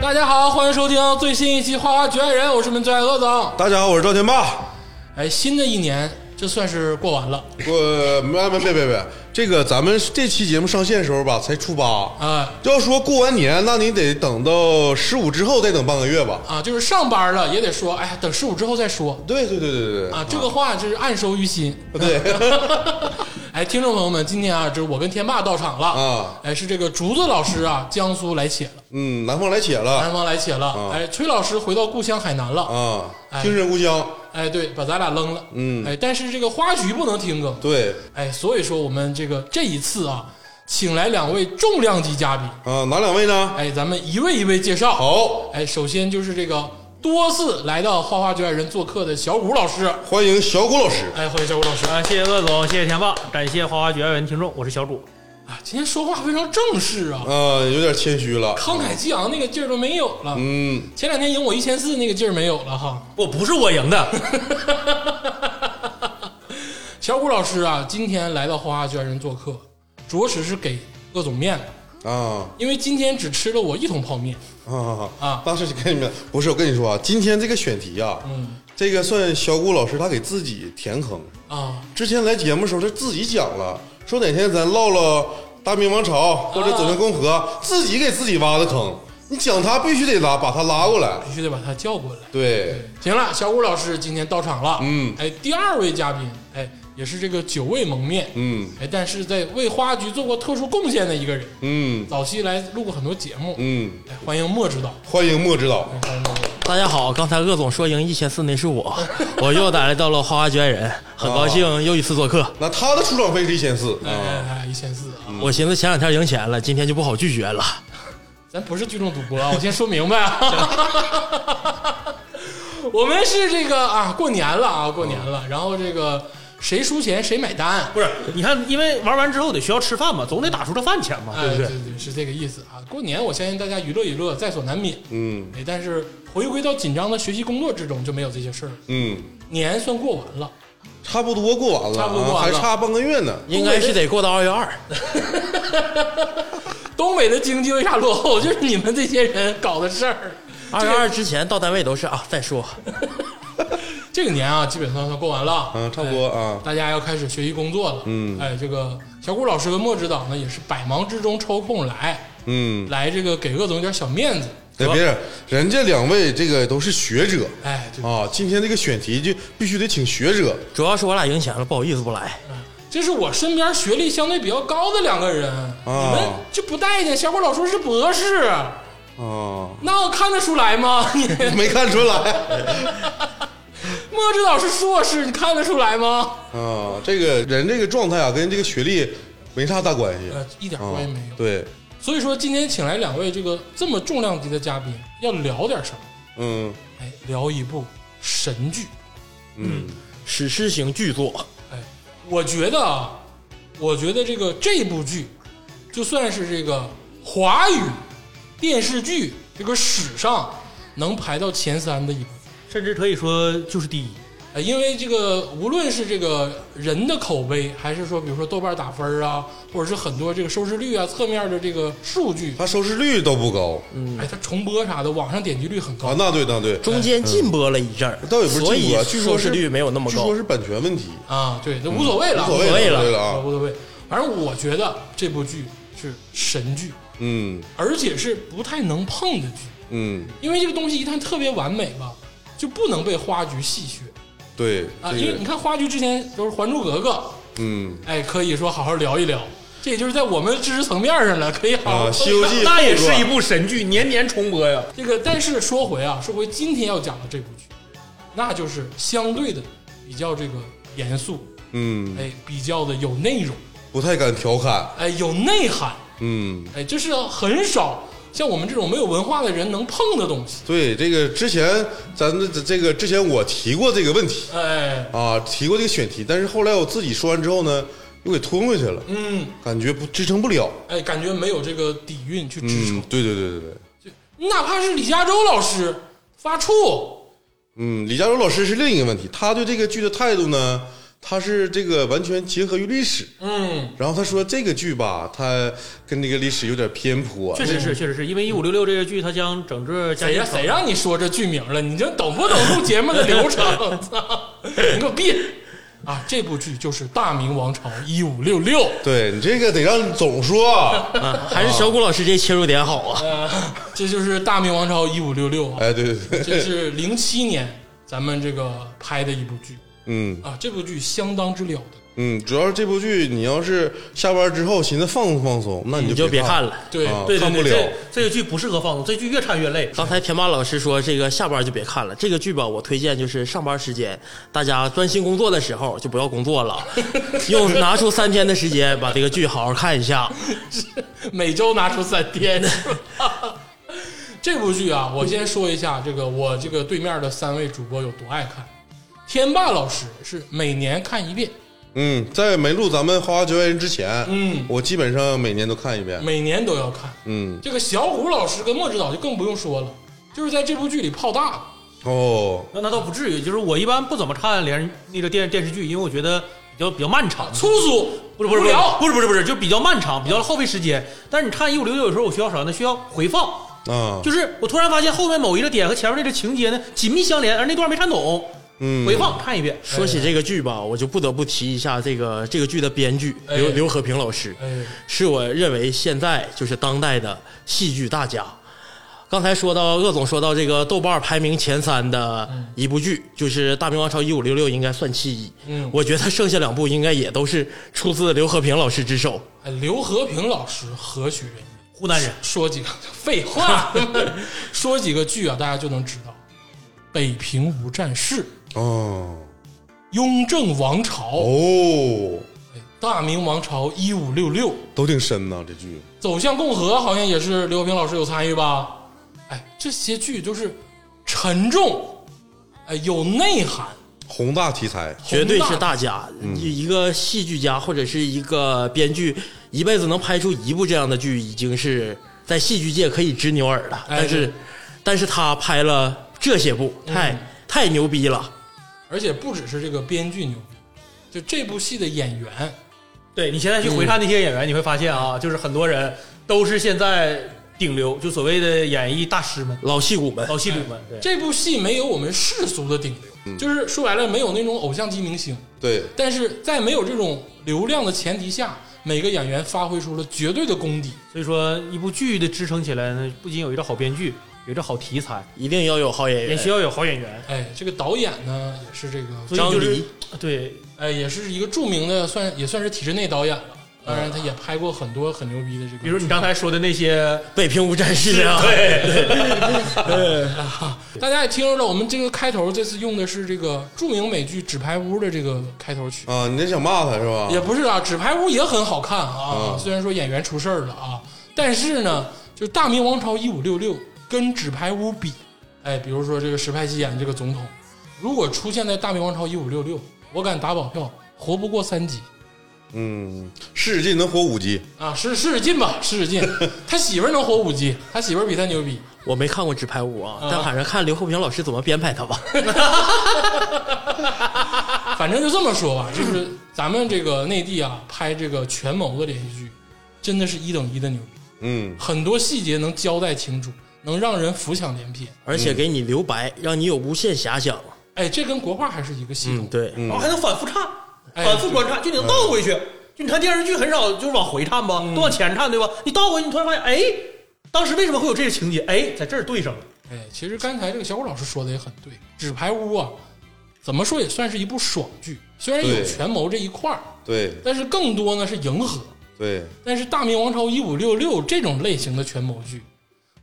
欢迎收听最新一期《花花局外人》，我是你们最爱恶总。大家好，我是赵天霸。哎，新的一年这算是过完了我没没别别别，这个咱们这期节目上线的时候吧，才初八。啊要说过完年，那你得等到十五之后，再等半个月吧。啊，就是上班了也得说，哎，等十五之后再说对对对对对啊。这个话就是暗收于心。啊对，对， 哎，听众朋友们，今天啊，就是我跟天霸到场了啊。哎，是这个竹子老师啊，江苏来且了，嗯，南方来且了南方来且了。哎，崔老师回到故乡海南了。啊哎，精神故乡。哎，对，把咱俩扔了。嗯哎，但是这个花局不能停更。对哎，所以说我们这个这一次啊，请来两位重量级嘉宾。啊，哪两位呢？哎，咱们一位一位介绍。好，哎，首先就是这个多次来到《花花局外人》做客的小谷老师。欢迎小谷老师。哎，欢迎小谷老师啊，谢谢鄂总，谢谢天霸，感谢花花局外人听众，我是小主。啊！今天说话非常正式啊，啊，有点谦虚了。慷慨激昂那个劲儿都没有了。嗯，前两天赢我一千四那个劲儿没有了哈。我不是我赢的，小谷老师啊，今天来到《花花局外人》做客，着实是给鄂总面子，啊因为今天只吃了我一桶泡面。啊啊当时就跟你们不是，我跟你说啊，今天这个选题啊，嗯这个算小谷老师他给自己填坑。啊，之前来节目的时候，他自己讲了，说哪天咱唠唠大明王朝或者走向共和，啊自己给自己挖的坑。你讲他必须得拉，把他拉过来。必须得把他叫过来。对，行了，小谷老师今天到场了。嗯哎，第二位嘉宾，哎，也是这个久未蒙面，嗯哎，但是在为花局做过特殊贡献的一个人，嗯早期来录过很多节目。嗯，哎，欢迎莫指导，欢迎莫指导。哎欢迎莫指导。 大家好，刚才鄂总说赢一千四那是我，我又来到了花花局外人，很哦高兴又一次做客。那他的出场费是一千四哎啊，哦哎哎，一千四啊！我寻思前两天赢钱了，今天就不好拒绝了。咱不是聚众赌博啊，我先说明白啊。 我们是这个啊，过年了啊，过年了，然后这个谁输钱谁买单，哦不是，你看，因为玩完之后得需要吃饭嘛，总得打出这饭钱嘛，哎，对不对？对对，是这个意思啊。过年我相信大家娱乐娱乐在所难免，嗯哎，但是回归到紧张的学习工作之中就没有这些事儿了。嗯，年算过完了，差不多过完了，啊差不多过完还了差半个月呢。应该是得过到二月二，东北的经济为啥落后？ 就是你们这些人搞的事儿。二月二之前到单位都是啊。再说，这个年啊，基本上算过完了，嗯，差不多哎啊。大家要开始学习工作了。嗯哎，这个小谷老师跟莫指导呢，也是百忙之中抽空来，嗯，来这个给鄂总一点小面子。哎，别人人家两位这个都是学者哎，对，啊，今天这个选题就必须得请学者。主要是我俩赢钱了，不好意思不来。这是我身边学历相对比较高的两个人，你们就不待见。小谷老师是博士，啊，那我看得出来吗？ 你没看出来莫指导是硕士，你看得出来吗？啊，这个人这个状态啊，跟这个学历没啥大关系。呃，一点啊关系没有。对，所以说今天请来两位这个这么重量级的嘉宾，要聊点什么？嗯哎，聊一部神剧。嗯史诗型巨作，哎，我觉得啊，我觉得这个这部剧就算是这个华语电视剧这个史上能排到前三的一部。甚至可以说就是第一。呃，因为这个无论是这个人的口碑，还是说比如说豆瓣打分啊，或者是很多这个收视率啊、侧面的这个数据，他收视率都不高哎，它重播啥的，网上点击率很啊高，那对那对，中间禁播了一阵儿，倒也不是所禁以播，啊据收说视是率没有那么据高说。是版权问题，啊，对，这无所谓了，无所谓无所谓了，无了所谓了啊，啊，无所谓。反正我觉得这部剧是神剧，嗯而且是不太能碰的剧，嗯，因为这个东西一旦特别完美吧，就不能被花局戏谑对，啊。这因为个你看花局之前都是《还珠格格》，嗯哎，可以说好好聊一聊，这也就是在我们知识层面上了，哦可以好好啊，《说西一游聊记》那也是一部部神剧，年年重播呀。这个，但是说回啊，说回今天要讲的这部剧，那就是相对的比较这个严肃，嗯，哎，比较的有内容，不太敢调侃，哎，有内涵，嗯。哎，这是很少像我们这种没有文化的人能碰的东西，对这个之前，咱们这个之前我提过这个问题哎，啊，提过这个选题，但是后来我自己说完之后呢，又给吞回去了，嗯，感觉不支撑不了。哎，感觉没有这个底蕴去支撑嗯，，对对对对对，哪怕是李嘉洲老师发怵，嗯，李佳柔老师是另一个问题，他对这个剧的态度呢，它是这个完全结合于历史。嗯，然后他说这个剧吧，它跟这个历史有点偏颇。确实是，确实是因为一五六六这个剧，它将整个家谁让谁让你说这剧名了？你这懂不懂录节目的流程？ 操你给我闭！啊，这部剧就是《大明王朝一五六六》。对你这个得让总说， 啊，还是小谷老师这切入点好啊。嗯呃，这就是《大明王朝一五六六》啊，哎，对对对， 这是零七年咱们这个拍的一部剧嗯啊，这部剧相当之了得。嗯，主要是这部剧，你要是下班之后寻思放松放松，那你就就别看看了。对，啊对对看不对，了这这个剧不适合放松，这剧越看越累。刚才田霸老师说这个下班就别看了，这个剧吧，我推荐就是上班时间，大家专心工作的时候就不要工作 了，用拿出三天的时间把这个剧好好看一下。 每周拿出三天。 是吧这部剧啊，我先说一下，这个我这个对面的三位主播有多爱看。天霸老师是每年看一遍，嗯，在没录咱们《花花绝外人》之前，嗯，我基本上每年都看一遍。每年都要看。嗯，这个小虎老师跟莫指导就更不用说了，就是在这部剧里泡大的。哦，那那倒不至于，就是我一般不怎么看连那个电电视剧，因为我觉得比较比较漫长，粗俗，不是不无是不是聊，不是不是不是，就比较漫长，比较耗费时间。但是你看一五六六有时候我需要啥呢？需要回放。啊，就是我突然发现后面某一个点和前面这个情节呢紧密相连，而那段没看懂，嗯，回放看一遍。说起这个剧吧，我就不得不提一下这个这个剧的编剧哎刘刘和平老师，哎，是我认为现在就是当代的戏剧大家。刚才说到鄂总说到这个豆瓣排名前三的嗯一部剧，就是《大明王朝一五六六》，应该算其一。嗯我觉得剩下两部应该也都是出自刘和平老师之手。哎刘和平老师何许人也？湖南人，说几个废 话，说几个剧啊，大家就能知道。北平无战事，哦雍正王朝，哦，哎大明王朝一五六六，都挺深呐，这剧。走向共和好像也是刘和平老师有参与吧？哎，这些剧都是沉重，哎，有内涵，宏大题材，绝对是宏大家，一个戏剧家或者是一个编剧，一辈子能拍出一部这样的剧，已经是在戏剧界可以执牛耳了。哎但是对，但是他拍了这些部，嗯太太牛逼了。而且不只是这个编剧牛逼，就这部戏的演员，对你现在去回看那些演员，你会发现啊，就是很多人都是现在顶流，就所谓的演艺大师们、老戏骨们，老戏骨们。对，嗯这部戏没有我们世俗的顶流，就是说白了没有那种偶像级明星，对，但是在没有这种流量的前提下，每个演员发挥出了绝对的功底。所以说一部剧的支撑起来呢，不仅有一个好编剧，有一个好题材，一定要有好演也需员。要有好演员。哎，这个导演呢也是这个，所以就是张黎对，哎也是一个著名的，算也算是体制内导演了。当然，他也拍过很多很牛逼的这个，嗯比如你刚才说的那些，北平无战事啊，大家也听着了，我们这个开头这次用的是这个著名美剧《纸牌屋》的这个开头曲。啊，你这想骂他是吧？也不是啊，《纸牌屋》也很好看啊，嗯虽然说演员出事儿了啊，但是呢，就《大明王朝一五六六》跟《纸牌屋》比，哎，比如说这个石派西演这个总统，如果出现在《大明王朝一五六六》，我敢打保票活不过三集嗯，使使劲能活五集，啊！使使劲吧，使 使劲。他媳妇儿能活五集，他媳妇儿比他牛逼。我没看过《纸牌屋》啊，但反正看刘厚平老师怎么编排他吧。反正就这么说吧，就是咱们这个内地啊，拍这个权谋的连续剧，真的是一等一的牛逼，嗯，很多细节能交代清楚，能让人浮想联翩。而且给你留白，让你有无限遐想。哎，这跟国画还是一个系嗯，统。对，然哦后还能反复看，哎反复观察，就你能倒回去。就你看电视剧很少就是往回看吧，都往前看对吧？你倒回去，你突然发现，哎，当时为什么会有这个情节？哎，在这儿对上了。哎，其实刚才这个小虎老师说的也很对，《纸牌屋》啊，怎么说也算是一部爽剧，虽然有对权谋这一块儿，对但是更多呢是迎合。对，但是《大明王朝一五六六》这种类型的权谋剧，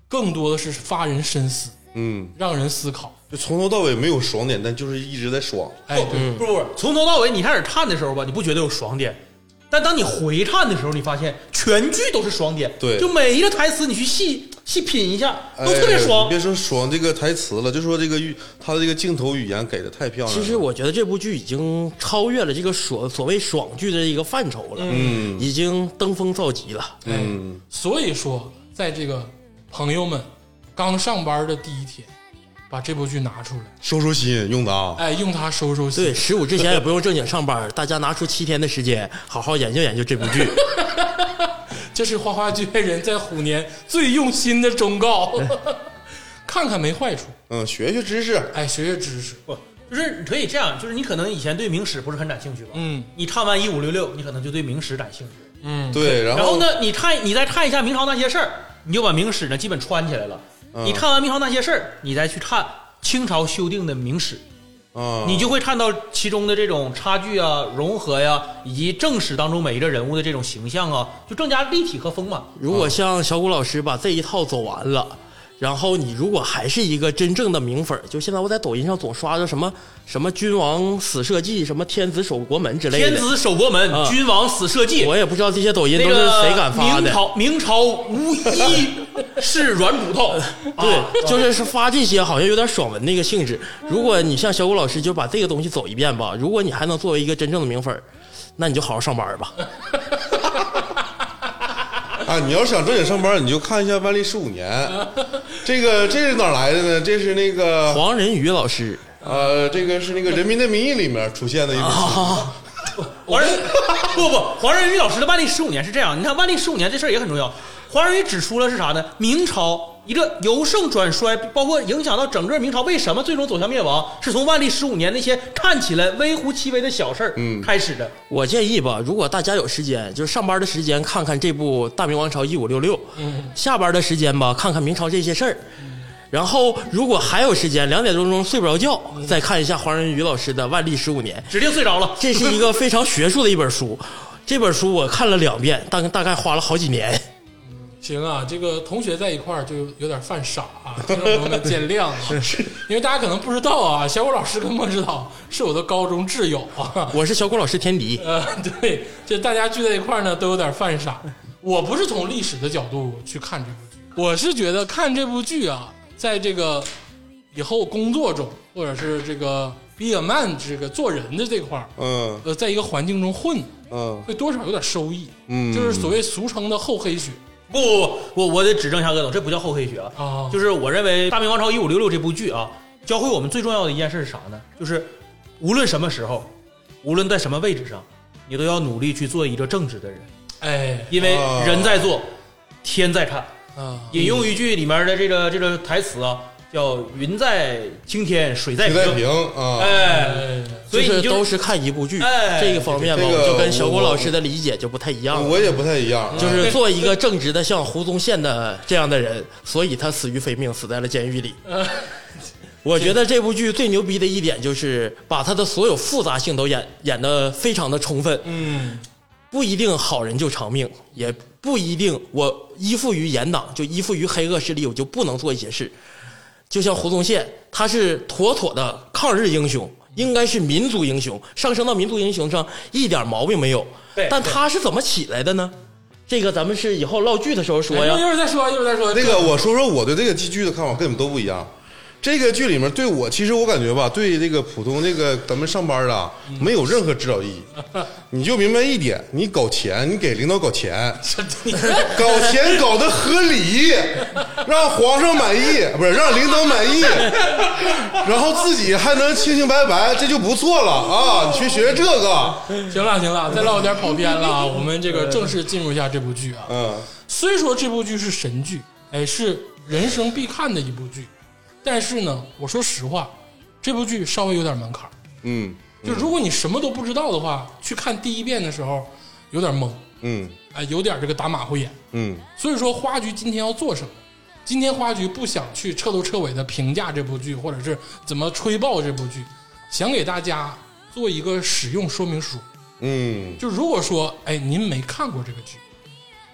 更多的是发人深思，嗯，让人思考。就从头到尾没有爽点，但就是一直在爽，哎，不对，不不不，从头到尾你开始看的时候吧，你不觉得有爽点，但当你回看的时候，你发现全剧都是爽点，对就每一个台词你去细细品一下，都特别哎爽。你别说爽这个台词了，就说这个语，他的这个镜头语言给的太漂亮了。其实我觉得这部剧已经超越了这个所所谓爽剧的一个范畴了，嗯，已经登峰造极了。哎，所以说，在这个朋友们刚上班的第一天，把这部剧拿出来，收收心用的啊。哎，用它收收心。对，十五之前也不用正经上班，大家拿出七天的时间，好好研究研究这部剧。这是花花剧院人在虎年最用心的忠告， 看看没坏处，嗯，学学知识，哎，学学知识，不，就是你可以这样，就是你可能以前对明史不是很感兴趣吧？嗯，你看完一五六六，你可能就对明史感兴趣。嗯，对，然然后后？呢，你看你再看一下明朝那些事儿，你就把明史呢基本穿起来了。嗯你看完明朝那些事儿，你再去看清朝修订的明史，嗯啊，你就会看到其中的这种差距啊、融合呀、以及正史当中每一个人物的这种形象啊，就更加立体和丰满。如果像小谷老师把这一套走完嗯了，然后你如果还是一个真正的明粉儿，就现在我在抖音上总刷着什么什么君王死社稷、什么天子守国门之类的，天子守国门，嗯君王死社稷。我也不知道这些抖音那都个是谁敢发的明。朝啊明朝无一是软骨头，啊嗯对，就是是发这些好像有点爽文那个性质。如果你像小谷老师就把这个东西走一遍吧，如果你还能作为一个真正的明粉儿，那你就好好上班吧。啊，你要是想正经上班，你就看一下《万历十五年》这个这是哪儿来的呢？这是那个黄仁宇老师，呃，这个是那个《人民的名义》里面出现的一部黄仁 不不，黄仁宇老师的万历十五年是这样，你看万历十五年这事儿也很重要。黄仁宇指出了是啥呢？明朝一个由盛转衰，包括影响到整个明朝为什么最终走向灭亡，是从万历十五年那些看起来微乎其微的小事儿开始的。我建议吧，如果大家有时间，就是上班的时间看看这部《大明王朝一五六六》，嗯下班的时间吧看看明朝这些事儿，然后如果还有时间，两点多钟睡不着觉，嗯再看一下黄仁宇老师的《万历十五年》，指定睡着了。这是一个非常学术的一本书。这本书我看了两遍，大概大概花了好几年。行啊，这个同学在一块儿就有点犯傻啊，听众朋友们见谅啊，因为大家可能不知道啊，小谷老师跟莫指导是我的高中挚友啊， 我是小谷老师天敌，呃，对，就大家聚在一块儿呢，都有点犯傻。我不是从历史的角度去看这部剧，我是觉得看这部剧啊，在这个以后工作中，或者是这个 be a man 这个做人的这块儿，嗯呃，在一个环境中混，嗯会多少有点收益，嗯，就是所谓俗称的厚黑学不不不，我我得指正一下鄂总，这不叫厚黑学啊，啊，就是我认为《大明王朝一五六六》这部剧啊，教会我们最重要的一件事是啥呢？就是无论什么时候，无论在什么位置上，你都要努力去做一个正直的人。哎因为啊人在做，天在看。嗯啊，引用一句里面的这个这个台词啊，叫“云在青天，水在李在平平”。啊，哎，哎，所以你是都就是看一部剧，哎这个方面吧，这个我就跟小谷我老师的理解就不太啊一样了。我也不太一样，嗯就是做一个正直的像胡宗宪的这样的人，所以他死于非命，死在了监狱 里。呃我觉得这部剧最牛逼的一点就是把他的所有复杂性都演演得非常的充分，嗯，不一定好人就长命，也不一定我依附于严党就依附于黑恶势力，我就不能做一些事。就像胡宗宪，他是妥妥的抗日英雄，应该是民族英雄，上升到民族英雄上一点毛病没有对。但他是怎么起来的呢？这个咱们是以后唠剧的时候说哎一呀。会儿再说，一会儿再说那个，我说说我对这个剧的看法，跟你们都不一样。这个剧里面对我，其实我感觉吧，对这个普通这个咱们上班的啊嗯没有任何指导意 义。你就明白一点，你搞钱，你给领导搞钱，搞钱搞得合理，让皇上满意，不是让领导 满意，然后自己还能清清白白，这就不错了啊！你去学学这个，行了行了，再唠有点跑偏了 啊，我们这个正式进入一下这部剧啊。嗯虽说这部剧是神剧，哎，是人生必看的一部剧，但是呢，我说实话，这部剧稍微有点门槛儿。嗯就如果你什么都不知道的话，去看第一遍的时候有点懵，嗯哎，有点这个打马虎眼。嗯所以说，花局今天要做什么？今天花局不想去彻头彻尾的评价这部剧，或者是怎么吹爆这部剧，想给大家做一个使用说明书。嗯，就如果说，哎，您没看过这个剧，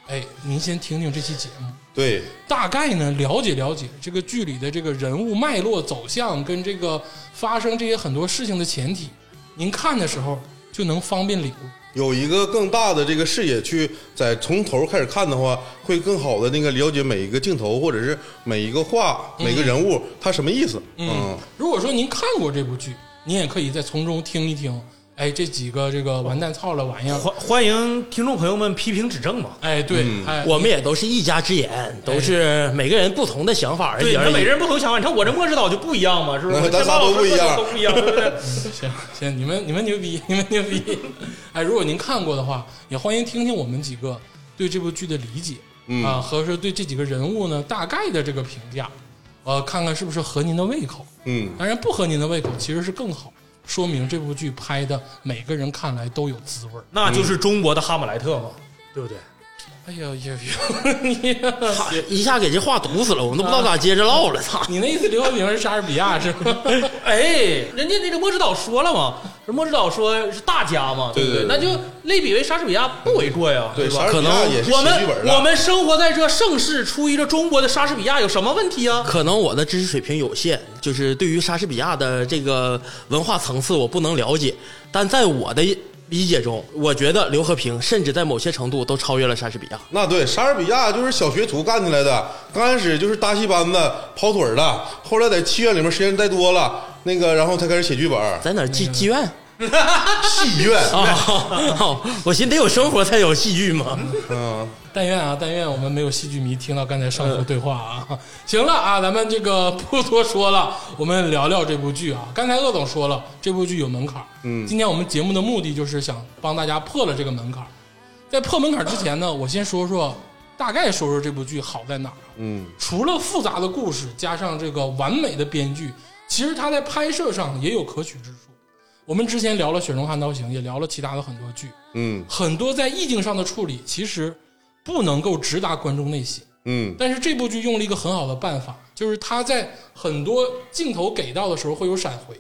哎，您先听听这期节目，对，大概呢了解了解这个剧里的这个人物脉络走向跟这个发生这些很多事情的前提，您看的时候就能方便领悟。有一个更大的这个视野去在从头开始看的话，会更好的那个了解每一个镜头或者是每一个话、每个人物他什么意思。嗯如果说您看过这部剧，您也可以再从中听一听，哎，这几个这个完蛋操了玩意儿，欢欢迎听众朋友们批评指正嘛。哎，对，哎，我们也都是一家之言，都是每个人不同的想法而哎对，已。你看每个人不同想法，你看我这末指导就不一样嘛，是不是？哎那咱这仨帮都老不师一样嗯都不一样，对不对？行行，你们你们牛逼， 你们牛逼。哎，如果您看过的话，也欢迎听听我们几个对这部剧的理解、啊，和是对这几个人物呢大概的这个评价，呃，看看是不是合您的胃口。嗯，当然不合您的胃口其实是更好，说明这部剧拍的每个人看来都有滋味儿。那就是中国的哈姆莱特嘛，对不对？哎呀呀呀， 你操一下给这话堵死了，我们都不知道咋接着唠了。啊操！你那意思刘和平是莎士比亚是吗？哎，人家那个莫指导说了嘛，莫指导说是大家嘛，不对对对那就类比为莎士比亚不为过呀。对，吧莎士比可亚能也是我写剧们本我的，们生活在这盛世，出于这中国的莎士比亚有什么问题啊？可能我的知识水平有限，就是对于莎士比亚的这个文化层次我不能了解，但在我的理解中，我觉得刘和平甚至在某些程度都超越了莎士比亚。那对，莎士比亚就是小学徒干起来的，刚开始就是搭戏班子、跑腿儿的，后来在戏院里面时间待多了，那个然后才开始写剧本，在哪儿嗯妓妓院戏院啊、哦我寻思得有生活才有戏剧嘛。嗯，但愿啊，但愿我们没有戏剧迷听到刚才上述对话啊。行了啊，咱们这个不多说了，我们聊聊这部剧啊。刚才鄂总说了，这部剧有门槛。嗯，今天我们节目的目的就是想帮大家破了这个门槛。在破门槛之前呢，我先说说，大概说说这部剧好在哪儿啊。嗯，除了复杂的故事，加上这个完美的编剧，其实它在拍摄上也有可取之处。我们之前聊了《雪中悍刀行》，也聊了其他的很多剧。嗯很多在意境上的处理，其实不能够直达观众内心。嗯但是这部剧用了一个很好的办法，就是它在很多镜头给到的时候会有闪回。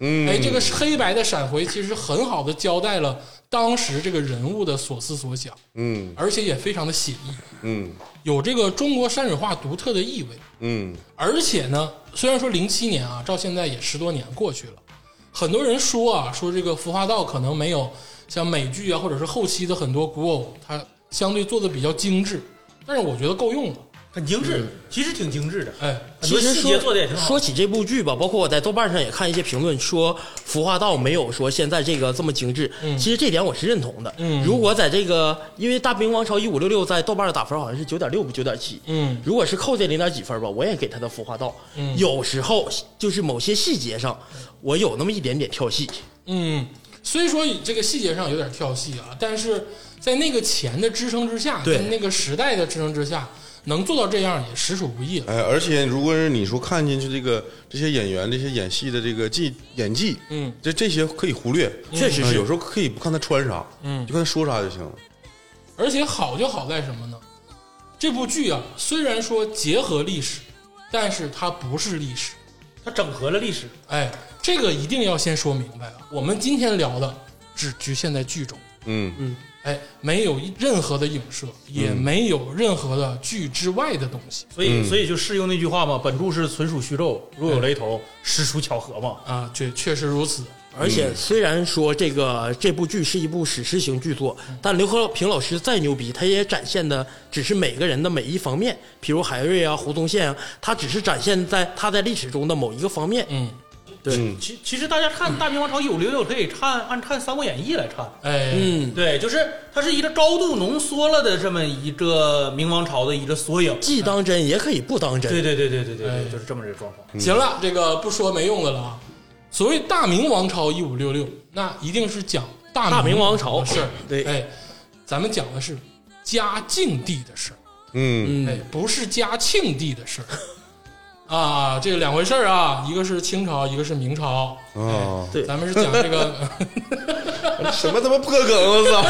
嗯，哎，这个黑白的闪回其实很好的交代了当时这个人物的所思所想，嗯而且也非常的写意，嗯有这个中国山水画独特的意味。嗯而且呢，虽然说零七年啊，到现在也十多年过去了，很多人说啊，说这个《服化道》可能没有像美剧啊，或者是后期的很多古偶，它相对做的比较精致，但是我觉得够用了。很精致，其实挺精致的。哎，很多其实细节说做得也挺好说起这部剧吧，包括我在豆瓣上也看一些评论说，服化道没有说现在这个这么精致。嗯其实这点我是认同的。嗯如果在这个，因为《大明王朝一五六六》在豆瓣的打分好像是九点六不九点七。嗯如果是扣这零点几分吧，我也给他的服化道。嗯有时候就是某些细节上，我有那么一点点跳戏。嗯，虽说这个细节上有点跳戏啊，但是在那个钱的支撑之下，对跟那个时代的支撑之下，能做到这样也实属不易了。哎，而且如果是你说看进去这个这些演员这些演戏的这个技演技，嗯，这这些可以忽略，确实啊是有时候可以不看他穿啥，嗯就看他说啥就行了。而且好就好在什么呢？这部剧啊，虽然说结合历史，但是它不是历史。它整合了历史，哎，这个一定要先说明白啊！我们今天聊的只局限在剧中，嗯哎，没有任何的影射，嗯也没有任何的剧之外的东西所以所以就适用那句话嘛，本著是纯属虚构，若有雷同，实属巧合嘛。啊，确确实如此。而且虽然说这个这部剧是一部史诗型剧作，但刘和平老师再牛逼，他也展现的只是每个人的每一方面，比如海瑞啊、胡宗宪啊，他只是展现在他在历史中的某一个方面。嗯，嗯其其实大家看《大明王朝一五六六》可以看按看《三国演义》来看，哎，嗯，对，就是它是一个高度浓缩了的这么一个明王朝的一个缩影。既当真也可以不当真。对对对对对对哎嗯对，就是这么这个状况。行了，这个不说没用的了啊。所谓大明王朝一五六六，那一定是讲大大明王朝的事儿。对哎，咱们讲的是嘉靖帝的事儿。嗯哎嗯，，不是嘉庆帝的事儿 啊，这两回事儿啊，一个是清朝，一个是明朝。嗯啊，对咱们是讲这 个，什么他妈破梗，啊我操！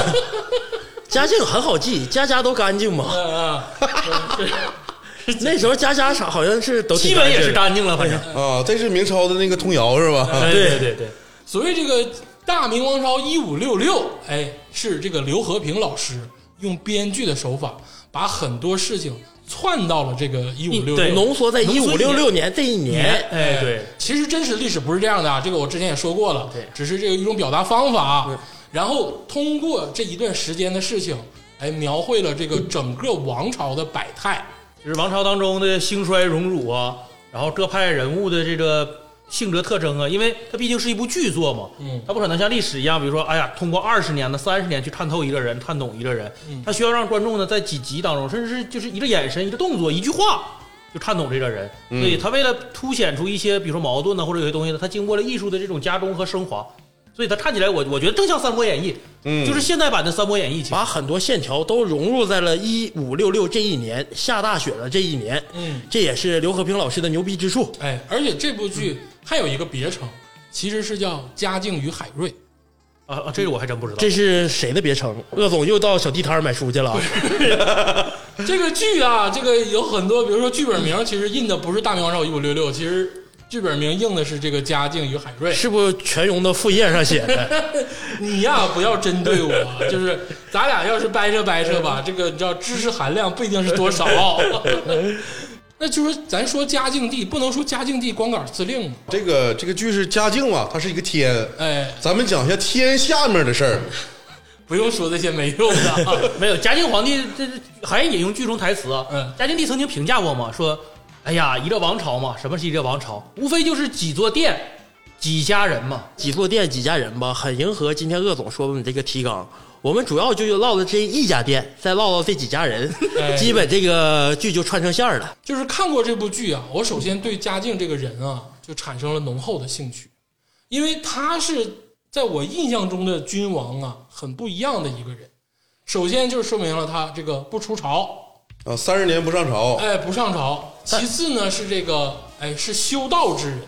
嘉靖很好记，家家都干净嘛。呃嗯 那时候家家啥好像是都挺基本也是干干净了，反正。啊，这是明朝的那个童谣是吧？哎对对对对，所谓这个大明王朝一五六六，哎，是这个刘和平老师用编剧的手法，把很多事情窜到了这个一五六净。六。浓缩在一浓五缩一六年六年这一年。哎对，其实真实历史不是这样的啊，这个我之前也说过了，对只是这个一种表达方法。啊然后通过这一段时间的事情，哎，描绘了这个整个王朝的百态。就是王朝当中的兴衰荣辱啊，然后各派人物的这个性格特征啊，因为它毕竟是一部剧作嘛，嗯它不可能像历史一样，比如说，哎呀，通过二十年的、三十年去探透一个人、探懂一个人，它需要让观众呢在几集当中，甚至是就是一个眼神、一个动作、一句话就看懂这个人，所以他为了凸显出一些，比如说矛盾啊呢，或者有些东西呢，他经过了艺术的这种加工和升华，所以他看起来我我觉得正像《三国演义》，嗯就是现代版的《三国演义》，其实把很多线条都融入在了一五六六这一年下大雪的这一年，嗯，这也是刘和平老师的牛逼之处。哎，而且这部嗯剧还有一个别称，其实是叫《嘉靖与海瑞》。啊啊，这个我还真不知道这是谁的别称？鄂总又到小地摊儿买书去了啊。这个剧啊，这个有很多，比如说剧本名其实印的不是《大明王朝一五六六》，其实剧本名印的是这个《嘉靖与海瑞》。是不是全荣的副业上写的？ 你呀、不要针对我， 就是咱俩要是掰扯掰扯吧，这个你知道知识含量不一定是多少。 那就是咱说嘉靖帝，不能说嘉靖帝光杆司令嘛。这个这个剧是嘉靖嘛，它是一个天，哎，咱们讲一下天下面的事儿。不用说这些没用的啊。 没有，嘉靖皇帝这这还引用剧中台词啊。嗯嘉靖帝曾经评价过嘛，说：“哎呀，一个王朝嘛，什么是一个王朝？无非就是几座殿，几家人嘛。几座店几家人吧，很迎合今天鄂总说的这个提纲。我们主要就唠了这一家店，再唠唠这几家人哎，基本这个剧就串成线儿了。就是看过这部剧啊，我首先对嘉靖这个人啊，就产生了浓厚的兴趣，因为他是在我印象中的君王啊，很不一样的一个人。首先就说明了他这个不出朝，啊，三十年不上朝，哎，不上朝。其次呢是这个，哎，是修道之人，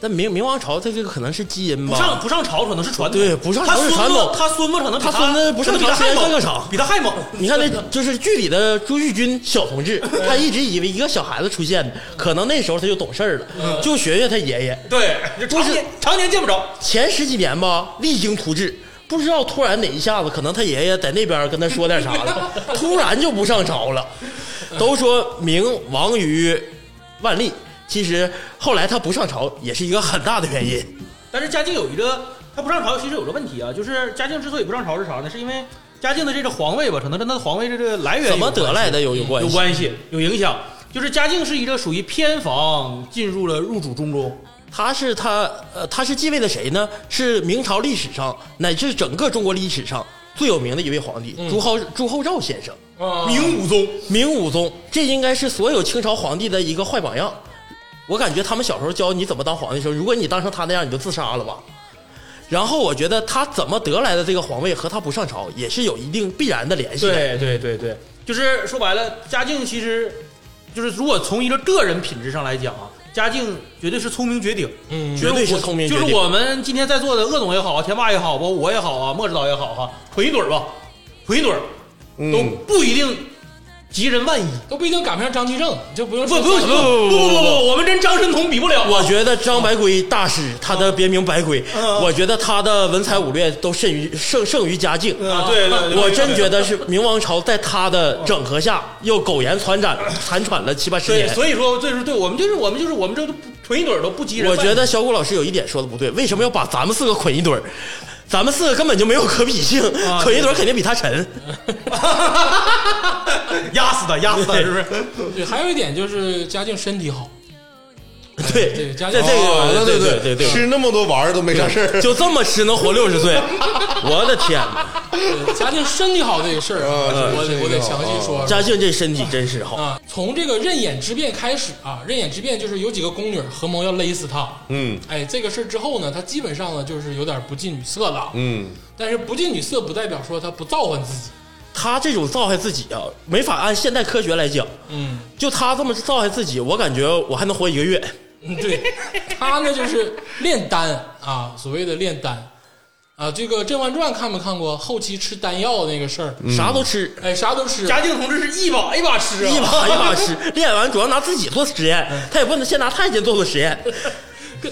但明明王朝它这个可能是基因不吧上，不上朝可能是传嗯统，对不上朝他是孙传子统，他孙子可能比他孙子不上可能比朝他时还间猛，更长比 他还猛。你看那就是剧里的朱玉军小同志，嗯他一直以为一个小孩子出现的，可能那时候他就懂事儿嗯了，就学学他爷爷。对，就常年常年见不着。前十几年吧，励精图治，不知道突然哪一下子，可能他爷爷在那边跟他说点啥 了，突然就不上朝了。都说明亡于万历，其实后来他不上朝也是一个很大的原因。但是嘉靖有一个他不上朝，其实有个问题啊，就是嘉靖之所以不上朝是啥呢？是因为嘉靖的这个皇位吧，可能跟他的皇位这个来源怎么有关系得来的有有关系有关系，有影响。就是嘉靖是一个属于偏房进入了入主中宫，他是他呃，他是继位的谁呢？是明朝历史上乃至整个中国历史上最有名的一位皇帝，朱厚朱厚照先啊生。嗯明武宗。明武宗，这应该是所有清朝皇帝的一个坏榜样。我感觉他们小时候教你怎么当皇帝的时候，如果你当成他那样，你就自杀了吧。然后我觉得他怎么得来的这个皇位和他不上朝也是有一定必然的联系的。对对对对，就是说白了，嘉靖其实就是如果从一个个人品质上来讲啊，嘉靖绝对是聪明绝顶，嗯绝对是聪明绝就顶是我们今天在座的鄂总也好啊，天霸也好，包括我也好啊，莫指导也好哈、腿一盹儿吧，腿一盹儿都嗯，不一定吉人万一。都不一定赶不上张居正，就不用不说不不张不居正不不不不，我们跟张神童比不了。我觉得张白圭大师，他的别名白圭，嗯我觉得他的文采武略都甚于胜胜于嘉靖。啊，对对 对，我真觉得是明王朝在他的整合下又苟延残喘，残喘了七八十对，年。所以说这是对我们就是我们就是我们这都不腿一盹儿都不吉人我万一。觉得小谷老师有一点说的不对，为什么要把咱们四个捆一堆儿？咱们四个根本就没有可比性，啊捆一堆儿肯定比他沉。压死他，压死他，是不是？对，还有一点就是嘉靖身体好， 对，对这加这油哦个对对对吃那么多玩意儿都没啥事儿对，就这么吃 能活六十岁，我的天！对嘉靖身体好这个事儿 啊啊，是我身得体我得好详细说说。啊嘉靖这身体真是好，啊，从这个任眼之变开始啊，任眼之变就是有几个宫女儿合谋要勒死他。嗯哎，这个事儿之后呢，他基本上呢就是有点不近女色了。啊嗯，但是不近女色不代表说他不召唤自己。他这种造害自己啊，没法按现代科学来讲。嗯，就他这么造害自己，我感觉我还能活一个月。嗯对，他呢就是炼丹啊，所谓的炼丹啊。这个《甄嬛传》看没看过？后期吃丹药那个事儿，嗯啥都吃，哎，啥都吃。嘉靖同志是一把一把吃啊，一把一把 吃，练完主要拿自己做实验，他也不能先拿太监做做实验。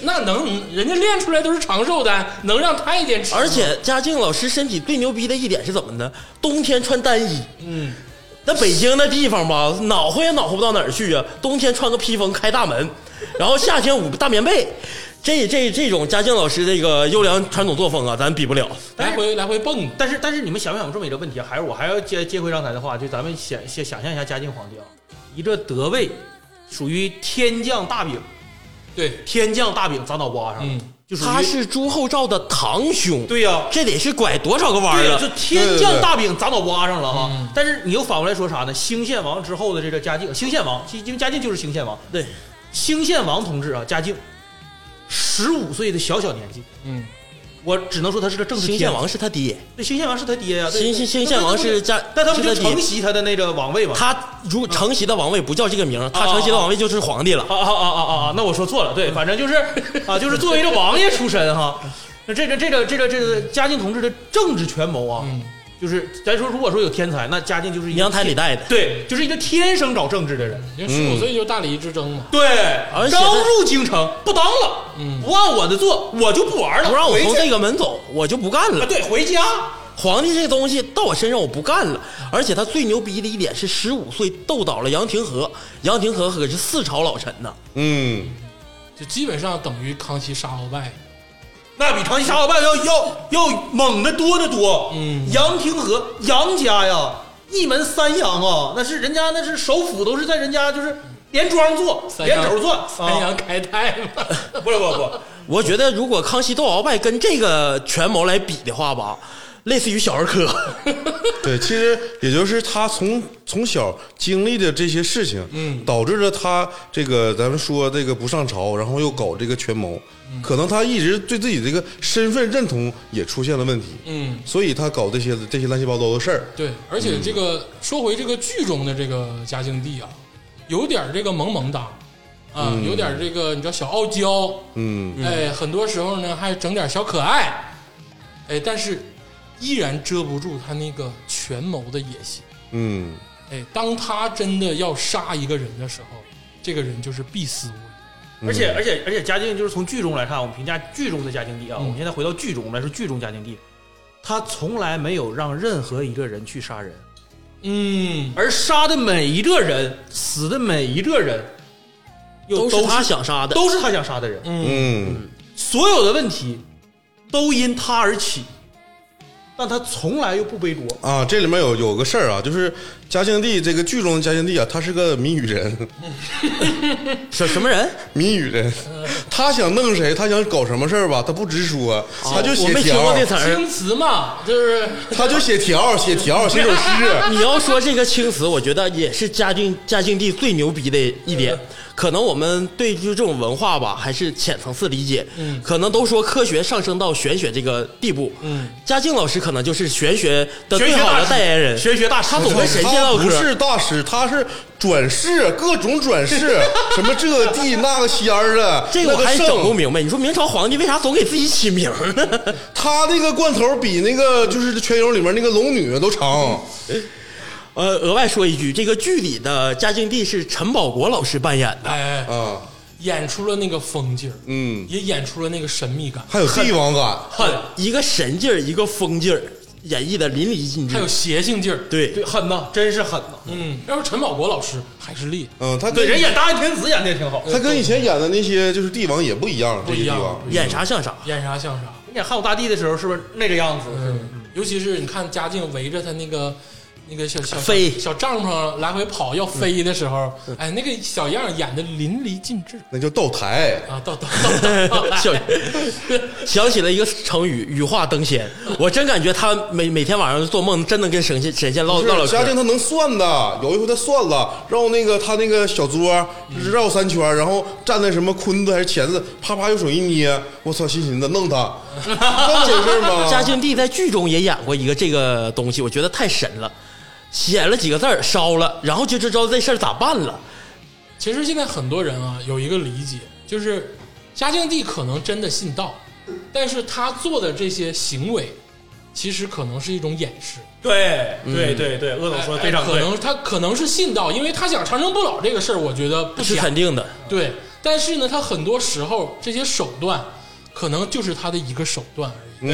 那能，人家炼出来都是长寿丹，能让太监吃吗。而且嘉靖老师身体最牛逼的一点是怎么呢？冬天穿单衣。嗯，那北京那地方吧，暖和也暖和不到哪儿去啊。冬天穿个披风开大门，然后夏天捂个大棉被，这这这种嘉靖老师这个优良传统作风啊，咱比不了。来回来回蹦。但是但是你们想没想过这么一个问题啊？还是我还要接接回刚才的话，就咱们想想想象一下嘉靖皇帝啊，一个德位，属于天降大饼，对，天降大饼砸脑瓜上，嗯就属于他是朱厚照的堂兄，对呀、这得是拐多少个弯对儿呀，啊就！天降大饼砸脑瓜上了哈。但是你又反过来说啥呢？兴献王之后的这个嘉靖，兴献王，因为嘉靖就是兴献王，对，兴献王同志啊，嘉靖十五岁的小小年纪，嗯，我只能说他是个政治兴天献王。王是他爹，对，兴献王是他爹呀、对兴兴兴献王是家，但他不是就他爹承。袭他的那个王位吗？他如果承袭的王位不叫这个名儿，他承袭的王位就是皇帝了。啊啊啊啊啊啊！那我说错了，对，反正就是 啊，就是作为一个王爷出身哈，那这个这个这个这个嘉靖同志的政治权谋啊，嗯就是咱说如果说有天才，那嘉靖就是一个娘胎里带的，对，就是一个天生搞政治的人。因为十五岁就是大理之争嘛，对，而且他刚入京城不当了，嗯不按我的做，我就不玩了，不让我回从去这个门走，我就不干啊，了。哦对，回家，皇帝这东西到我身上我不干了，而且他最牛逼的一点是十五岁斗倒了杨廷和，杨廷和可是四朝老臣呐。嗯，就基本上等于康熙杀鳌拜。那比康熙杀鳌拜要要要猛的多得多。嗯杨廷和杨家呀，一门三杨啊，那是人家那是首府都是在人家就是连庄做，三连羊轴做，三啊嗯羊开泰 嘛，不是不是不是，我觉得如果康熙斗鳌拜跟这个权谋来比的话吧，类似于小儿科。对，其实也就是他从从小经历的这些事情，嗯，导致了他这个咱们说这个不上朝，然后又搞这个权谋，嗯可能他一直对自己这个身份认同也出现了问题，嗯，所以他搞这些这些乱七八糟的事儿，对，而且这个说回这个剧中的这个嘉靖帝啊，有点这个萌萌哒，啊，嗯有点这个你知道小傲娇，嗯，哎，很多时候呢还整点小可爱，哎，但是依然遮不住他那个权谋的野心。嗯，哎，当他真的要杀一个人的时候，这个人就是必死无疑。而且而且而且嘉靖就是从剧中来看，我们评价剧中的嘉靖帝啊，我们现在回到剧中我们来说剧中嘉靖帝，他从来没有让任何一个人去杀人，嗯，而杀的每一个人，死的每一个人，又都都是他想杀的。都是他想杀的人，嗯，所有的问题都因他而起，但他从来又不背锅。啊，这里面有有个事儿啊，就是嘉靖帝这个剧中的嘉靖帝啊，他是个谜语人，什什么人？谜语人，嗯他想弄谁，他想搞什么事儿吧，他不直说，他就哦啊我写没听条过，这词儿。青瓷嘛，就是他就写条，写条，写首诗， 你要说这个青瓷，我觉得也是嘉靖嘉靖帝最牛逼的一点。可能我们对就这种文化吧，还是浅层次理解。嗯可能都说科学上升到玄学这个地步。嗯，嘉靖老师可能就是玄学的最玄学好大的师代言人。玄学大师，他总跟神仙他唠不嗑。是大师，他是转世，各种转世，什么这个地那个仙儿啊， 这个我那还圣整不明白，你说明朝皇帝为啥总给自己起名呢？他那个罐头比那个就是全游里面那个龙女都长，呃，额外说一句，这个剧里的嘉靖帝是陈宝国老师扮演的，哎，啊，演出了那个风劲儿，嗯，也演出了那个神秘感，还有帝王感，很一个神劲儿，一个疯劲儿，演绎的淋漓尽致还。有邪性劲儿。对，对狠呐，真是狠呐。嗯，要是陈宝国老师还是厉害，嗯，他对，跟人演大安天子演的也挺好，他跟以前演的那些就是帝王也不一样，不这些一帝样王，演啥像啥。演啥像啥。人演汉武大帝的时候是不是那个样子？嗯，尤其是你看嘉靖围着他那个那个小小飞小帐篷来回跑要飞的时候，哎，那个小样儿演的淋漓尽致那叫道台。啊！到到到到 笑，想起了一个成语“羽化登仙”，我真感觉他每每天晚上做梦，真能跟神仙神仙唠不唠唠是嘉靖嗑。他能算的，有一回他算了，绕那个他那个小桌绕三圈，然后站在什么坤子还是钳子，啪啪用手一捏，我操，心寻思弄他，那么回事吗？ 嘉靖帝在剧中也演过一个这个东西，我觉得太神了，写了几个字儿烧了，然后就就知道这事儿咋办了。其实现在很多人啊有一个理解，就是嘉靖帝可能真的信道，但是他做的这些行为，其实可能是一种掩饰。对对对对，鄂总哎说的哎非常可对。能他可能是信道，因为他想长生不老这个事儿，我觉得不是假肯定的，对，但是呢，他很多时候这些手段，可能就是他的一个手段而已。嗯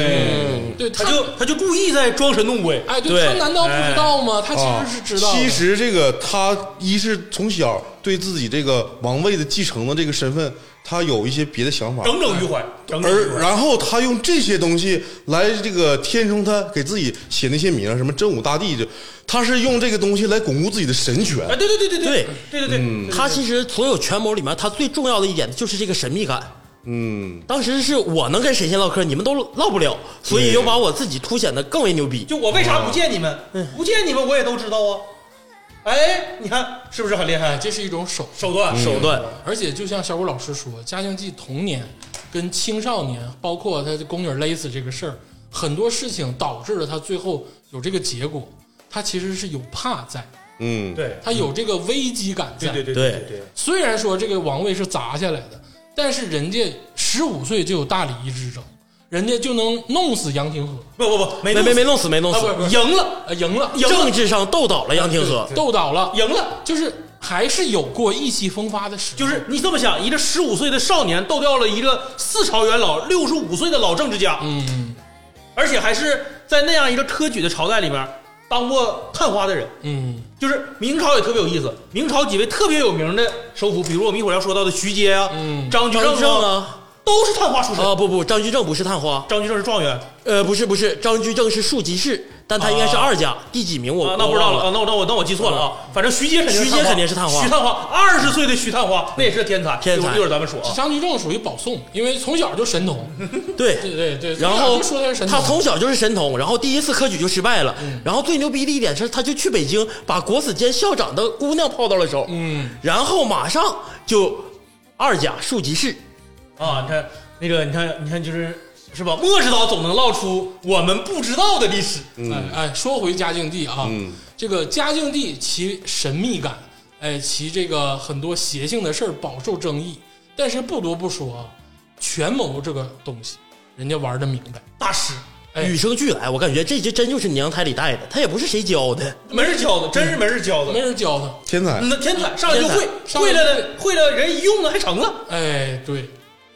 对，对，嗯他就他就故意在装神弄鬼。哎，对对他难道不知道吗？他啊哎其实是知道的。其实这个他一是从小对自己这个王位的继承的这个身份他有一些别的想法，整整迂回，整整迂而回。然后他用这些东西来这个填充他给自己写那些名啊儿，什么真武大帝，这他是用这个东西来巩固自己的神权哎，。对对对对嗯对对对对，他其实所有权谋里面，他最重要的一点就是这个神秘感。嗯，当时是我能跟神仙唠嗑，你们都唠不了，所以又把我自己凸显的更为牛逼。就我为啥不见你们？不见你们我也都知道啊。哎，你看是不是很厉哎，害？这是一种手嗯手段，手段，而且就像小谷老师说，《家乡记》童年跟青少年，包括他的宫女勒死这个事儿，很多事情导致了他最后有这个结果。他其实是有怕在，嗯，对他有这个危机感在。对对对对对，虽然说这个王位是砸下来的，但是人家十五岁就有大礼仪之争，人家就能弄死杨廷和，不不不，没没没没弄死，没弄啊不是不死，是赢了呃，赢了，政治上斗倒了杨廷和。斗倒了，赢了，就是还是有过意气风发的时候。就是你这么想，一个十五岁的少年斗掉了一个四朝元老六十五岁的老政治家，嗯而且还是在那样一个科举的朝代里面当过探花的人。嗯就是明朝也特别有意思，明朝几位特别有名的首辅，比如我们一会儿要说到的徐阶啊、嗯张居张居正正啊，啊都是探花出身。啊不不，张居正不是探花，张居正是状元呃不是不是，张居正是庶吉士，但他应该是二甲，第几名我啊，那不知道哦了我啊忘，那我那我那我记错了啊，反正徐阶肯定徐阶肯定是探花徐探花二十岁的徐探花那也是个天才，天才一会儿一会儿咱们说啊。张居正属于保送，因为从小就神童。对对。对对，然从小后就说他是神童，他从小就是神童，然后第一次科举就失败了。然后最牛逼的一点是，他就去北京把国子监校长的姑娘泡到了手，嗯然后马上就二甲庶吉士。啊，你看那个，你看，你看，就是是吧？莫指导总能唠出我们不知道的历史。哎哎，说回嘉靖帝啊，嗯这个嘉靖帝其神秘感，哎，其这个很多邪性的事儿饱受争议，但是不得不说啊，权谋这个东西，人家玩的明白。大师哎与生俱来，我感觉这这真就是娘胎里带的，他也不是谁教的。没人教的，真是没人教没的。人教他，天才，那天才上来就天才会，上来会就了的，会了人一用了还成了。哎，对，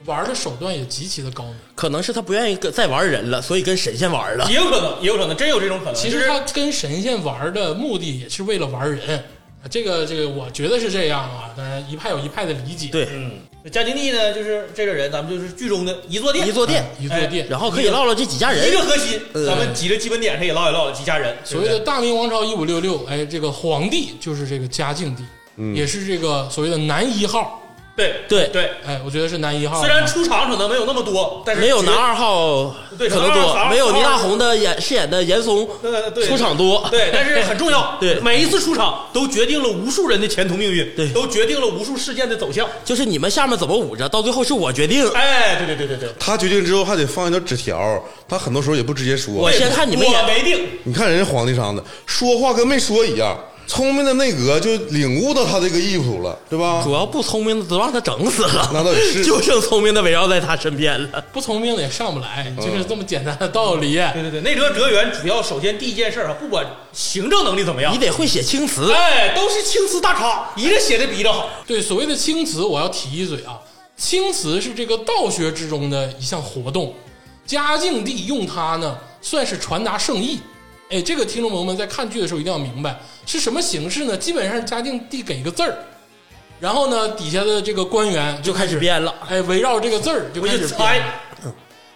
玩的手段也极其的高明。可能是他不愿意跟再玩人了，所以跟神仙玩了。也有可能，也有可能，真有这种可能。其就实是他跟神仙玩的目的也是为了玩人，啊这个这个我觉得是这样啊，当然一派有一派的理解。对，嗯嘉靖帝呢，就是这个人，咱们就是剧中的一座殿，一坐哎垫，一座殿，然后可以唠唠这几家嗯一人个。核心，呃咱们几个基本点上也唠一唠了几家人，所谓对的不对大明王朝一五六六，哎，这个皇帝就是这个嘉靖帝，嗯也是这个所谓的男一号，对对对。哎，我觉得是男一号啊。虽然出场可能没有那么多，但是没有绝男二号对可能男二号多，没有倪大红的演饰演的严嵩呃对出场多。对，但是很重 要。对每一次出场都决定了无数人的前途命运，对都决定了无数事件的走向。就是你们下面怎么捂着，到最后是我决定。哎，对对对对对，他决定之后还得放一条纸条，他很多时候也不直接说我。先看你们我演没定，你看人家皇帝上的说话跟没说一样，聪明的内阁就领悟到他这个意图了，对吧？主要不聪明的都让他整死了，那倒也是 就剩聪明的围绕在他身边了。不聪明的也上不来，嗯就是这么简单的道理。哎对对对，内阁哲源主要首先第一件事儿啊，不管行政能力怎么样你，得会写青词，哎，都是青词大咖，一个写的比一个好。对，所谓的青词，我要提一嘴啊，青词是这个道学之中的一项活动，嘉靖帝用它呢，算是传达圣意。哎，这个听众朋友们在看剧的时候一定要明白是什么形式呢？基本上是嘉靖帝给个字儿，然后呢，底下的这个官员就就开始编了。哎围绕这个字儿就我开就始猜编。，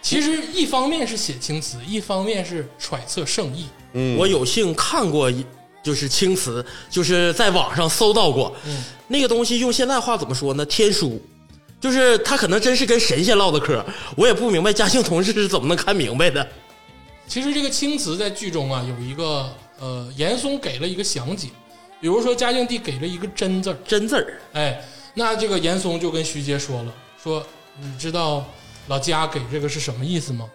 其实一方面是写青词，一方面是揣测圣意。嗯我有幸看过一，就是青词，就是在网上搜到过，嗯那个东西用现在话怎么说呢？天书，就是他可能真是跟神仙唠的嗑，我也不明白嘉兴同事是怎么能看明白的。其实这个青词在剧中啊有一个呃，严嵩给了一个详解，比如说嘉靖帝给了一个真字儿，真字儿，哎，那这个严嵩就跟徐阶说了，说你知道老家给这个是什么意思吗？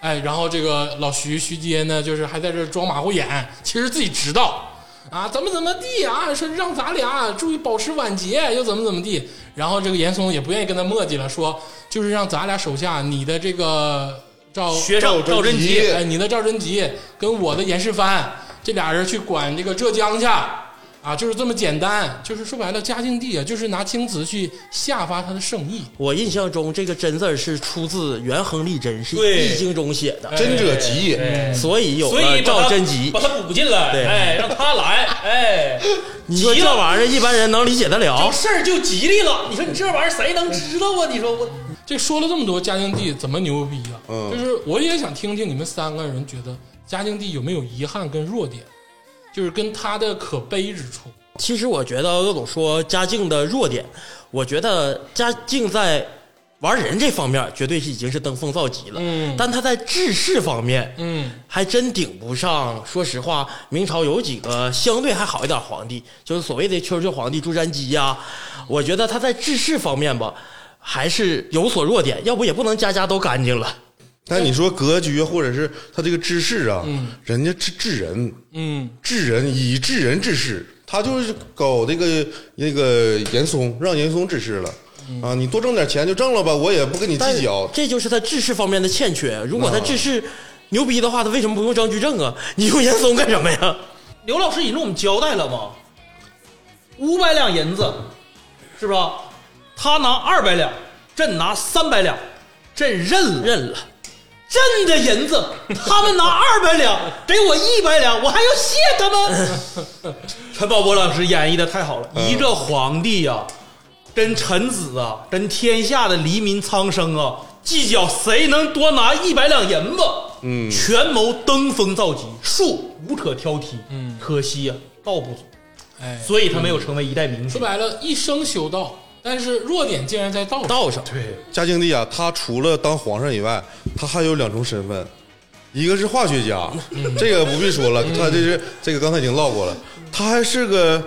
哎，然后这个老徐徐阶呢，就是还在这装马虎眼，其实自己知道啊，怎么怎么地啊，说让咱俩注意保持晚节，又怎么怎么地。然后这个严嵩也不愿意跟他磨叽了，说就是让咱俩手下你的这个赵学生赵贞吉，哎，你的赵贞吉跟我的严世蕃这俩人去管这个浙江去，啊，就是这么简单。就是说白了，嘉靖帝啊，就是拿青瓷去下发他的圣意。我印象中这个“真”字儿是出自元亨利贞，是对易经中写的，真者吉也。哎所以有所了以把赵他贞吉把。他补进来，对哎，让他来，哎，你说急这了玩意儿一般人能理解得有了？事儿就吉利了。你说你这玩意儿谁能知道啊？你说我这说了这么多嘉靖帝怎么牛逼啊？嗯就是我也想听听你们三个人觉得嘉靖帝有没有遗憾跟弱点，就是跟他的可悲之处。其实我觉得鄂总说嘉靖的弱点，我觉得嘉靖在玩人这方面绝对是已经是登峰造极了，嗯但他在治世方面，嗯还真顶不上。说实话，明朝有几个相对还好一点皇帝，就是所谓的秋秋皇帝朱瞻基呀、我觉得他在治世方面吧，还是有所弱点，要不也不能家家都干净了。但你说格局啊或者是他这个知识啊，人家治治人，嗯治人以治人治世，他就是搞这个那个严嵩，让严嵩治世了。啊，你多挣点钱就挣了吧，我也不跟你但计较。这就是他治世方面的欠缺。如果他嗯治世牛逼的话，他为什么不用张居正啊？ 你用严嵩干什么呀？刘老师已经跟我们交代了吗？五百两银子，是吧？他拿二百两，朕拿三百两，朕认了。认了，朕的银子， 他们拿二百两，给我一百两，我还要谢他们。 嗯陈宝国老师演绎的太好了，一个皇帝呀、跟臣子啊，跟天下的黎民苍生啊，计较谁能多拿一百两银子。嗯，权谋登峰造极，术无可挑剔。嗯可惜呀、道不足，哎，所以他没有成为一代名说君。白了，一生修道，但是弱点竟然在道上。道上对，嘉靖帝啊，他除了当皇上以外，他还有两重身份，一个是化学家，这个不必说了，他这是这个刚才已经唠过了，他还是个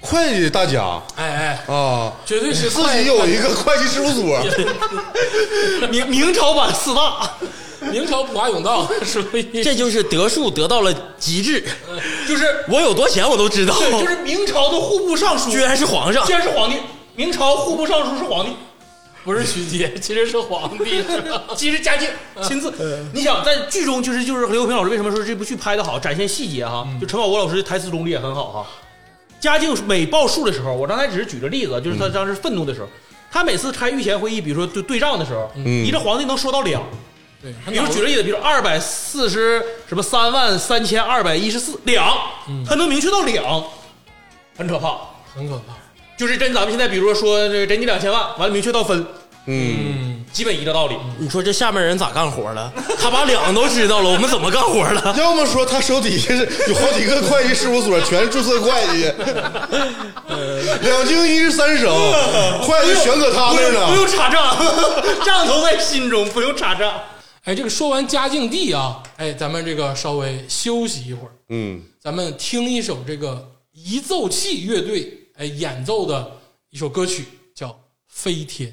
会计大家哎哎，啊，绝对是自己有一个会计事务所，嗯明明朝版四大，明朝普化甬道，所以这就是德术得到了极致。就是我有多钱我都知道，对，就是明朝的户部尚书居然是皇上既。然是皇帝，明朝户部尚书是皇帝，不是徐 阶，其实是皇帝。其实嘉靖 亲自。嗯你想在剧中就是就是刘平老师为什么说这部剧拍的好，展现细节哈，嗯就陈宝国老师台词功力也很好哈。嘉靖每报数的时候，我刚才只是举个例子，就是他嗯当时愤怒的时候，他每次开御前会议，比如说对对仗的时嗯候，一个皇帝能说到两，对，比如举个例子，比如二百四十什么三万三千二百一十四两，嗯他能明确到两，很可怕。很可怕。就是跟咱们现在比如说说这个给你两千万，完了明确到分，嗯。嗯，基本一个道理。你说这下面人咋干活了？他把两都知道了，我们怎么干活了？ 要么说他手底下是有好几个会计事务所， 全是注册会 计，两京一十三 省，会计全搁他不那用儿不呢。 用查账， 账头在心中，不用查账。哎，这个说完嘉靖帝啊，哎，咱们这个稍微休息一会儿，嗯，咱们听一首这个移奏器乐队哎演奏的一首歌曲，叫《飞天》。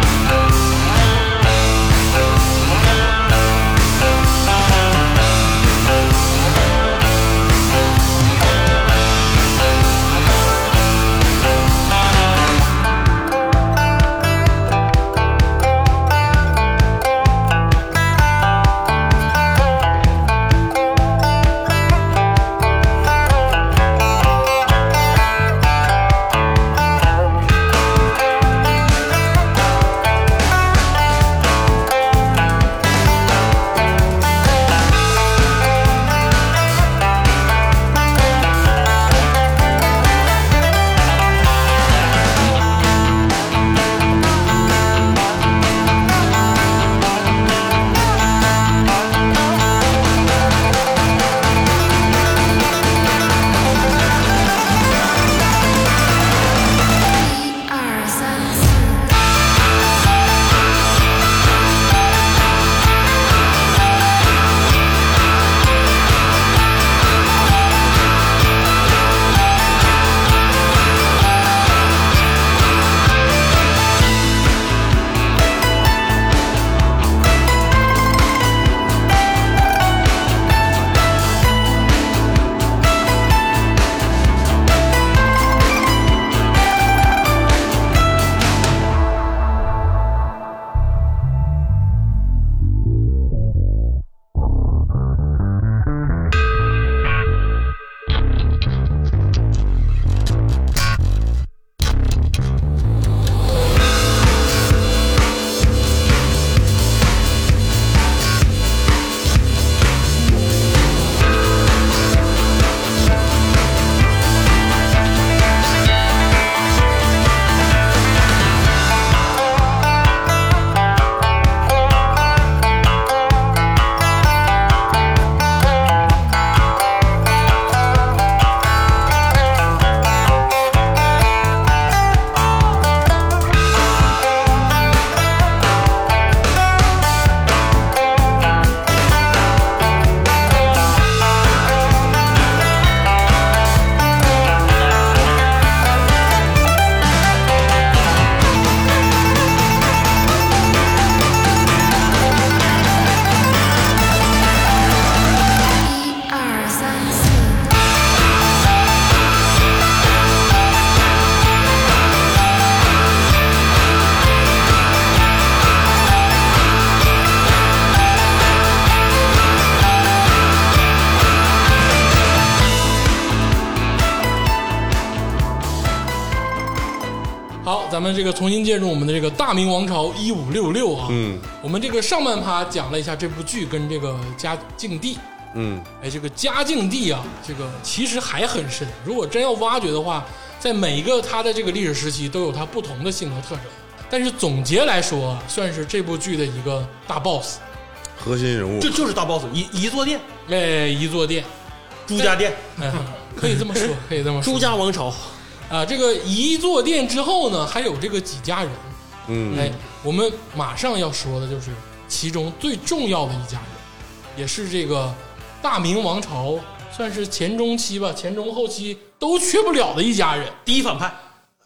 天咱们这个重新介入我们的这个《大明王朝一五六六》啊，嗯我们这个上半趴讲了一下这部剧跟这个嘉靖帝，嗯，哎，这个嘉靖帝啊，这个其实还很深。如果真要挖掘的话，在每一个他的这个历史时期都有他不同的性格特征。但是总结来说啊，算是这部剧的一个大 boss，核心人物就就是大 boss 一一座殿，哎，一座殿，朱家店，哎，可以这么说，可以这么说。朱家王朝，啊，这个一座殿之后呢，还有这个几家人，嗯哎，我们马上要说的就是其中最重要的一家人，也是这个大明王朝算是前中期吧，前中后期都缺不了的一家人。第一反派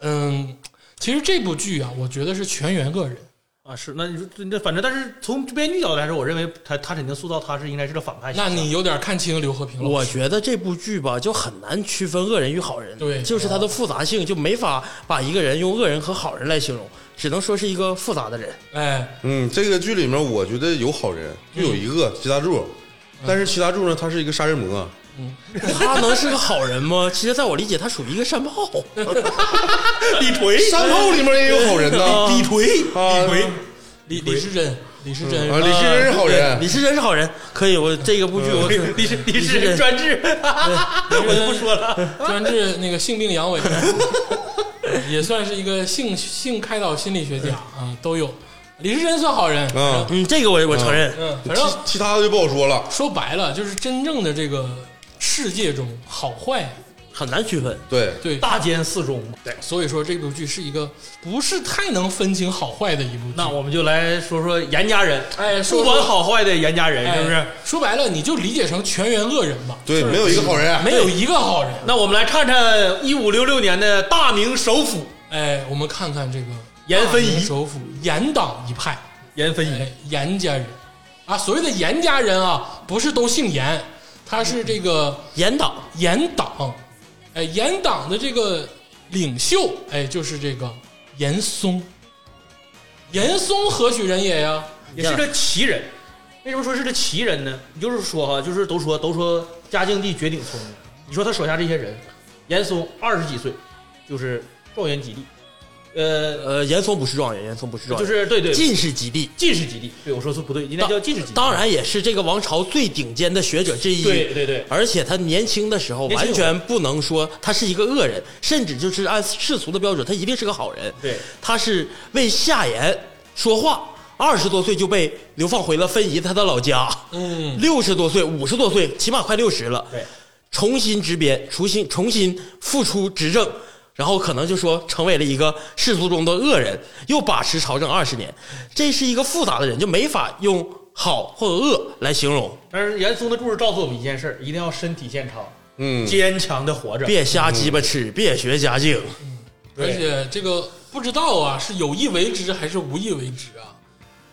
嗯，其实这部剧啊，我觉得是全员个人。啊，是那你说那反正，但是从编剧角度来说，我认为他他肯定塑造他是应该是个反派形那象。你有点看清刘和平了。 我觉得这部剧吧就很难区分恶人与好人，对就是它的复杂性就没法把一个人用恶人和好人来形容，只能说是一个复杂 的人。哎，嗯，这个剧里面我觉得有好人，就有一嗯个齐大柱，但是齐大柱呢，他是一个杀人魔，他能是个好人吗？其实，在我理解，他属于一个山炮，李逵，山炮里面也有好人呐，李逵，啊，李李时珍，李时珍，啊，李世仁是好 对人李，世珍是好人，可以。我这个部剧我是你是你你是是专制， 我就不说了。 专治那个性病阳痿， 也算是一个性性开导心理学家啊，都有。李时珍算好人，啊，嗯，这个我我承认，嗯，反正其其他的就不好说了。说白了，就是真正的这个世界中好坏，很难区分。对，对，大奸四忠，所以说这部剧是一个不是太能分清好坏的一部剧。那我们就来说说严家人，哎，说不管，好坏的严家人哎是不是？？说白了，你就理解成全员恶人吧，对，没有一个好人。没有一个好人。那我们来看看一五六六年的大明首辅哎，我们看看这个严分仪大明首辅严党一派，严分仪哎，严家人啊，所谓的严家人啊，不是都姓严，他是这个严党严党，哎，严党的这个领袖，哎，就是这个严嵩。严嵩何许人也呀？也是个奇人。为什么说是个奇人呢？你就是说哈，就是都说都说嘉靖帝绝顶聪明，你说他手下这些人，严嵩二十几岁就是状元及第，呃，呃，严嵩不是状元，严嵩不是状就元，是对对进士及第。进士及第，对我说错不对，应该叫进士及第。当然也是这个王朝最顶尖的学者之一。对对对而且他年轻的时候年轻完有为全不能说他是一个恶人，甚至就是按世俗的标准，他一定是个好人。对他是为夏言说话，二十多岁就被流放回了分宜他的老家。嗯，六十多岁，五十多岁，起码快六十了。对，重新执鞭，重新重新复出执政，然后可能就说成为了一个世俗中的恶人，又把持朝政二十年。这是一个复杂的人，就没法用好或恶来形容。但是严嵩的故事告诉我们一件事儿：一定要身体健康，嗯，坚强的活着。别瞎鸡巴吃，别学嘉靖。而且这个不知道啊，是有意为之还是无意为之啊？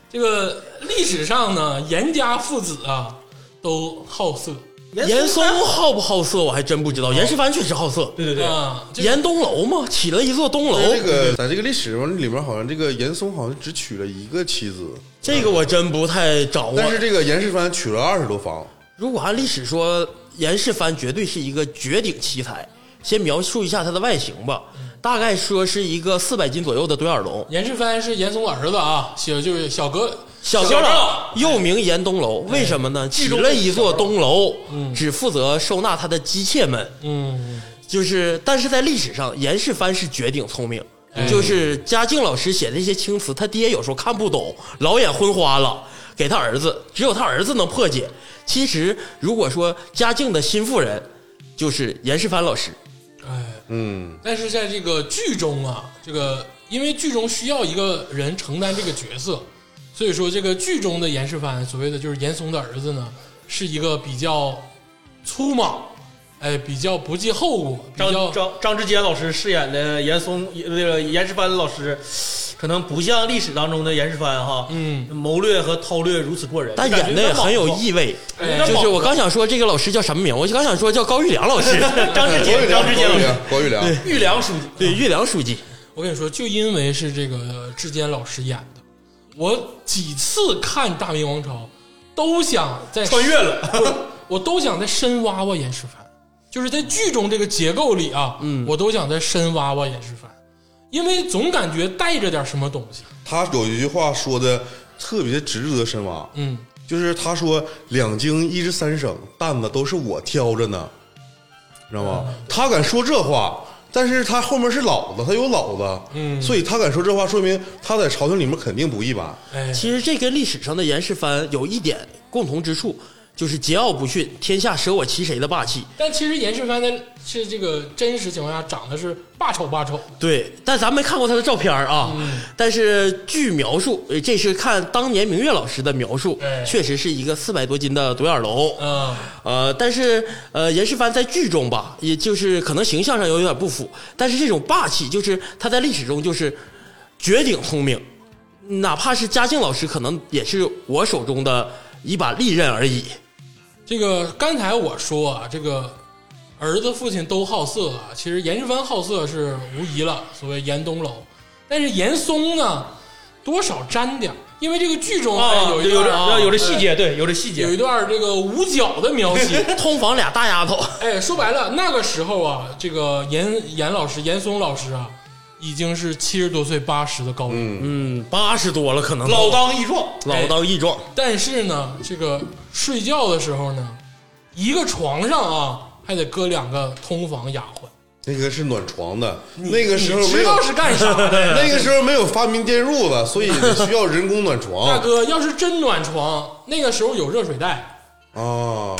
这个历史上呢，严家父子啊都好色严嵩好不好色，我还真不知道。严世蕃确实好色，对对对，啊，这严东楼嘛，起了一座东楼。这个在这个历史里面，好像这个严嵩好像只娶了一个妻子，这个我真不太掌握。但是这个严世蕃娶了二十多 房。如果按历史说，严世蕃绝对是一个绝顶奇才。先描述一下他的外形吧，大概说是一个四百斤左右的独眼龙，严世蕃是严嵩儿子啊，小就是小哎哥小哥高老，又名严东楼。为什么呢？起了一座东楼，只负责收纳他的姬妾们。嗯，就是，但是在历史上，严世蕃是绝顶聪明。哎就是嘉靖老师写的一些青词，他爹有时候看不懂，老眼昏花了，给他儿子，只有他儿子能破解。其实，如果说嘉靖的心腹人，就是严世蕃老师，哎，嗯，但是在这个剧中啊，这个因为剧中需要一个人承担这个角色，所以说这个剧中的严世蕃，所谓的就是严嵩的儿子呢，是一个比较粗莽，哎，比较不计后果，比较张张张志坚老师饰演的严嵩，呃那个严世蕃老师，可能不像历史当中的严世蕃哈，嗯，谋略和韬略如此过人，但演的也很有义。意味。哎就是我刚想说这个老师叫什么名，我就刚想说叫高玉良老 师，张志高玉良，坚，张高志玉坚老师，良，高玉良，玉良书记，对玉良书记。我跟你说，就因为是这个志坚老师演的，我几次看《大明王朝》，都想在穿越了，我都想再深挖挖严世蕃，就是在剧中这个结构里啊，嗯，我都想再深挖挖严世蕃，因为总感觉带着点什么东西。他有一句话说的特别直入我的深挖，嗯，就是他说两京一十三省担子都是我挑着呢，知道嗯吗？他敢说这话，但是他后面是老子，他有老子，嗯所以他敢说这话，说明他在朝廷里面肯定不一般。哎， 其实这跟历史上的严世蕃有一点共同之处，就是桀骜不驯，天下舍我其谁的霸气。但其实严世蕃在是这个真实情况下长得是霸丑霸丑，对，但咱没看过他的照片儿啊。嗯但是据描述，呃这是看当年明月老师的描述哎对，确实是一个四百多斤的独眼龙。嗯，呃，但是呃，严世蕃在剧中吧，也就是可能形象上有点不符，但是这种霸气，就是他在历史中就是绝顶聪明，哪怕是嘉靖老师，可能也是我手中的一把利刃而已。这个刚才我说啊，这个儿子父亲都好色啊，其实严世蕃好色是无疑了，所谓严冬楼。但是严嵩呢，多少沾点儿，因为这个剧中、哎、啊，一有段啊这有这细节，对，有这细有节一，段这个捂脚的描写。通房俩大丫头，哎，说白了，那个时候啊，这个严严老师、严嵩老师啊，已经是七十多岁、八十的高龄。嗯，八十多了可能老当益壮，老当益壮，但是呢，这个睡觉的时候呢，一个床上啊，还得搁两个通房丫鬟。那个是暖床的，那个嗯时候没知有道，是干啥 的？那个时候没有发明电褥子，所以得需要人工暖 大床哥，要是真暖床，那个时候有热水袋，啊。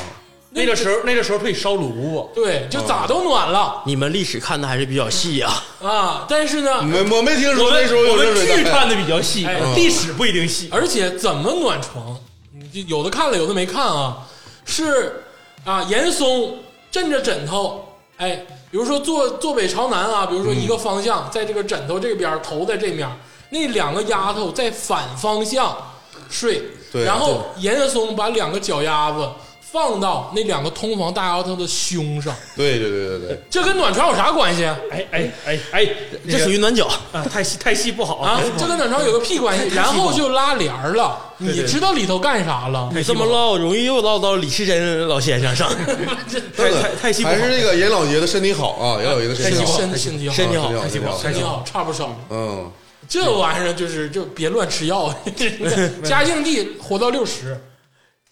那个时候嗯那个时候可以烧炉啊子，对，就咋都暖了你们历史看的还是比较细呀、啊。但是嗯呢，没我没听我说们那时候有我热们水剧袋看的比较细啊哎，历史不一定细。而且怎么暖床，你就有的看了，有的没看啊。是啊，严嵩枕着枕头，哎，比如说坐坐北朝南啊，比嗯如说一个方向，在这个枕头这边儿，头在这面儿，那两个丫头在反方向睡，对然后严嵩把两个脚丫子放到那两个通房大丫头的胸上，对对对对对，这跟暖床有啥关系？啊哎哎哎哎，这属于暖脚。啊，太细太细不好啊太细不，好这跟暖床有个屁关系？然后就拉帘儿了，对你知道里头干啥了？你这么唠，容易又唠到李时珍老 先生上，真的太太细不好还是那个严老爷子身体好啊，严老爷子身体好，啊身身体好，身体好好，身体好，身体好，差不少。嗯，这玩意儿就是就别乱吃 药，嘉靖帝活到六十，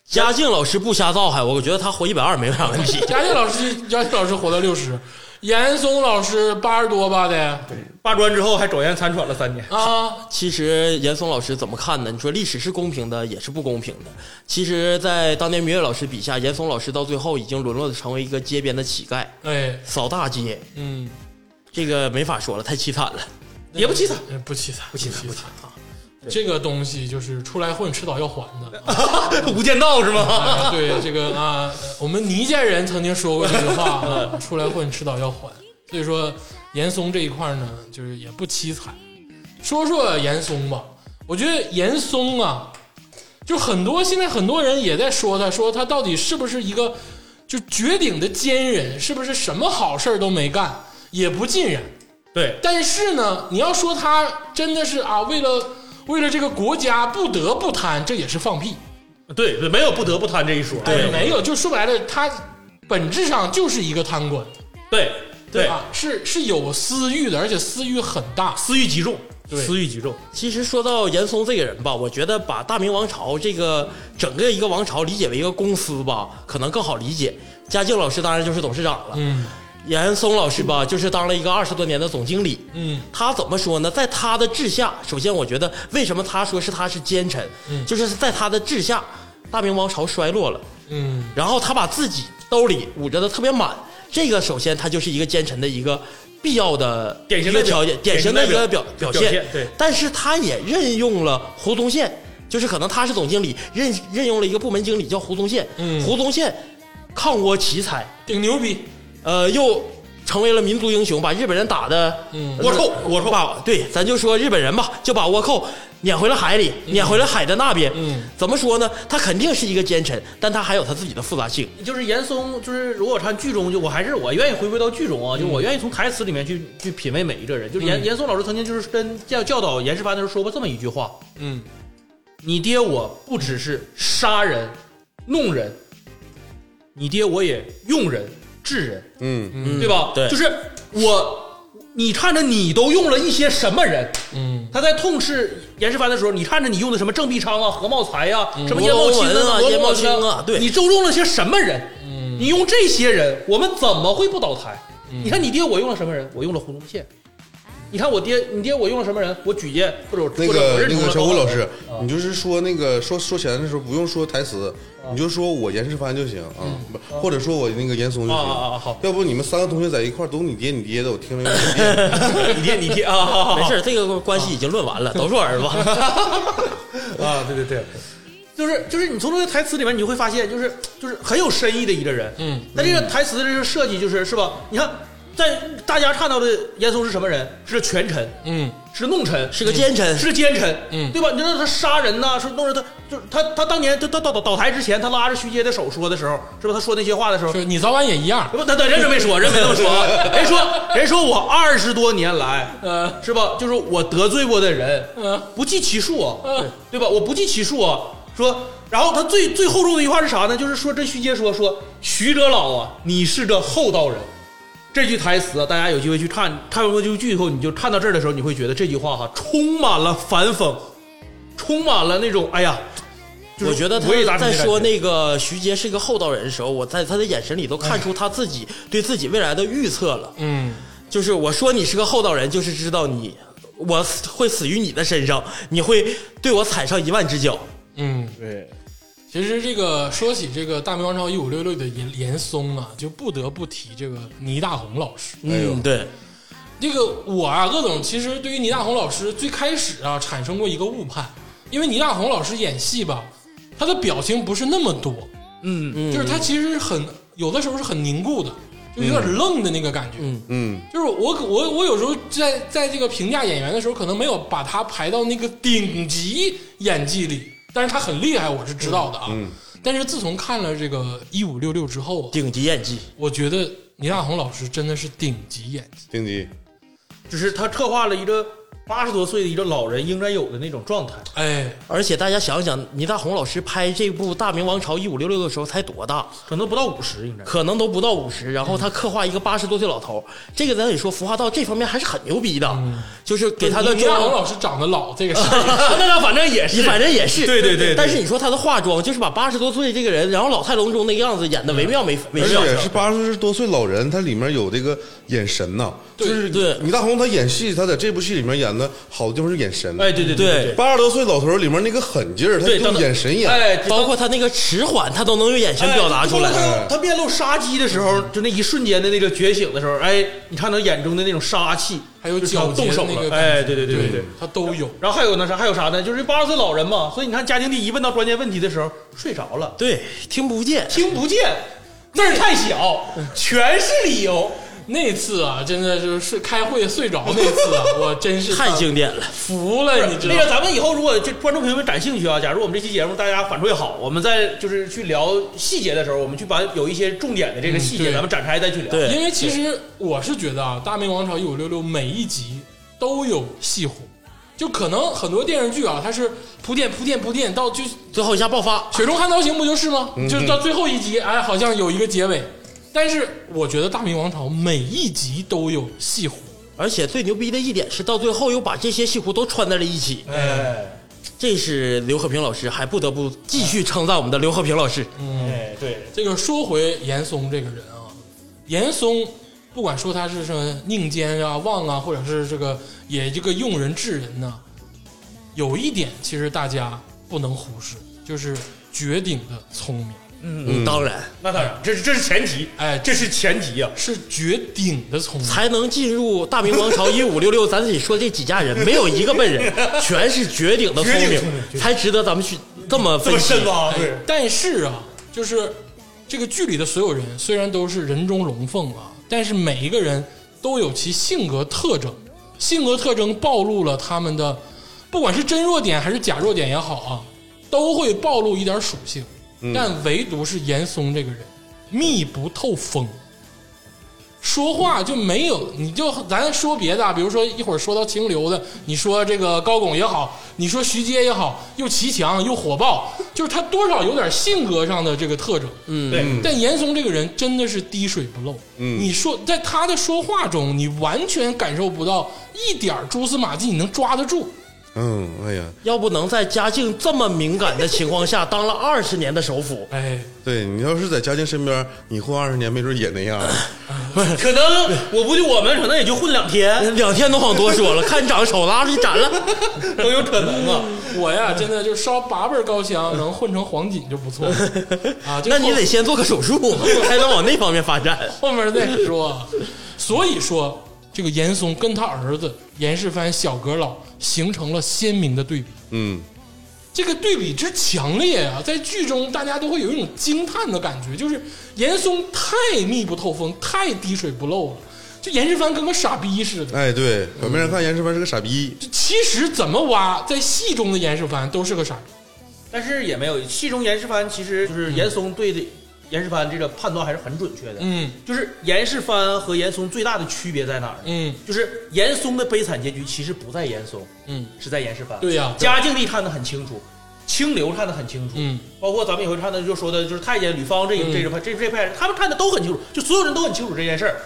嘉靖老师不瞎造还，我觉得他活一百二没有啥问题。嘉靖老师嘉靖老师活到六十，严嵩老师八十多吧得罢专之后还苟延残喘了三年。啊，其实严嵩老师怎么看呢？你说历史是公平的，也是不公平的。其实，在当年明月老师笔下，严嵩老师到最后已经沦落的成为一个街边的乞丐，哎，扫大街，嗯，这个没法说了，太凄惨了。也不凄惨，哎不凄惨，不凄惨，不凄惨。这个东西就是出来混，迟早要还的。 无间道是吗？哎对这个啊，我们倪家人曾经说过这句话啊，出来混迟早要还。所以说，严嵩这一块呢，就是也不凄惨。说说严嵩吧，我觉得严嵩啊，就很多现在很多人也在说他，说他到底是不是一个就绝顶的奸人，是不是什么好事儿都没干，也不尽然。对，但是呢，你要说他真的是啊，为了为了这个国家不得不贪，这也是放屁。对对，没有不得不贪这一说。哎，没有，就说白了，他本质上就是一个贪官，对对，吧？是是有私欲的，而且私欲很大。私欲极重，对私欲极重。其实说到严嵩这个人吧，我觉得把大明王朝这个整个一个王朝理解为一个公司吧，可能更好理解。嘉靖老师当然就是董事长了，嗯严嵩老师吧就是当了一个二十多年的总经理。嗯他怎么说呢？在他的治下，首先我觉得为什么他说是他是奸臣，嗯就是在他的治下，大明王朝衰落了，嗯，然后他把自己兜里捂着的特别满，这个首先他就是一个奸臣的一个必要的典型一个的条件，典型的一个表表表现对但是他也任用了胡宗宪，就是可能他是总经理，任任用了一个部门经理叫胡宗宪，嗯胡宗宪抗倭奇才，顶牛逼。呃，又成为了民族英雄，把日本人打的嗯倭寇，倭寇把对，咱就说日本人吧，就把倭寇撵回了海里，撵回了海的那边。嗯，怎么说呢？他肯定是一个奸臣，但他还有他自己的复杂性。就是严嵩，就是如果看剧中，就我还是我愿意回归到剧中啊，就是我愿意从台词里面去去品味每一个人。就是严嗯严嵩老师曾经就是跟教教导严世蕃的时候说过这么一句话：嗯你爹我不只是杀人、弄人，你爹我也用人、治人，嗯，嗯对吧？对就是我你看着你都用了一些什么人？嗯，他在痛斥严世蕃的时候，你看着你用的什么郑必昌啊、何茂才呀、什么罗叶茂卿文啊罗叶文茂卿啊对嗯你都用了些什么人？嗯你用这些人，我们怎么会不倒台？嗯你看你爹我用了什么人？我用了胡宗宪。你看我爹，你爹我用了什么人？我举荐或者那或者我个认那个同了小高虎老老师啊，你就是说那个说说钱的时候不用说台词，嗯你就说我严世蕃就行啊，不或者说我那个严嵩就啊啊行。啊好，要不你们三个同学在一块儿都你爹你爹的，我听着有点别扭 你爹你爹啊，好 好好没事，这个关系已经论完了，都是我儿子。啊，对对对，就是就是你从这个台词里面，你就会发现，就是就是很有深意的一个人。嗯，那这个台词的这个设计就是是吧？你看，在大家看到的严嵩是什么人？是个权臣，嗯是个弄臣，是个奸臣，是个奸臣，嗯对吧？你知道他杀人呐、说弄着他，就是他他当年他他倒倒倒台之前，他拉着徐阶的手说的时候，是吧？他说那些话的时候，就是你早晚也一样。不，他他人是没说，人没这么说啊， 人说人说我二十多年来，呃是吧？就是我得罪过的人，呃不计其数啊，嗯对吧？我不计其数啊。说，然后他最最厚重的一句话是啥呢？就是说这徐阶说说徐哲老啊，你是个厚道人。这句台词啊，大家有机会去看，看完这部剧以后，你就看到这儿的时候，你会觉得这句话哈、充满了反讽，充满了那种哎呀，就是我觉得五味杂他陈在的感说觉那个徐阶是一个厚道人的时候，我在他的眼神里都看出他自己对自己未来的预测了。嗯，就是我说你是个厚道人，就是知道你我死会死于你的身上，你会对我踩上一万只脚。嗯，对，其实这个说起这个《大明王朝一五六六》的严严嵩啊，就不得不提这个倪大红老师。哎呦嗯，对，这个我啊，鄂总，其实对于倪大红老师最开始啊产生过一个误判，因为倪大红老师演戏吧，他的表情不是那么多，嗯，就是他其实很有的时候是很凝固的，就有点愣的那个感觉。嗯嗯，就是我我我有时候在在这个评价演员的时候，可能没有把他排到那个顶级演技里，但是他很厉害，我是知道的啊。嗯但是自从看了这个一五六六之后啊，顶级演技。我觉得倪大红老师真的是顶级演技。丁迪，只是他刻画了一个八十多岁的一个老人应该有的那种状态。哎，而且大家想想，倪大红老师拍这部《大明王朝一五六六》的时候才多大？可能不到五十，应该可能都不到五十，然后他刻画一个八十多岁老头儿，这个咱得说，服化道这方面还是很牛逼的，就是给他的倪大妆红 老师长得老，这个是那他反正也你是，反正也是，对对对对但是你说他的化妆，就是把八十多岁这个人，然后老态龙钟那个样子演的惟妙惟惟而妙。且是八十多岁老人，他里面有这个眼神呐，就对是对倪大红他演戏，他在这部戏里面演的好的地方是眼神，哎，对对对八十多岁老头儿里面那个狠劲儿，他对，用眼神演，哎，包括他那个迟缓，他都能用眼神表达出来。哎他面露杀机的时候，就那一瞬间的那个觉醒的时候，哎，你看他眼中的那种杀气，还有就是他皎洁动手那个了，感哎，对对对对对。他都有。然后还有那啥，还有啥呢？就是八十岁老人嘛，所以你看家庭第一问到关键问题的时候，睡着了，对，听不见。听不见，字儿太小，全是 理由。那次啊，真的就是睡开会睡着那次啊，我真是太经典了，服了，你知道吗那个，？咱们以后如果这观众朋友们感兴趣啊，假如我们这期节目大家反馈好，我们在就是去聊细节的时候，我们去把有一些重点的这个嗯细节，对咱们展开再去聊。对因为其实我是觉得啊，《大明王朝一五六六》每一集都有戏弧，就可能很多电视剧啊，它是铺垫铺垫铺垫到就《最后一下爆发，雪中悍刀行》不就是吗？嗯就是到最后一集，哎，好像有一个结尾。但是我觉得《大明王朝》每一集都有戏弧，而且最牛逼的一点是，到最后又把这些戏骨都串在了一起。哎，这是刘和平老师，还不得不继续称赞我们的刘和平老师。哎，对，这个说回严嵩这个人啊，严嵩不管说他是什么宁奸啊、妄啊，或者是这个也这个用人治人呐，有一点其实大家不能忽视，就是绝顶的聪明，嗯，当然那当然，这是这是前提，哎这是前提啊。是绝顶的聪明。才能进入大明 王朝一五六六。咱得说这几家人，没有一个笨人，全是绝顶的聪绝顶明聪明绝，顶才值得咱们去这么分析。挖，哎，但是啊，就是这个剧里的所有人虽然都是人中龙凤啊，但是每一个人都有其性格特征，性格特征暴露了他们的，不管是真弱点还是假弱点也好啊，都会暴露一点属性。但唯独是严嵩这个人密不透风，说话就没有，你就咱说别的啊，比如说一会儿说到清流的，你说这个高拱也好，你说徐阶也好，又骑墙又火爆， 就是他多少有点性格上的这个特征。对，但严嵩这个人真的是滴水不漏，嗯你说在他的说话中，你完全感受不到一点儿蛛丝马迹，你能抓得住。嗯，哎呀，要不能在嘉靖这么敏感的情况下当了二十年的首辅，哎，对你要是在嘉靖身边，你混二十年，没准也那样。可能我估计我们可能也就混两天， 两天都好多说了，看长手拉出去斩了。都有可能啊。我呀，真的就烧八辈儿高香，能混成黄锦就不错了啊。就 那你后得先做个手术， 才能往那方面发展。后面再说。所以说，这个严嵩跟他儿子严世蕃、小阁老形成了鲜明的对比。嗯这个对比之强烈啊，在剧中大家都会有一种惊叹的感觉，就是严嵩太密不透风，太滴水不漏了，就严世蕃跟个傻逼似的。哎，对，表面上看严世蕃是个傻逼，其实怎么挖，在戏中的严世蕃都是个傻逼。但是也没有，戏中严世蕃其实就是严嵩对的严世蕃这个判断还是很准确的。嗯就是严世蕃和严嵩最大的区别在哪儿呢？嗯就是严嵩的悲惨结局其实不在严嵩，嗯，是在严世蕃。对呀嘉靖帝看得很清楚，清流看得很清楚，嗯，包括咱们也会看的，就说的就是太监吕方这一嗯这一派这这派人，他们看的都很清楚，就所有人都很清楚这件事儿。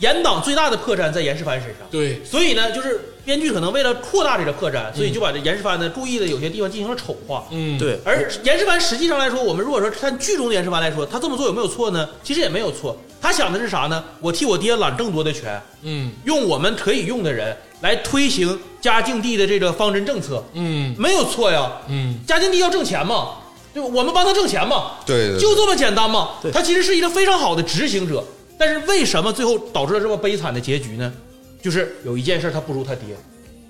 严党最大的破绽在严世蕃身上，对，所以呢，就是编剧可能为了扩大这个破绽，所以就把这严世蕃呢故意的有些地方进行了丑化。嗯，对，而严世蕃实际上来说，我们如果说看剧中的严世蕃来说，他这么做有没有错呢？其实也没有错。他想的是啥呢？我替我爹揽更多的权，嗯用我们可以用的人来推行嘉靖帝的这个方针政策，嗯没有错呀。嗯，嘉靖帝要挣钱嘛，对吧？我们帮他挣钱嘛，对对就这么简单嘛对。他其实是一个非常好的执行者，但是为什么最后导致了这么悲惨的结局呢？就是有一件事他不如他爹，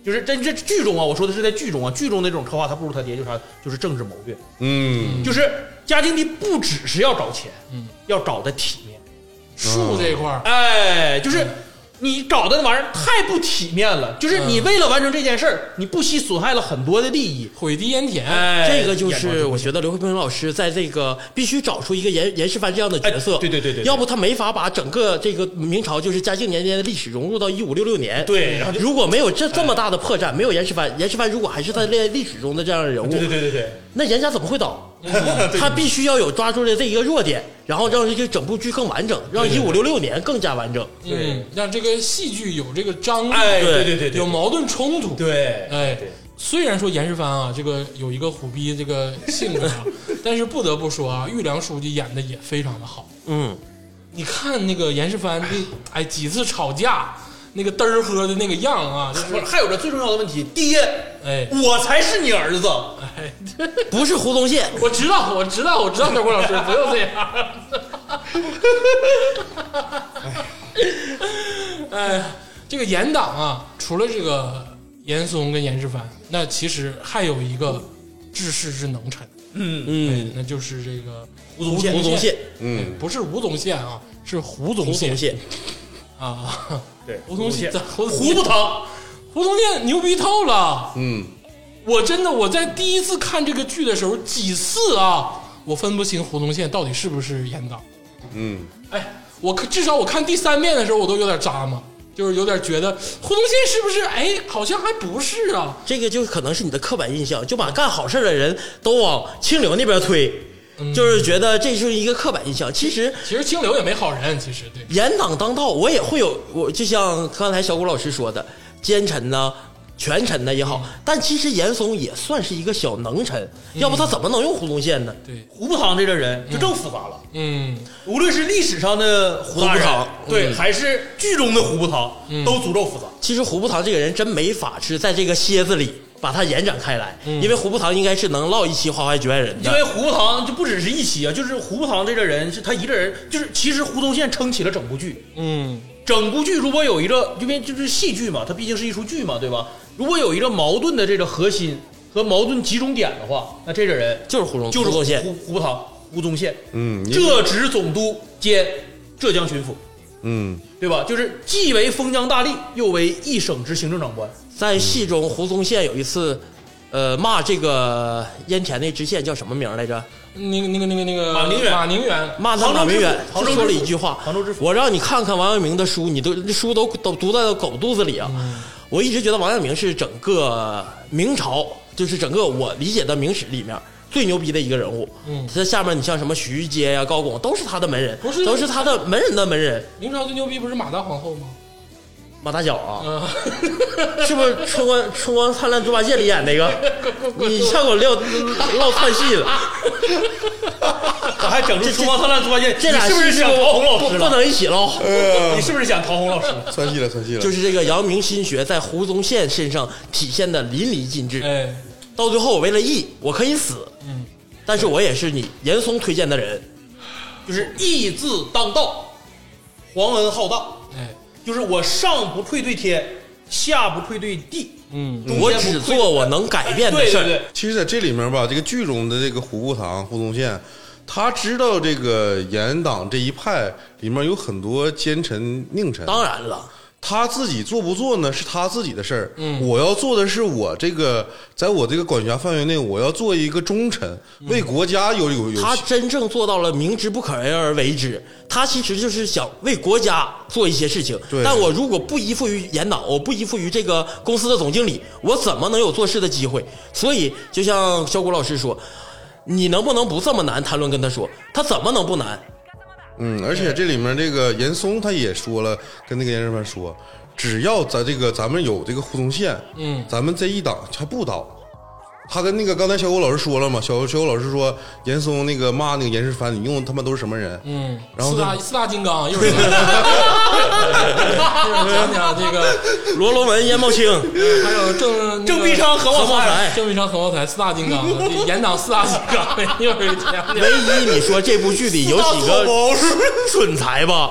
就是这这剧中啊，我说的是在剧中啊，剧中的这种刻画他不如他爹，就是啥？就是政治谋略。嗯就是嘉靖帝不只是要找钱，嗯，要找的体面。树这块儿，哎，嗯就是你找的那玩意儿太不体面了，就是你为了完成这件事儿，你不惜损害了很多的利益。毁堤淹田，哎，嗯这个就眼光是我觉得刘慧萍老师在这个必须找出一个严严世蕃这样的角色，哎对对对对对要不他没法把整个这个明朝就是嘉靖年间的历史融入到一五六六年。嗯对，然后就哎如果没有这这么大的破绽，没有严世蕃，严世蕃如果还是在历历史中的这样的人物，对嗯对对对对，那严家怎么会倒？他必须要有抓住了这一个弱点，然后让这个整部剧更完整，让一五六六年更加完整。嗯，让这个戏剧有这个张力，哎，对对对对，有矛盾冲突，对，哎对，虽然说严世蕃啊，这个有一个虎逼这个性格 啊，但是不得不说啊，玉良书记演的也非常的好。嗯，你看那个严世蕃那哎几次吵架，那个嘚儿喝的那个样啊，就是嗯不是还有个最重要的问题，爹，哎我才是你儿子。哎，不是胡宗宪，嗯我知道，我知道，我知道，德国老师不用这样。哎，这个严党啊，除了这个严嵩跟严世蕃，那其实还有一个治世之能臣。哎嗯，那就是这个胡宗宪，胡宗宪，嗯，不是吴宗宪啊，是胡胡宗宗宪，啊，对，胡宗宪，胡胡不疼，胡宗宪牛逼透了！嗯，我真的我在第一次看这个剧的时候，几次啊，我分不清胡宗宪到底是不是严党。嗯，哎，我看至少我看第三遍的时候，我都有点扎嘛，就是有点觉得胡宗宪是不是？哎，好像还不是啊。这个就可能是你的刻板印象，就把干好事儿的人都往清流那边推，嗯就是觉得这是一个刻板印象。其实其实清流也没好人，其实对，严党当道，我也会有我，就像刚才小谷老师说的，奸臣呐、权臣呐也好，嗯但其实严嵩也算是一个小能臣，要不他怎么能用胡宗宪呢？对，胡不堂这个人就更复杂了。嗯，无论是历史上的胡大人胡不堂对，嗯还是剧中的胡不堂，都足够复杂。其实胡步堂这个人真没法是在这个蝎子里把它延展开来，因为胡步堂应该是能唠一期花花局外人嗯因的。为胡不堂就不只是一期啊，就是胡不堂这个人是他一个人，就是其实胡宗宪撑起了整部剧。嗯，整部剧如果有一个，因为就是戏剧嘛，它毕竟是一出剧嘛，对吧？如果有一个矛盾的这个核心和矛盾集中点的话，那这个人就是胡宗就是胡宗胡宪，胡不堂、胡宗宪，嗯，你浙直总督兼浙江巡抚，嗯，对吧？就是既为封疆大吏，又为一省之行政长官。在戏中胡宗宪有一次呃，骂这个烟田那知县叫什么名儿来着？那个那个那个那个马宁远马宁远，骂他马明远，他杭州之父说了一句话杭州之：“父我让你看看王阳明的书，你都那书都都读在狗肚子里啊！”嗯我一直觉得王阳明是整个明朝，就是整个我理解的明史里面最牛逼的一个人物。嗯他下面你像什么徐玉阶呀、高拱，都是他的门人，不是都是他的门人的门人。明朝最牛逼不是马大皇后吗？马大脚啊，嗯，是不是《春光春光灿烂猪八戒》里演那 个？你上给我撂唠串戏了。咋还整出出光灿烂猪八戒？这你俩是不是戏想不陶虹老师不不了？能一起唠。你是不是想陶虹老师？算计了，算计了，就是这个阳明心学在胡宗宪身上体现的淋漓尽致。哎，到最后，我为了义，我可以死，嗯，但是我也是你严嵩推荐的人。就是义字当道，皇恩浩荡，哎，就是我上不愧对天，下不愧对地，嗯，我只做我能改变的对事对儿对。，其实在这里面吧，这个剧中的这个胡步堂、胡宗宪，他知道这个严党这一派里面有很多奸臣佞臣，当然了，他自己做不做呢是他自己的事儿。嗯，我要做的是我这个，在我这个管辖范围内，我要做一个忠臣，为国家有有有。他真正做到了明知不可为而为之。他其实就是想为国家做一些事情对。但我如果不依附于严党，我不依附于这个公司的总经理，我怎么能有做事的机会？所以，就像小谷老师说，你能不能不这么难谈论跟他说？他怎么能不难？嗯，而且这里面这个严嵩他也说了，跟那个严世蕃说，只要咱这个咱们有这个胡宗宪，嗯，咱们这一党他不倒。他跟那个刚才小狗老师说了嘛，小小狗老师说严嵩那个骂那个严世蕃，你用他妈都是什么人？嗯，然后四他大四大金刚，一会儿 一会儿讲讲这个，罗罗文、鄢茂卿，还有郑郑必昌何何望茂才。才，郑必昌、何茂才四大金刚，这 严党四大金刚，一会儿讲讲。唯一你说这部剧里有几个蠢材吧？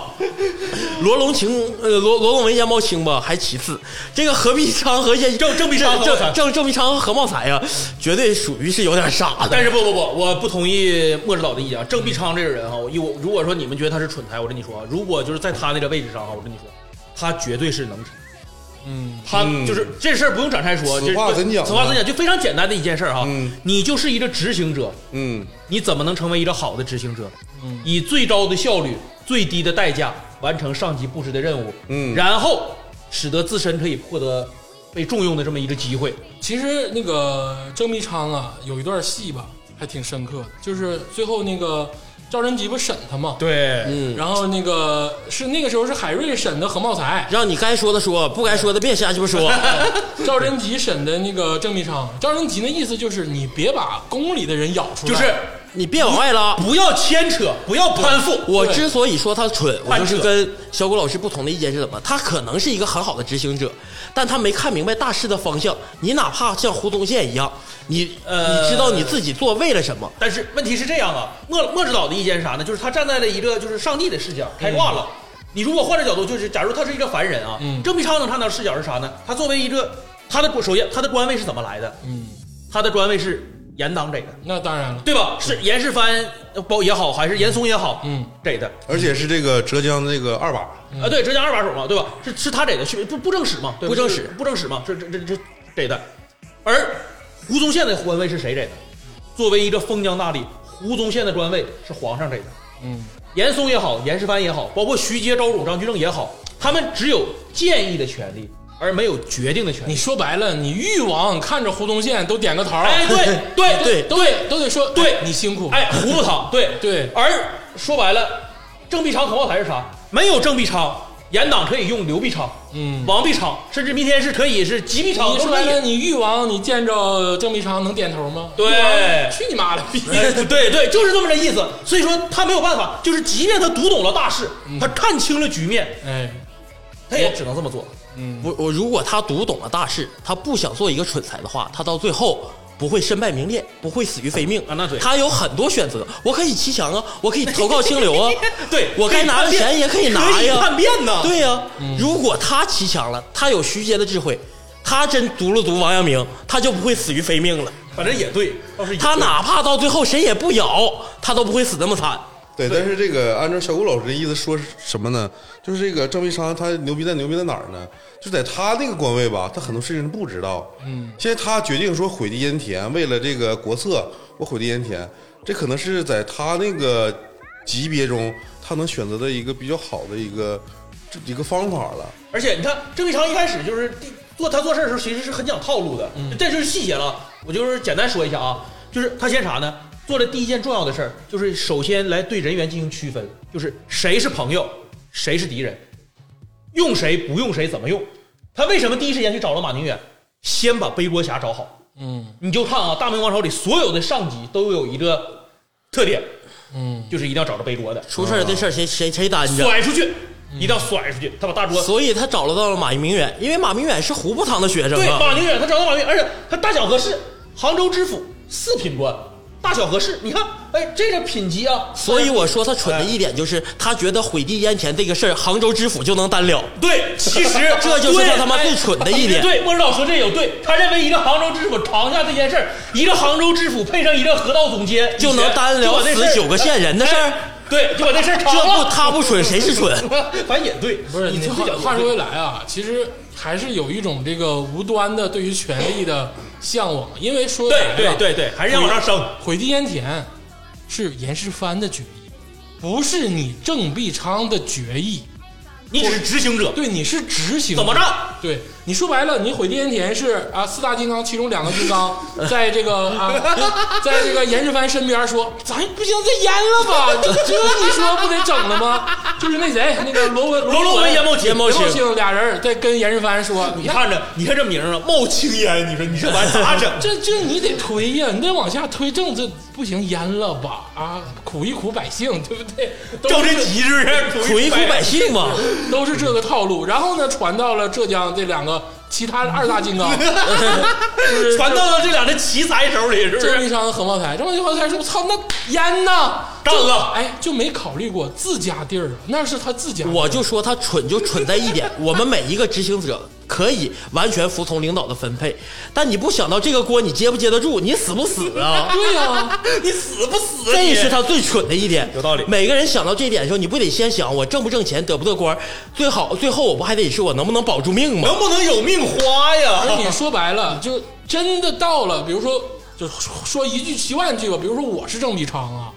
罗龙情，呃，罗罗龙文、鄢茂卿吧，还其次。这个何必昌和鄢郑郑必昌和何茂才郑郑郑必昌和何茂才呀、啊绝对属于是有点傻的。 但是不不不，我不同意莫指导的意见啊。郑必昌这个人哈，我一我如果说你们觉得他是蠢材，我跟你说啊，如果就是在他那个位置上哈，我跟你说，他绝对是能臣。嗯，他嗯就是这事儿不用展开说，此话这怎讲呢此话怎讲，就非常简单的一件事儿哈。嗯你就是一个执行者，嗯，你怎么能成为一个好的执行者？嗯以最高的效率、最低的代价完成上级布置的任务，嗯然后使得自身可以获得被重用的这么一个机会。其实那个郑必昌啊，有一段戏吧，还挺深刻的，就是最后那个赵贞吉不审他嘛，对，嗯，然后那个是那个时候是海瑞审的何茂才，让你该说的说，不该说的别瞎鸡巴 说。赵贞吉审的那个郑必昌。赵贞吉那意思就是你别把宫里的人咬出来，就是嗯你别往外拉。不要牵扯，不要攀附。我之所以说他蠢，我就是叛者跟小谷老师不同的意见是怎么？他可能是一个很好的执行者，但他没看明白大势的方向。你哪怕像胡宗宪一样，你、呃你知道你自己做为了什么？但是问题是这样啊，莫莫指导的意见是啥呢？就是他站在了一个就是上帝的视角开挂了。你如果换个角度，就是假如他是一个凡人啊，嗯郑必昌能看到的视角是啥呢？他作为一个他的首先他的官位是怎么来的？嗯，他的官位是严党给的，那当然了，对吧？是严世蕃呃包也好，还是严嵩也好，嗯，给的而且是这个浙江这个二把，啊，对，浙江二把手嘛，对吧？是是他给的，是不不正史嘛，对不吧正史不正史嘛，这这这这给的。而胡宗宪的官位是谁给的？作为一个封疆大吏，胡宗宪的官位是皇上给的。嗯，严嵩也好，严世蕃也好，包括徐阶、高拱、张居正也好，他们只有建议的权利，而没有决定的权你利。说白了，你誉王看着胡宗宪都点个头，哎， 对对对都得都得说，对哎你辛苦，哎，胡不堂，对对而说白了，郑必昌、何茂才是啥？没有郑必昌，严党可以用刘必昌、嗯。王必昌，甚至明天是可以是吉必昌，你都说可白了，以。你誉王，你见着郑必昌能点头吗？对誉王去你妈的！哎 对对，就是这么个意思。所以说他没有办法，就是即便他读懂了大势，他看清了局面，哎，他也只能这么做。我我如果他读懂了大势，他不想做一个蠢材的话，他到最后不会身败名裂，不会死于非命啊那对，他有很多选择，我可以骑墙啊，我可以投靠清流啊 对我该拿的钱也可以拿可以呀，叛变呐嗯对呀、如果他骑墙了，他有徐阶的智慧，他真读了读王阳明，他就不会死于非哎命了。反正也对，倒是也他对哪怕到最后谁也不咬，他都不会死那么惨。对，但是这个按照小谷老师的意思说是什么呢？就是这个郑必昌他牛逼在牛逼在哪儿呢？就在他那个官位吧，他很多事情不知道。嗯，现在他决定说毁地烟田，为了这个国策，我毁地烟田，这可能是在他那个级别中，他能选择的一个比较好的一个这一个方法了。而且你看，郑必昌一开始就是第做他做事的时候，其实是很讲套路的，这就是细节了。我就是简单说一下啊，就是他先啥呢？做的第一件重要的事儿，就是首先来对人员进行区分，就是谁是朋友，谁是敌人，用谁不用谁，怎么用。他为什么第一时间去找了马宁远？先把背锅侠找好。嗯你就看啊，大明王朝里所有的上级都有一个特点，嗯，就是一定要找着背锅的，出事儿这事儿谁谁谁担着？甩出去，一定要甩出去。他把大桌所以他找到了马明远，因为马明远是胡步堂的学生对，啊。马宁远他找到马宁远，而且他大小和氏，杭州知府四品官，大小和氏，你看，哎，这个品级啊，所以我说他蠢的一点就是，他觉得毁地烟田这个事儿，杭州知府就能担了。对，其实这就是他对他妈哎最蠢的一点对，莫指导说这有对，他认为一个杭州知府扛下这件事儿，一个杭州知府配上一个河道总监，就能单聊死九个县人的事儿哎对，就把这事儿这扛不了。他不蠢谁是蠢？反正也对，不是你你最话讲话说回来啊，其实还是有一种这个无端的对于权力的向往，因为说白对了对对对，还是要往上升。毁地烟田是严世蕃的决议，不是你郑必昌的决议。你只是执行者，对，你是执行怎么着？对，你说白了，你毁地烟田是啊，四大金刚其中两个金 刚在这个啊，在这个严世蕃身边说，咱不行，再淹了吧，这这你说不得整了吗？就是那谁，那个罗文罗罗文、严严茂严清，茂清俩人在跟严世蕃说，？你看着，你看这名儿啊，冒青烟，你说你这玩意儿咋整这这你得推呀，你得往下推正，这不行，淹了吧啊，苦一苦百姓，对不对？都赵是贞吉是不 是？苦一苦百姓嘛。都是这个套路。然后呢，传到了浙江这两个其他二大金刚， 就是传到了这两个奇才手里，是不郑是？必昌和何茂才，郑必昌才说：“操，那烟呢？干这了哎，就没考虑过自家地儿啊，那是他自家地儿。我就说他蠢就蠢在一点， 我们每一个执行者可以完全服从领导的分配，但你不想到这个锅你接不接得住，你死不死 啊？对呀、啊，你死不死啊？这你是他最蠢的一点，有道理每个人想到这一点的时候，你不得先想我挣不挣钱，得不得官儿，最好最后我不还得是我能不能保住命吗？能不能有命花而哎 你呀？说白了，就真的到了，比如说，就说一句七万句吧，比如说我是郑必昌啊，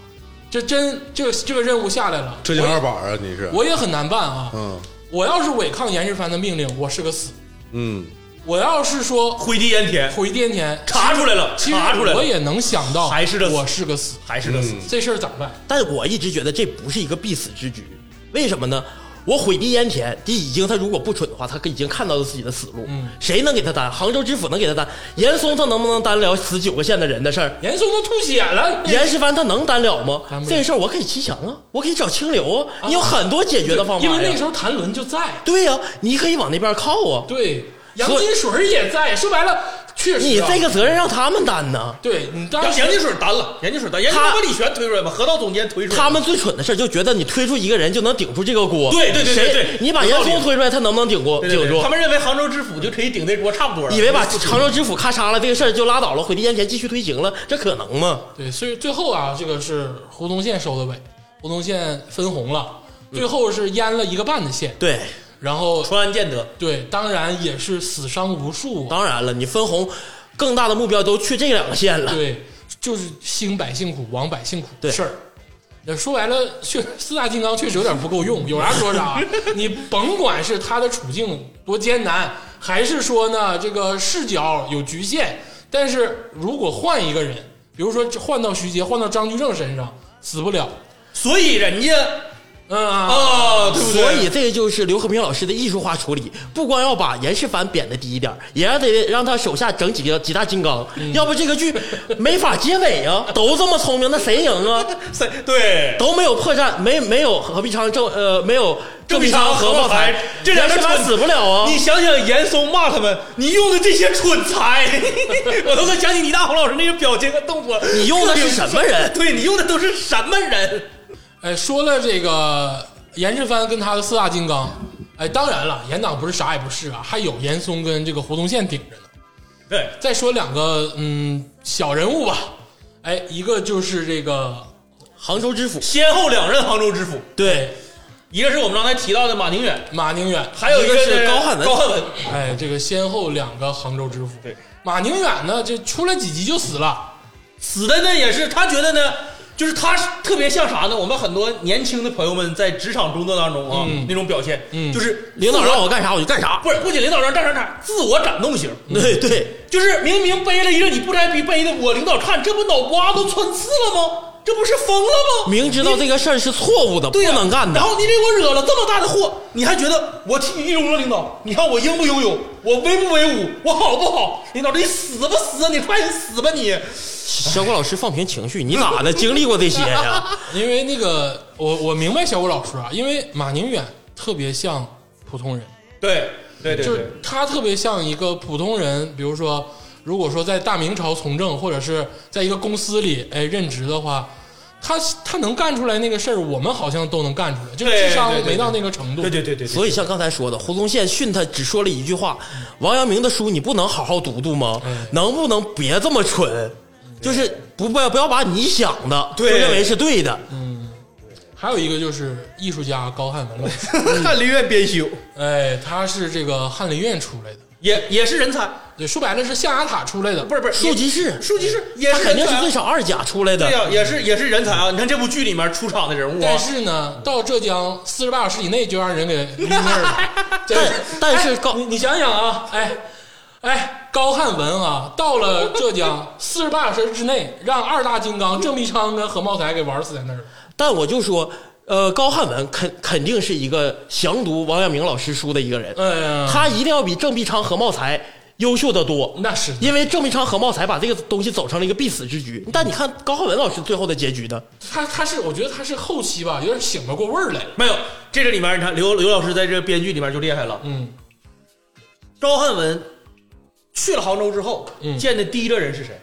这真这个这个任务下来了，浙江二板啊，你是？我也很难办啊。嗯我要是违抗严世蕃的命令，我是个死；嗯，我要是说灰地烟田回颠田，查出来了，其实查出来我了，也能想到，还是个死我是个死，还是个死。这事儿咋办？但我一直觉得这不是一个必死之局，为什么呢？我毁地烟田，第已经他如果不蠢的话，他已经看到了自己的死路。嗯谁能给他担？杭州知府能给他担？严嵩他能不能担了死九个县的人的事儿？严嵩都吐血了，严世蕃他能担了吗担？不了这个事儿我可以骑墙啊，我可以找清流啊，你有很多解决的方法因呀、为那个时候谭纶就在，对呀、你可以往那边靠啊。对，杨金水也在。说白了，确实你啊这个责任让他们担呢。对你当让时杨金水担了，杨金水担，杨金水把李全推出来嘛，河道总监推出来，他们最蠢的事儿就觉得你推出一个人就能顶住这个锅。对对对对对谁你把有严道理嵩推出来，他能不能顶过？对对对顶住他。们认为杭州知府就可以顶这锅差不多了，以为把常州知府咔嚓了，这个事儿就拉倒了，毁地烟田继续推行了，这可能吗？对，所以最后啊，这个是胡宗宪收的尾，胡宗宪分红了，最后是淹了一个半的县，对，然后川安建德，对，当然也是死伤无数啊。当然了，你分红更大的目标都去这两个县了。对，就是兴百姓苦，亡百姓苦对事儿。那说白了，确四大金刚确实有点不够用，有啥说啥。啊你甭管是他的处境多艰难，还是说呢这个视角有局限，但是如果换一个人，比如说换到徐杰，换到张居正身上，死不了。所以人家嗯啊，啊，对不对？所以这个就是刘和平老师的艺术化处理，不光要把严世蕃贬得低一点，也要得让他手下整几个几大金刚，嗯要不这个剧没法结尾啊！都这么聪明，那谁赢啊？谁对都没有破绽，没没有何必昌郑呃没有郑必必昌、何何茂茂才才，这两严个世蠢蕃死不了啊！你想想严嵩骂他们，你用的这些蠢材， 我都能想起倪大红老师那个表情和动作。你用的是什么人对你用的都是什么人？哎，说了这个严世蕃跟他的四大金刚，哎，当然了，严党不是啥也不是啊，还有严嵩跟这个胡宗宪顶着呢。对，再说两个嗯小人物吧，哎，一个就是这个杭州知府，先后两任杭州知府，对，一个是我们刚才提到的马宁远，马宁远，还有一个是是高翰文高翰文，哎，这个先后两个杭州知府。对，马宁远呢，这出来几集就死了。死的呢也是他觉得呢，就是他是特别像啥呢？我们很多年轻的朋友们在职场工作当中啊，嗯那种表现，嗯就是领导自我让我干啥我就干啥，不是不仅领导让干啥干，自我展动型， 对对，就是明明背了一个你不沾逼背的，我领导看这不脑瓜都穿刺了吗？这不是疯了吗？明知道这个事儿是错误的，不对呀能干的然，后你给我惹了这么大的祸，你还觉得我替你拥了领导？你看我英不英勇，我威不威武，我好不好？领导，你死吧死啊！你快死吧你！小郭老师放平情绪，你咋的？经历过这些呀？ 因为那个，我我明白小谷老师啊，因为马宁远特别像普通人，对对对就是他特别像一个普通人。比如说，如果说在大明朝从政，或者是在一个公司里哎任职的话，他他能干出来那个事儿，我们好像都能干出来，就是对智商对对没到那个程度。对对对对对，所以像刚才说的，胡宗宪训他只说了一句话：“王阳明的书你不能好好读读吗？嗯能不能别这么蠢？就是不不要不要把你想的就对嗯认为是对的。还有一个就是艺术家高翰文老 师，翰林院编修哎，他是这个翰林院出来的，也也是人才，对，说白了是象牙塔出来的，不是不是书籍是，书记是也他是肯人定才是啊最，少二甲出来对的。呀、也是也是人才啊！你看这部剧里面出场的人物啊但，是呢，到浙江四十八小时以内就让人给拎那儿了。这但但是高哎你你想想啊，哎哎，高汉文啊，到了浙江四十八小时之内，让二大金刚郑必昌跟何茂才给玩死在那儿了。但我就说，呃，高翰文肯肯定是一个详读王阳明老师书的一个人，哎呀，他一定要比郑必昌、何茂才优秀的多。那是因为郑必昌、何茂才把这个东西走成了一个必死之局。但你看高浩文老师最后的结局呢？他，他是我觉得他是后期吧，有点醒不过味儿来了。没有这个里面，你看刘刘老师在这个编剧里面就厉害了。嗯，高汉文去了杭州之后，嗯见的第一个人是谁？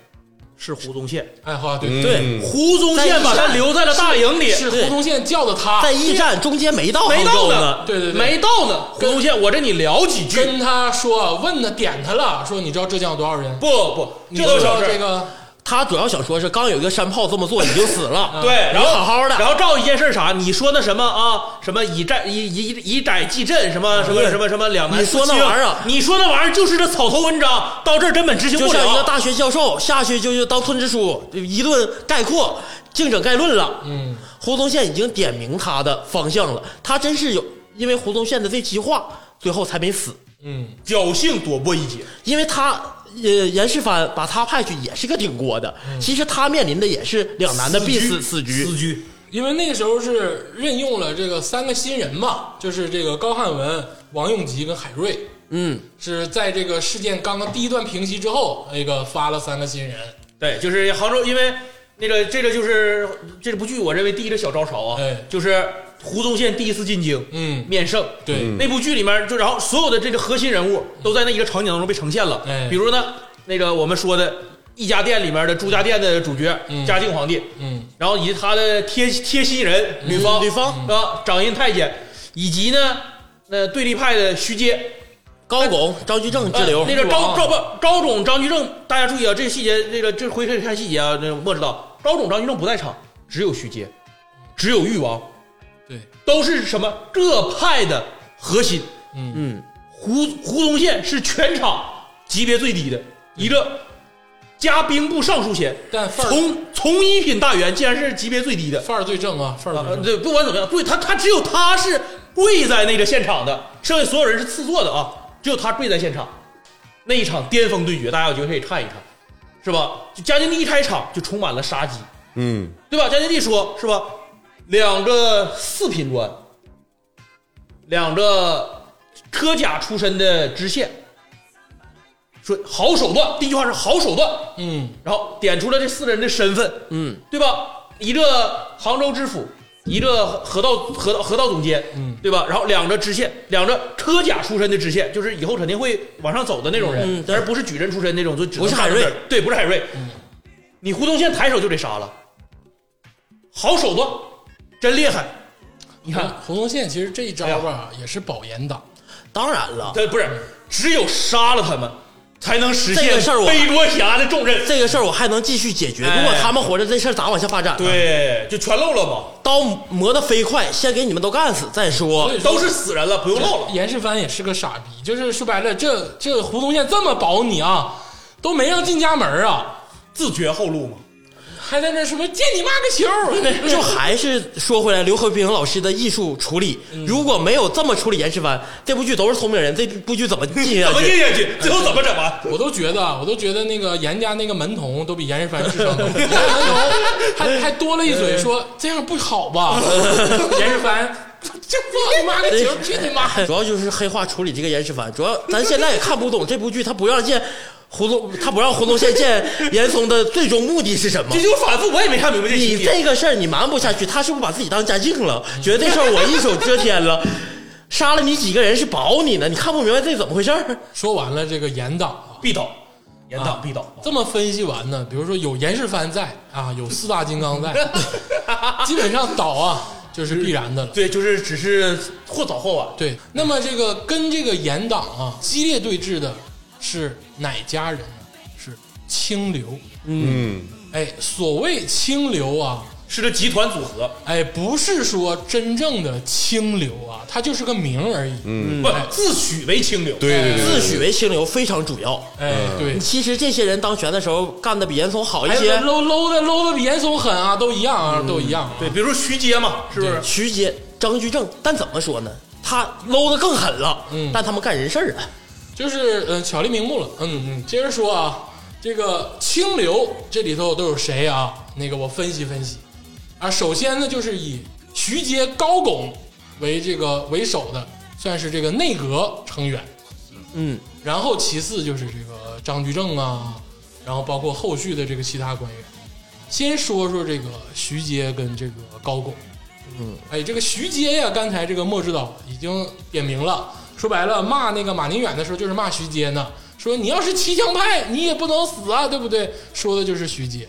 是胡宗宪。哎，好，对，对嗯胡宗宪把他留在了大营里，是胡宗宪叫的他，在驿站中间没到没杭到州呢，对对对没到呢。胡宗宪，我这你聊几句。跟他说，问他点他了，说你知道浙江有多少人？不不，你这知都是道小这事。个他主要想说是刚有一个山炮这么做已经死了， 对，然后好好的然后照一件事儿啥？你说那什么啊？什么以战以以以窄击阵，什么什么对什么什么两难你说那四清啊玩意儿你说那玩意儿就是这草头文章，到这儿根本执行就不像一个了。大学教授下去就是当村支书，一顿概括、竞整概论了。嗯，胡宗宪已经点明他的方向了，他真是有，因为胡宗宪的这句话，最后才没死，嗯侥幸躲过一劫，因为他。呃，严世蕃把他派去也是个顶锅的，其实他面临的也是两难的必死死局。嗯死局。因为那个时候是任用了这个三个新人嘛，就是这个高汉文、王永吉跟海瑞，嗯，是在这个事件刚刚第一段平息之后，那个发了三个新人。对，就是杭州，因为那个这个就是这部剧，我认为第一个小高潮啊，哎就是胡宗宪第一次进京，嗯，面圣。对，嗯那部剧里面就然后所有的这个核心人物都在那一个场景当中被呈现了，哎比如呢，那个我们说的一家店里面的朱家店的主角嗯嘉靖皇帝，嗯，然后以及他的贴贴心人吕方，吕方啊，掌印太监，以及呢，那对立派的徐阶，高拱、张居正之流，呃那个王高赵不高种张居正，大家注意啊，这个细节，这个这回可以看细节啊，这个末知道高种张居正不在场，只有徐阶，只有誉王，嗯对，都是什么各派的核心。嗯嗯，胡胡宗宪是全场级别最低的一个加兵部尚书衔，但范儿从从一品大员竟然是级别最低的。范儿最正啊，范儿啊最，正。对，不管怎么样，对他他只有他是跪在那个现场的，剩下所有人是次座的啊，只有他跪在现场。那一场巅峰对决，大家有机会可以看一看，是吧？就嘉靖帝一开场就充满了杀机，嗯，对吧？嘉靖帝说是吧？两个四品官，两个科甲出身的知县，说好手段，第一句话是好手段，嗯，然后点出了这四个人的身份，嗯，对吧？一个杭州知府，一个河道河道河道总监，嗯，对吧？然后两个知县，两个科甲出身的知县，就是以后肯定会往上走的那种人嗯，对而不是举人出身那种，就只能不是海瑞嗯干这事儿，对，不是海瑞。你胡宗宪抬手就得杀了，好手段，真厉害。你看，胡宗宪其实这一哎招吧，也是保研党。呃当然了，他不是只有杀了他们，才能实这现个事儿我背锅侠的重任。这个事儿我还能继续解决。哎如果他们活着，这事儿咋往下发展呢？对，就全漏了嘛，刀磨得飞快，先给你们都干死再说所以。说都是死人了，不用漏了。严世蕃也是个傻逼，就是说白了，这这胡宗宪这么保你啊，都没让进家门啊，自绝后路嘛。还在那说借你妈个 球，就还是说回来，刘和平老师的艺术处理，嗯如果没有这么处理严世蕃，这部剧都是聪明人，这部剧怎么进下怎么去？印下去？最后怎么整啊？ 我都觉得啊，我都觉得那个严家那个门童都比严世蕃智商高，严门童还还多了一嘴说这样不好吧，严世蕃这放你妈个球，去你妈！ 主要就是黑化处理这个严世蕃，主要咱现在也看不懂 这部剧，他不让见胡宗，他不让胡宗宪见严嵩的最终目的是什么这？就是反复，我也没看明白这情你节。这个事儿你瞒不下去，他是不是把自己当家境了？觉得这事儿我一手遮天了，杀了你几个人是保你呢？你看不明白这怎么回事儿？说完了这个严党啊，必啊倒，严党必倒。这么分析完呢，比如说有严世蕃在啊，有四大金刚在，基本上倒啊就是必然的了。对，就是只是或早或晚。对，那么这个跟这个严党啊激烈对峙的是哪家人呢？是清流。嗯，哎，所谓清流啊，是个集团组合，哎，不是说真正的清流啊，它就是个名而已。嗯，不自诩为清流。对对对，自诩为清流非常主要。哎，对，其实这些人当权的时候干的比严嵩好一哎些，搂搂的搂的比严嵩狠啊，都一样啊，都一样啊。对，比如说徐阶嘛，是不是？徐阶、张居正，但怎么说呢？他搂的更狠了，嗯但他们干人事儿啊，就是嗯、呃巧立名目了。嗯嗯，接着说啊，这个清流这里头都有谁啊？那个我分析分析啊。首先呢，就是以徐阶、高拱为这个为首的，算是这个内阁成员。嗯，然后其次就是这个张居正啊，然后包括后续的这个其他官员。先说说这个徐阶跟这个高拱，嗯，哎，这个徐阶呀，刚才这个莫指导已经点名了，说白了骂那个马宁远的时候就是骂徐阶呢，说你要是骑墙派，你也不能死啊，对不对？说的就是徐阶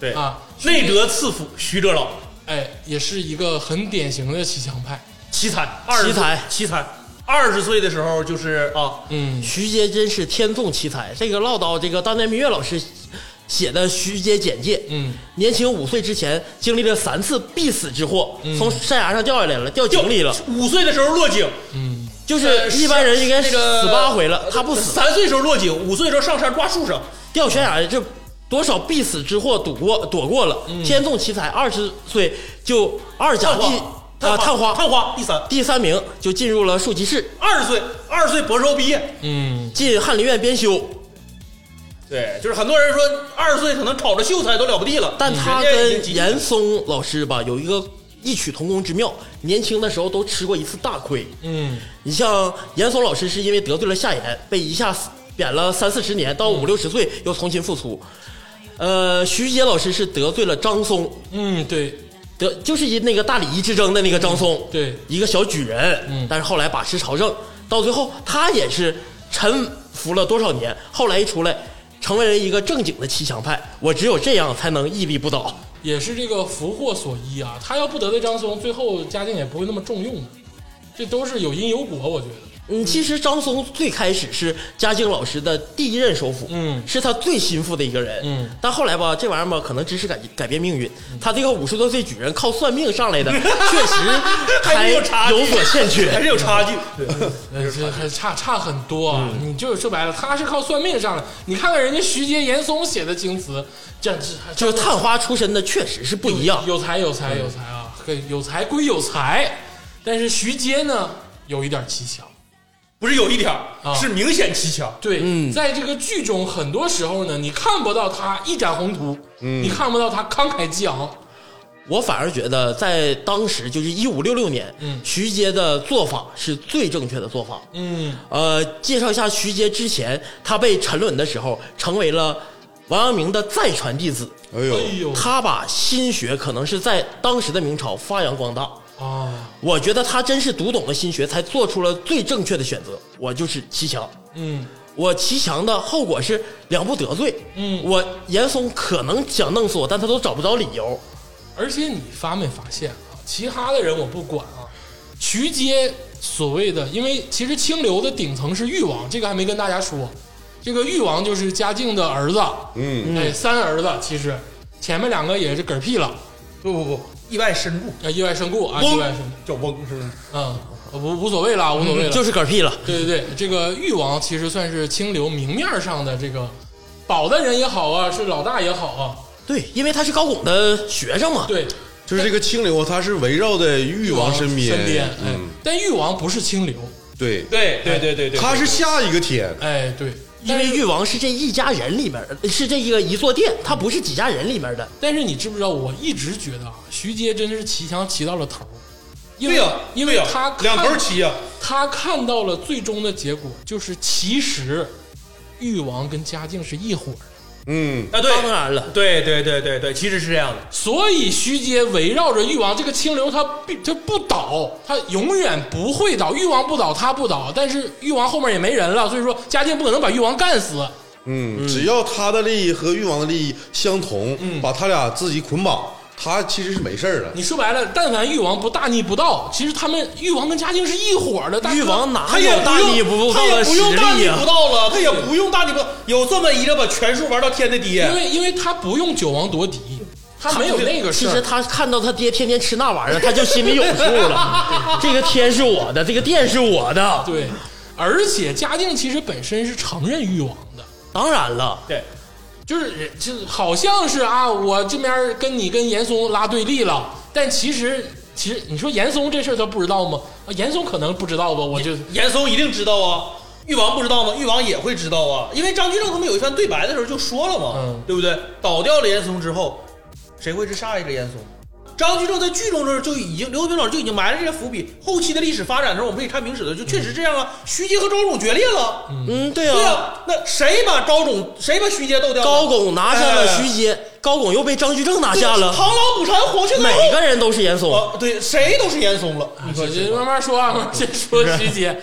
对啊，徐内阁次辅徐哲老，哎，也是一个很典型的骑墙派，奇才，二十奇才奇才。二十岁的时候就是啊，嗯，徐阶真是天纵奇才。这个唠叨，这个当年明月老师写的徐阶简介，嗯，年轻五岁之前经历了三次必死之祸，从山崖上掉下来了，掉井里了，五岁的时候落井，就是一般人应该那死个呃八回了，他不死，三岁时候落井，五岁时候上山抓树上，掉悬崖这多少必死之祸躲过躲过了，天纵奇才，二十岁就二甲探花第啊探花探花第三，第三名就进入了庶吉士，二十岁二十岁博士后毕业，嗯，进翰林院编修，对，就是很多人说二十岁可能炒着秀才都了不地了，但他人家已经跟急严嵩老师吧有一个异曲同工之妙，年轻的时候都吃过一次大亏。嗯，你像严嵩老师是因为得罪了夏言，被一下贬了三四十年，到五六嗯十岁又重新复出。呃，徐阶老师是得罪了张松，嗯，对，得就是因那个大礼仪之争的那个张松，嗯对一个小举人，嗯但是后来把持朝政，到最后他也是沉浮了多少年，后来一出来，成为了一个正经的骑墙派，我只有这样才能屹立不倒。也是这个福祸所依啊。他要不得罪张松，最后嘉靖也不会那么重用的。这都是有因有果，我觉得。嗯，其实张松最开始是嘉靖老师的第一任首辅，嗯是他最心腹的一个人，嗯，但后来吧，这玩意儿吧，可能知识改改变命运，他这个五十多岁举人靠算命 上来的，确实还还是有差距有所欠还缺。是有差距，对呃，这还差差很多啊！嗯你就是说白了，他是靠算命上来。你看看人家徐阶、严嵩写的京词，这这就是探花出身的确实是不一样，嗯有才有才有才啊！嘿有才归有才，但是徐阶呢，有一点蹊跷。不是有一点儿啊是明显蹊跷，对，嗯在这个剧中，很多时候呢，你看不到他一展宏图，嗯你看不到他慷慨激昂。我反而觉得在当时就是一五六六年，嗯徐阶的做法是最正确的做法。嗯呃，介绍一下徐阶之前，他被沉沦的时候，成为了王阳明的再传弟子。哎呦哎，呦他把心学可能是在当时的明朝发扬光大。啊，我觉得他真是读懂了心学，才做出了最正确的选择。我就是骑墙，嗯我骑墙的后果是两不得罪。嗯我严嵩可能想弄死我，但他都找不着理由。而且你发没发现啊？其他的人我不管啊，徐阶所谓的，因为其实清流的顶层是誉王，这个还没跟大家说。这个誉王就是嘉靖的儿子，嗯，哎，三儿子其实前面两个也是嗝屁了，不不不，意外身故啊，意外身故啊，嗡意外身故，叫翁是不是？嗯，无无所谓了，无所谓了，嗯就是嗝屁了。对对对，这个誉王其实算是清流明面上的这个保的人也好啊，是老大也好啊，对，因为他是高拱的学生嘛。对，就是这个清流，它是围绕在誉王身边，身边，哎嗯，，但誉王不是清流，对，对对对对对，他是下一个天，哎，对，因为誉王是这一家人里面，是这一个一座殿，他不是几家人里面的。但是你知不知道，我一直觉得啊，徐阶真是骑墙骑到了头儿，因为对呀，因对为呀他看两头骑啊呀，他看到了最终的结果，就是其实誉王跟嘉靖是一伙儿，嗯，啊对，当然了，对对对对对，其实是这样的。所以徐阶围绕着誉王这个清流，他必他不倒，他永远不会倒，誉王不倒，他不倒，但是誉王后面也没人了，所以说嘉靖不可能把誉王干死，嗯，只要他的利益和誉王的利益相同，把他俩自己捆绑，他其实是没事儿的。你说白了，但凡誉王不大逆不道，其实他们誉王跟嘉靖是一伙儿的。大哥誉王哪他也有大逆不不用道的他实也不用大逆力不啊？道了，他也不用大逆不道，有这么一个把权术玩到天的爹因，为因为他不用九王夺嫡，他没有那个其事实儿。他看到他爹天天吃那玩意儿，他就心里有数 了。这个天是我的，这个殿是我的。对，而且嘉靖其实本身是承认誉王的，当然了，对，就是人就是好像是啊，我这边跟你跟严嵩拉对立了，但其实其实你说严嵩这事儿他不知道吗？啊严嵩可能不知道吧，我就严嵩一定知道啊。誉王不知道吗？誉王也会知道啊，因为张居正他们有一番对白的时候就说了嘛，嗯对不对？倒掉了严嵩之后，谁会是下一个严嵩？张居正在剧中的时候就已经，刘和平老师就已经埋了这些伏笔。后期的历史发展的时候，我们可以看明史的，就确实这样啊。徐阶和招总决裂了，嗯，对对啊，啊，那谁把招总，谁把徐阶斗掉了？高拱拿下了哎徐阶，高拱又被张居正拿啊下了，螳螂捕蝉，黄雀在后。每个嗯人都是严嵩。啊，对，谁都是严嵩了。你说我这就慢慢说啊，慢慢先说徐阶。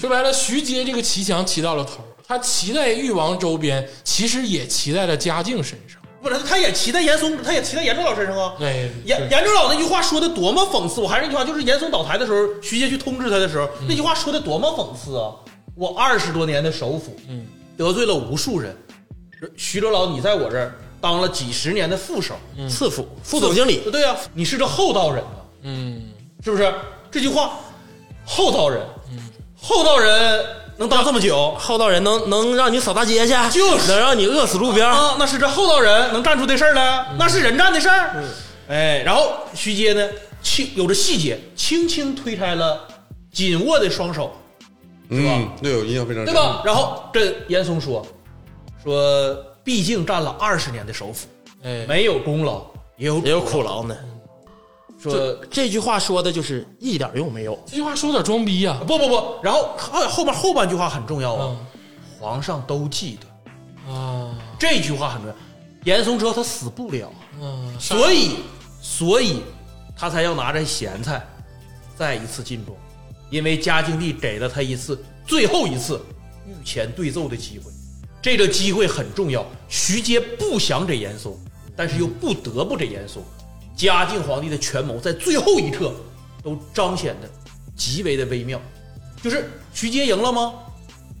说白了，徐阶这个骑墙骑到了头儿，他骑在誉王周边，其实也骑在了嘉靖身上。不是，他也骑在严嵩，他也骑在严正老身上啊。哎，严对严正老那句话说的多么讽刺！我还是那句话，就是严嵩倒台的时候，徐阶去通知他的时候，嗯那句话说的多么讽刺啊！我二十多年的首辅，嗯，得罪了无数人。徐哲老，你在我这儿当了几十年的副手，嗯次副副总经理，对呀、你是个厚道人啊，嗯，是不是？这句话，厚道人，嗯厚道人能当这么久，厚道人能能让你扫大街去，就是能让你饿死路边儿。啊，那是这厚道人能干出这事儿来，那是人干的事儿。哎，然后徐阶呢，轻有着细节，轻轻推开了紧握的双手，嗯，对我印象非常深，对吧？？然后这严嵩说：“说毕竟占了二十年的首辅，哎，没有功劳也有也有苦劳呢。说这句话说的就是一点用没有。这句话说有点装逼呀、不不不。”然后后后面后半句话很重要啊，啊。皇上都记得嗯啊这句话很重要。严嵩知道他死不了，啊嗯，所以，所以他才要拿着咸菜再一次进宫，因为嘉靖帝给了他一次最后一次御前对奏的机会，这个机会很重要。徐阶不想给严嵩，但是又不得不给严嵩。嘉靖皇帝的权谋在最后一刻都彰显的极为的微妙，就是徐阶赢了吗？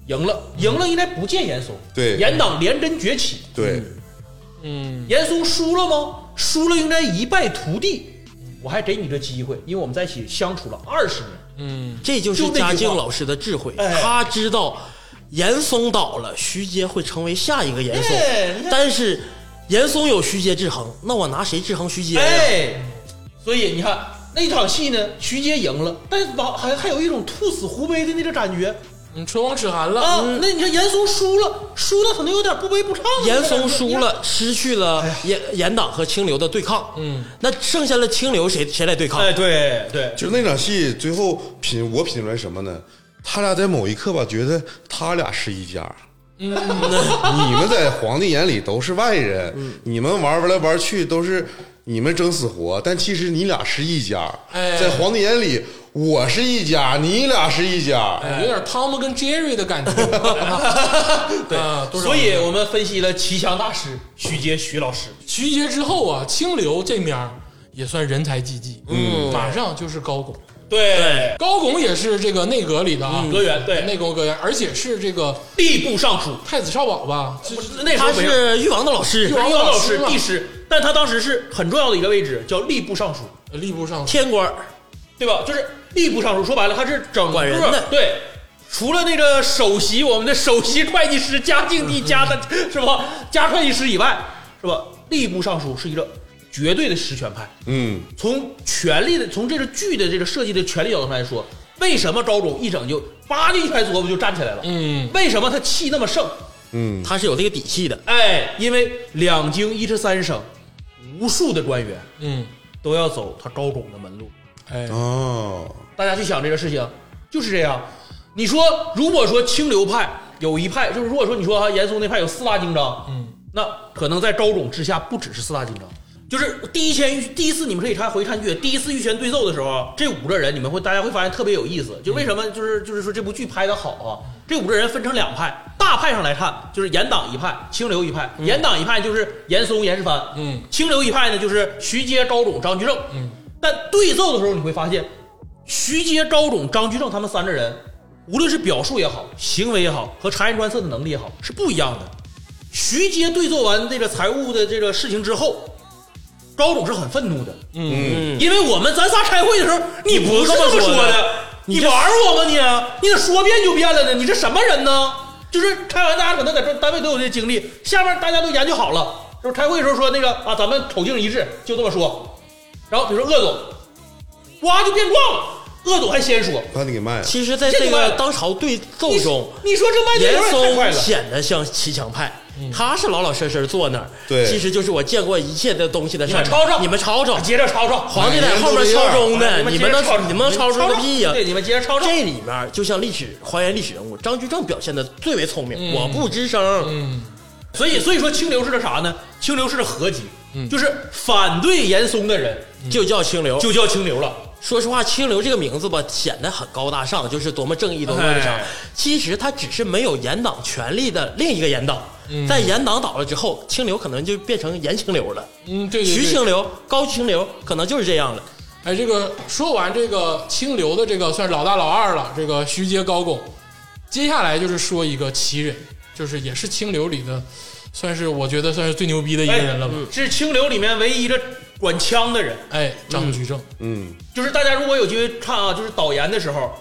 赢了，赢了应该不见严嵩，对严党连根崛起，对，嗯，严嵩输了吗？输了应该一败涂地。我还给你个机会，因为我们在一起相处了二十年。嗯，这就是就那句话嘉靖老师的智慧，哎他知道严嵩倒了，徐阶会成为下一个严嵩，哎你看但是严嵩有徐阶制衡，那我拿谁制衡徐阶呀、哎，所以你看那场戏呢，徐阶赢了，但是往还还有一种兔死狐悲的那个感觉你唇嗯亡齿寒了。啊。那你看严嵩输了，输的可能有点不卑不亢啊的那严个感嵩觉。输 了，失去哎了严严党和清流的对抗，嗯，那剩下了清流谁谁来对你抗看，？哎，对对，就那场戏最后品我品出来什么呢？他俩在某一刻吧，觉得他俩是一家。嗯， 你们在皇帝眼里都是外人，你们玩儿来玩儿去都是你们争死活，但其实你俩是一家。哎在皇帝眼里，我是一家，你俩是一家。哎有点汤姆跟 Jerry 的 感觉，对啊，多少所以我们分析了骑墙大师徐阶徐老师，徐阶之后啊，清流这面儿也算人才济济，嗯，马上就是高拱，对，高拱也是这个内阁里的啊，阁员嗯对内阁阁员，而且是这个吏部尚书，太子少保吧？这不是那时候他没有是誉王的老师誉，王王老老师师嘛帝师，但他当时是很重要的一个位置，叫吏部尚书，呃吏部尚书，天官儿对吧？就是吏部尚书，说白了，他是整管人个的对。除了那个首席，我们的首席会计师嘉靖帝加的 是吧？加会计师以外，是吧？吏部尚书是一个绝对的实权派，嗯，从权力的，从这个剧的这个设计的权力角度上来说，为什么高总一整就叭就一拍桌子就站起来了？嗯，为什么他气那么盛？嗯，他是有这个底气的。哎，因为两京一十三省，无数的官员嗯，都要走他高拱的门路。哎，哦，大家去想这个事情，就是这样。你说，如果说清流派有一派，就是如果说你说哈严嵩那派有四大经章，嗯，那可能在高拱之下不只是四大经章。就是第一天第一次你们可以看回看剧，第一次玉泉对奏的时候，这五个人你们会大家会发现特别有意思。就嗯为什么就是就是说这部剧拍的好啊？这五个人分成两派，大派上来看就是严党一派，清流一派。严党一派就是严嵩、严世蕃，嗯清流一派呢就是徐阶、高拱、张居正，嗯，但对奏的时候，你会发现，徐阶、高拱、张居正他们三个人，无论是表述也好，行为也好，和察言观色的能力也好，是不一样的。徐阶对奏完这个财务的这个事情之后，高拱是很愤怒的，嗯，因为我们咱仨开会的时候，你不是这么说的，你你这玩我吗你？啊你咋说变就变了呢？你这什么人呢？就是开完大家可能在这单位都有这经历，下面大家都研究好了，就是开会的时候说那个啊，咱们口径一致，就这么说。然后比如说鄂总，哇就变卦了，鄂总还先说，把你给卖了，其实，在这个当朝对奏你中，你说这卖严点有点太嵩快了，嗯显得像骑墙派，他是老老实实坐那儿。对其实就是我见过一切的东西的事儿。你们吵吵你们吵吵，啊接着吵吵，皇帝在后面敲钟呢，你们接着能吵吵你们能吵出个屁呀？对，你们接着吵吵。这里面就像历史还原历史人物，张居正表现的最为聪明，嗯我不吱声。嗯，所以，所以说清流是个啥呢？清流是个合集，嗯就是反对严嵩的人就叫清流。就叫清流了。说实话，清流这个名字吧，显得很高大上，就是多么正义，多么那啥哎。其实他只是没有严党权力的另一个严党，嗯在严党倒了之后，清流可能就变成严清流了，嗯，对对徐对，清流、高清流可能就是这样了。哎，这个说完这个清流的这个算是老大老二了，这个徐阶高拱，接下来就是说一个奇人，就是也是清流里的，算是我觉得算是最牛逼嗯的一个人了吧，哎嗯是清流里面唯一一个管枪的人，哎，张居正，嗯，就是大家如果有机会看啊，就是导演的时候，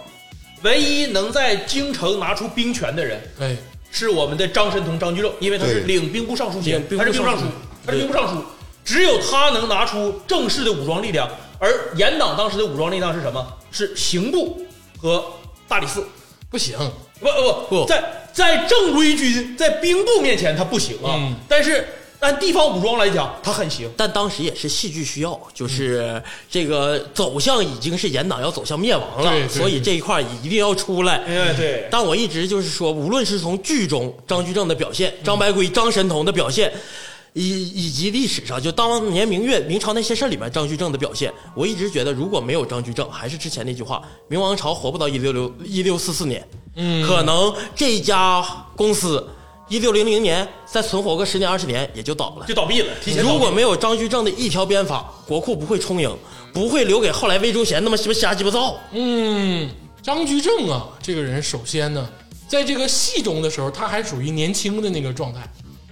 唯一能在京城拿出兵权的人哎，是我们的张神童张居正，因为他是领兵部尚书衔领，兵部他是兵部尚尚书书，他是兵部尚书，只有他能拿出正式的武装力量。而严党当时的武装力量是什么？是刑部和大理寺。不行，不不不在在正规军在兵部面前他不行啊，嗯但是按地方武装来讲，他很行。但当时也是戏剧需要，就是这个走向已经是严党要走向灭亡对对了，所以这一块儿一定要出来。哎，对，但我一直就是说，无论是从剧中张居正的表现、张白圭、张神童的表现，以以及历史上就当年明月、明朝那些事儿里面张居正的表现，我一直觉得如果没有张居正，还是之前那句话，明王朝活不到一六六一六四四年，嗯，可能这家公司一六零零年再存活个十年二十年也就倒了就。倒闭了，提前倒闭如果没有张居正的一条鞭法，国库不会充盈，不会留给后来魏忠贤那么鸡巴瞎鸡巴造。嗯，张居正啊，这个人首先呢，在这个戏中的时候，他还属于年轻的那个状态，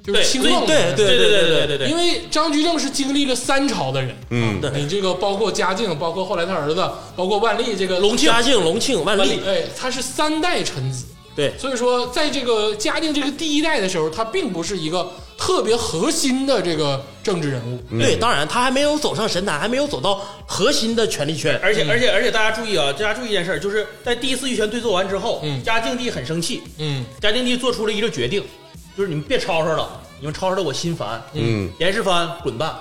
就是对青壮所以年。对对对对对对对，因为为张居正是经历了三朝的人，啊嗯，你这个包括嘉靖，包括后来他儿子，包括万历这个隆庆、嘉靖、隆庆、万历，哎，他是三代臣子，对，所以说在这个嘉靖这个第一代的时候，他并不是一个特别核心的这个政治人物。对，当然他还没有走上神坛，还没有走到核心的权力圈。而且而且而且大家注意啊，大家注意一件事儿，就是在第一次玉泉对坐完之后嗯，嘉靖帝很生气，嗯嘉靖帝做出了一个决定，就是你们别吵吵了，你们吵吵的我心烦。嗯，严世蕃滚蛋，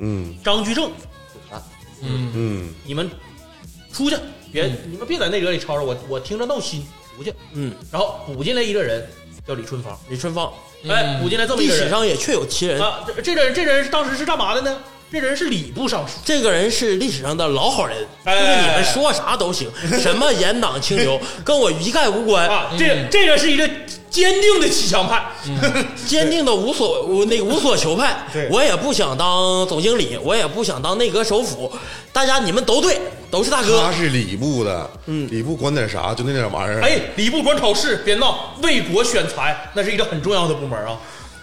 嗯，张居正嗯嗯，你们出去，别、你们别在内阁里吵吵我，我听着闹心，出去。嗯，然后补进来一个人叫李春芳，李春芳哎，补进来这么一历个史人上也确有其人，啊啊，这这个人这个人是当时是干嘛的呢？这人是礼部尚书，这个人是历史上的老好人，就哎是你们说啥都 行，什么严党清流，跟我一概无关。啊，嗯这这个是一个坚定的骑墙派，坚定的无所我那个无所求派 对，我也不想当总经理，我也不想当内阁首辅，大家你们都对，都是大哥他。是礼部的，嗯，礼部管点啥就那点玩意儿。 哎，礼部管考试，别闹，为国选才，那是一个很重要的部门啊。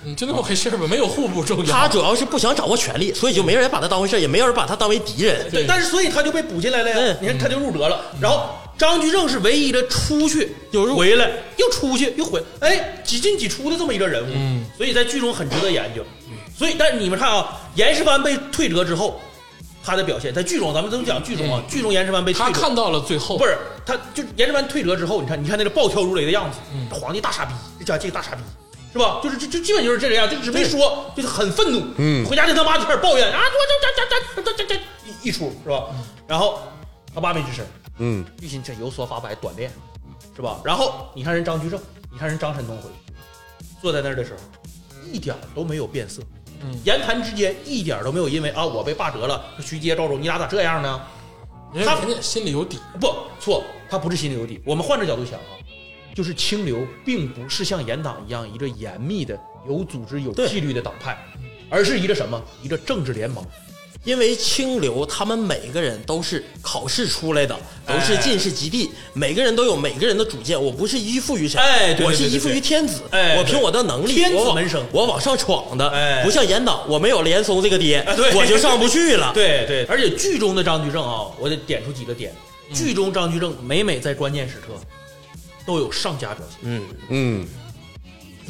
嗯，就那么回事儿吧，没有户部重他要。主要是不想掌握权力，所以就没人把他当回事，也没有人把他当为敌人。对但是所以他就被补进来了呀嗯，你看他就入阁了。然后张居正是唯一的出去有入回来又出去又回，哎，几进几出的这么一个人物，嗯所以在剧中很值得研究。所以，但你们看啊，严世蕃被退职之后，他的表现在剧中，咱们都讲剧中嗯啊，剧中严世蕃被退他职，看到了最后，不是他就严世蕃退职之后，你看你看那个暴跳如雷的样子，这皇帝大傻逼，这家这个大傻逼。是吧？就是就就基本就是这个样，就只没说，就是很愤怒。嗯回家就他妈就开始抱怨啊，我这这这这这这这一一出是吧？然后他爸没吱声，嗯，玉心这有所发白，短练，是吧？然后你看人张居正，你看人张陈东辉，坐在那儿的时候，一点儿都没有变色，嗯言谈之间一点儿都没有因为啊我被罢折了，徐阶、赵州你俩咋这样呢？人家人家心里有底。不错，他不是心里有底。我们换个角度想啊，就是清流并不是像严党一样一个严密的、有组织、有对纪律的党派，而是一个什么？一个政治联盟。因为清流他们每个人都是考试出来的，都哎是进士及第，每个人都有每个人的主见。我不是依附于谁，哎对对我是对对依附于天子，哎我凭我的能力，天子我往门生我往上闯的，哎不像严党，我没有严嵩这个爹，哎对我就上不去了。 对对，而且剧中的张居正啊，我得点出几个点。剧中张居正每每在关键时刻都有上佳表现。嗯，嗯，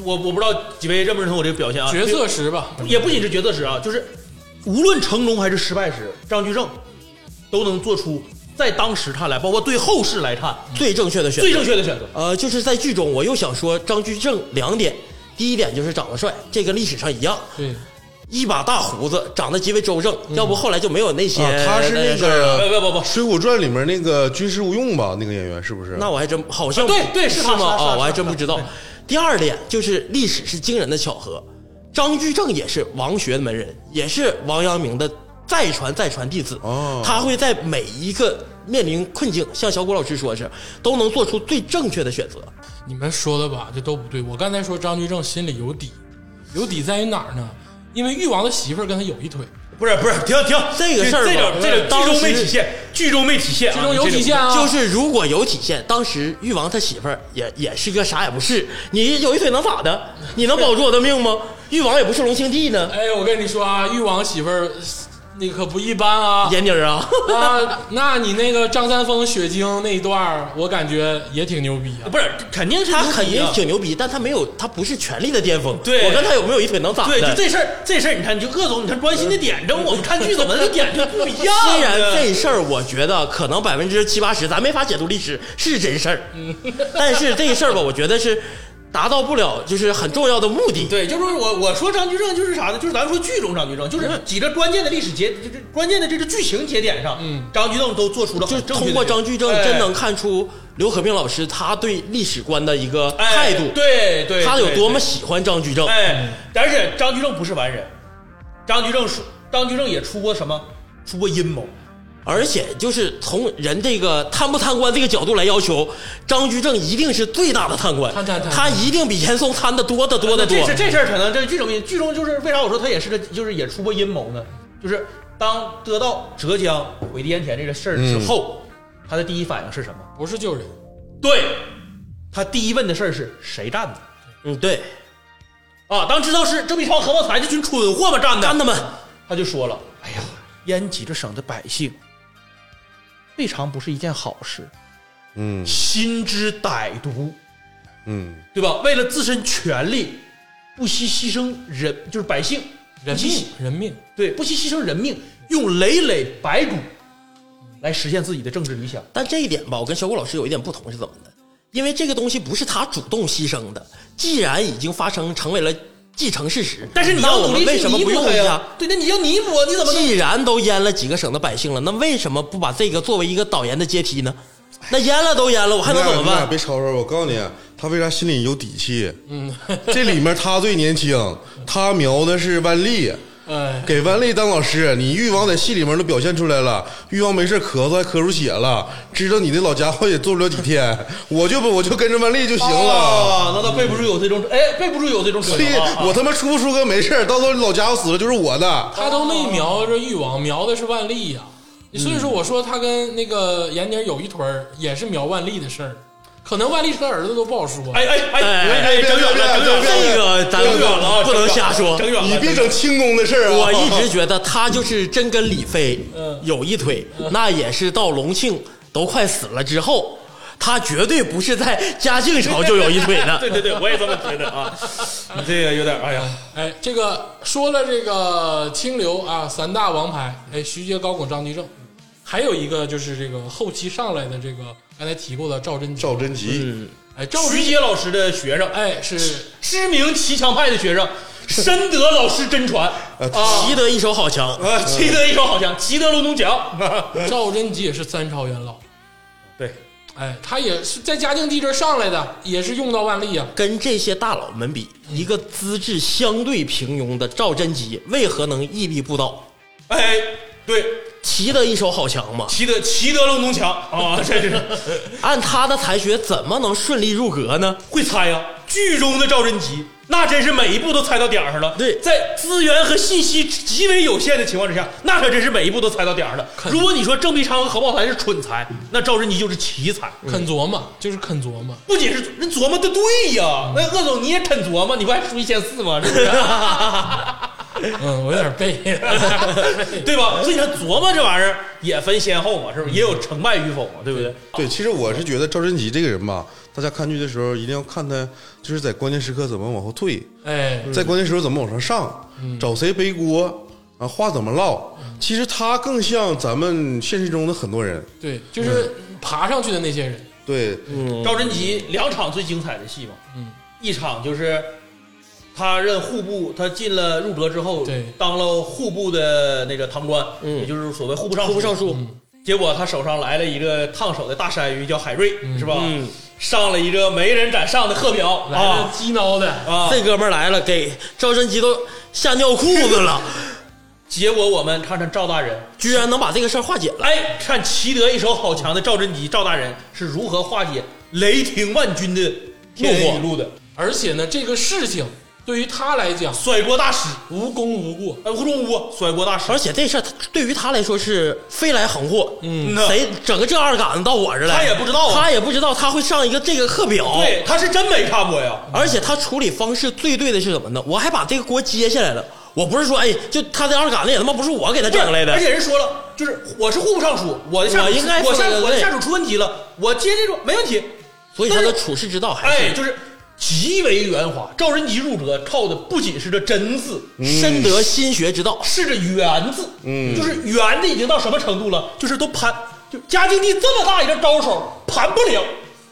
我我不知道几位认不认同我这个表现啊？角色时吧，也不仅是角色时啊，就是无论成功还是失败时，张居正都能做出在当时看来，包括对后世来看最正确的选择最正确的选择。呃，就是在剧中，我又想说张居正两点。第一点就是长得帅，这跟历史上一样，对，一把大胡子，长得极为周正，嗯要不后来就没有那些。啊，他是那呃不个不不《水浒传》里面那个军师吴用吧？那个演员是不是？那我还真好像啊对对是是吗？他是他是他啊，我还是他真不知道。第二点就是历史是惊人的巧合，张居正也是王学门人，也是王阳明的再传再传弟子。哦他会在每一个面临困境，像小谷老师说是，都能做出最正确的选择。你们说的吧，这都不对。我刚才说张居正心里有底，有底在于哪儿呢？因为誉王的媳妇儿跟他有一腿，不是不是，停停，这个事儿吧这种这种当剧时中没体现，剧中没体现啊，其中有你这体种现啊，就是如果有体现，当时誉王他媳妇儿也也是个啥也不是，你有一腿能咋的？你能保住我的命吗？誉王也不是隆庆帝呢，哎，我跟你说啊，誉王媳妇儿那可不一般啊。闫妮儿 啊，啊，那你那个张三丰血精那一段儿，我感觉也挺牛逼啊。不是肯定是他有肯体定啊挺牛逼，但他没有，他不是权力的巅峰。对我跟他有没有一腿能咋的？对，就这事儿这事儿，你看你就各种你看专心的点着我们看剧怎么的 点就不一样啊呢。虽然这事儿，我觉得可能百分之七八十，咱没法解读历史是真 事儿，但是这事儿吧，我觉得是达到不了，就是很重要的目的。对，就是说我我说张居正就是啥呢？就是咱说剧中张居正，就是嗯几个关键的历史节，就是关键的这个剧情节点上，嗯张居正都做出了就很是正确的通过张居正，哎真能看出刘和平老师他对历史观的一个态度哎，对对，他有对多么喜欢张居正。哎，但是张居正不是完人，张居正是张居正也出过什么？出过阴谋。而且就是从人这个贪不贪官这个角度来要求，张居正一定是最大的贪官贪贪，贪他一定比严嵩贪的多得多得多这。事这事儿可能这剧中剧中就是为啥我说他也是个就是也出过阴谋呢？就是当得到浙江毁地烟田这个事儿之后，他的第一反应是什么？不是救人，对，他第一问的事儿是谁干的？嗯，对，啊，当知道是郑必昌、何茂才这群蠢货们干的，干他们，他就说了：“哎呀，烟几这省的百姓，未尝不是一件好事，嗯心之歹毒，嗯，对吧？为了自身权利，不惜牺牲人，就是百姓，人命，人命。对，不惜牺牲人命，用累累白骨来实现自己的政治理想。但这一点吧，我跟小谷老师有一点不同是怎么的？因为这个东西不是他主动牺牲的，既然已经发生，成为了既成事实，但是你那要我努们力为去什么弥不补用它一下呀？？对，那你要弥补，啊你怎么能既然都淹了几个省的百姓了，那为什么不把这个作为一个导言的阶梯呢？那淹了都淹了，我还能怎么你俩办？别吵吵，我告诉你，他为啥心里有底气？ 嗯，这里面他最年轻，他瞄的是万历，哎，给万历当老师，你誉王在戏里面都表现出来了，誉王没事咳嗽还咳出血了，知道你那老家伙也做不了几天，我就不我就跟着万历就行哦了。啊，那倒背不住有最终，哎，背不住有最终者所以了啊。我他妈出不出歌没事儿到时候老家伙死了就是我 的。他都没瞄着誉王，瞄的是万历呀、所以说，我说他跟那个闫妮儿有一腿儿，也是瞄万历的事儿。可能万历是他儿子都不好说。哎哎哎哎哎，整远了，整远了，这个咱整远了啊，不能瞎说。整远了。你别整清宫的事儿啊！我一直觉得他就是真跟李妃嗯有一腿，那也是到隆庆都快死了之后，他绝对不是在嘉庆朝就有一腿 对的。对对，我也这么觉得啊。你这个有点，哎呀，哎，这个说了这个清流啊，三大王牌，哎，徐阶、高拱、张居正，还有一个就是这个后期上来的这个刚才提过的赵贞吉。 赵贞嗯吉，哎，赵贞徐吉，阶老师的学生，哎是知名骑墙派的学生，深得老师真传啊，习得一手好枪，啊，习得一手好枪，习得隆中奖。赵贞吉也是三朝元老，哎对，哎，他也是在嘉靖帝这儿上来的，也是用到万历啊。跟这些大佬们比，一个资质相对平庸的赵贞吉为何能屹立不倒？哎，对，习得一手好枪嘛，习得习得隆中强啊，这是按他的才学，怎么能顺利入阁呢？会猜呀、剧中的赵贞吉，那真是每一步都猜到点儿上了。对在资源和信息极为有限的情况之下，那可真是每一步都猜到点儿上了。如果你说郑必昌和何茂才是蠢才，那赵贞吉就是奇才。肯琢磨，就是肯琢磨。不仅是人琢磨的对呀，那鄂总你也肯琢磨，你不还输一千四吗？是不是？嗯，我有点背。 对吧？所以你说琢磨这玩意儿也分先后嘛，是不是？也有成败与否嘛，对不对？对，其实我是觉得赵贞吉这个人吧，大家看剧的时候一定要看他，就是在关键时刻怎么往后退，哎，在关键时候怎么往上上，找谁背锅啊，话怎么唠。其实他更像咱们现实中的很多人，对，就是嗯爬上去的那些人。对，嗯赵贞吉两场最精彩的戏嘛，嗯，一场就是他任户部，他进了入阁之后，对当了户部的那个堂官，嗯也就是所谓户部尚户部尚书嗯结果他手上来了一个烫手的大山鱼，叫海瑞，是吧？嗯上了一个没人敢上的贺表来了啊鸡挠的，啊！这哥们儿来了，给赵贞吉都吓尿裤子了，结果我们看看赵大人，居然能把这个事儿化解了。哎，看习得一手好强的赵贞吉赵大人是如何化解雷霆万钧的天怒火人雨露的，而且呢，这个事情对于他来讲甩锅大师，无功无过。哎，吴中吴甩锅大师而，且这事儿他对于他来说是飞来横祸，嗯呐谁整个这二杆子到我这儿来，他也不知道啊他也不知道他会上一个这个课表，对，他是真没看过呀，而且他处理方式最对的是什么呢？我还把这个锅接下来了，我不是说哎，就他这二杆子也他妈不是我给他整来的而，且人说了，就是我是户部尚书，我的下属我应该负我责下任我的下属出问题了，我接这种没问题，所以他的但是处事之道还是哎，就是极为圆滑。赵仁吉入阁靠的不仅是这真字，深得心学之道。是这圆字，嗯，就是圆的已经到什么程度了？就是都盘，就嘉靖帝这么大一个高手盘不了，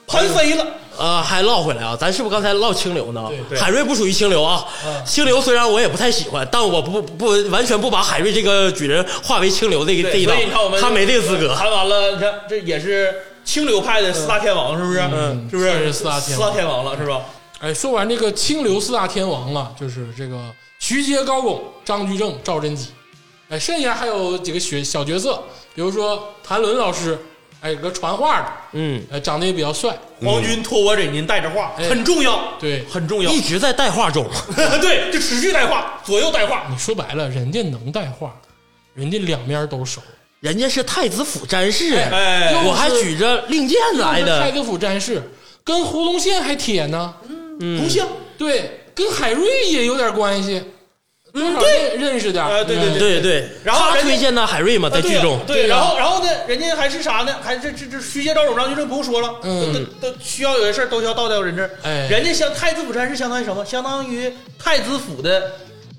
盘飞哎了。呃，还唠回来啊，咱是不是刚才唠清流呢对？嗯对海瑞不属于清流啊。清流虽然我也不太喜欢，但我不不完全不把海瑞这个举人划为清流的一个这对，一所档以你看我们，他没这个资格。谈完了，你看这也是清流派的四大天王，是不是？嗯是不是算是四大天王四大天王了，是吧？哎，说完这个清流四大天王啊，就是这个徐阶、高拱、张居正、赵贞吉。哎，剩下还有几个角小角色，比如说谭纶老师，哎，有个传话的，嗯，哎，长得也比较帅。皇军托我忍您带着话，哎很重要，对很重要。一直在带话中， 对，就持续带话，左右带话。你说白了，人家能带话，人家两面都熟。人家是太子府詹事，哎又是我还举着令箭来又是太的。子府詹事，跟胡宗宪还铁呢。同乡，对，跟海瑞也有点关系，多少认认识点儿。哎对对嗯对对，然后他人家推荐的海瑞嘛，在啊对剧啊中，对，对啊然后然后呢，人家还是啥呢？还这这这徐阶、赵守章就这不用说了，嗯都都都需要有些事儿都需要到掉人这儿。哎人家像太子府参事相当于什么？相当于太子府的。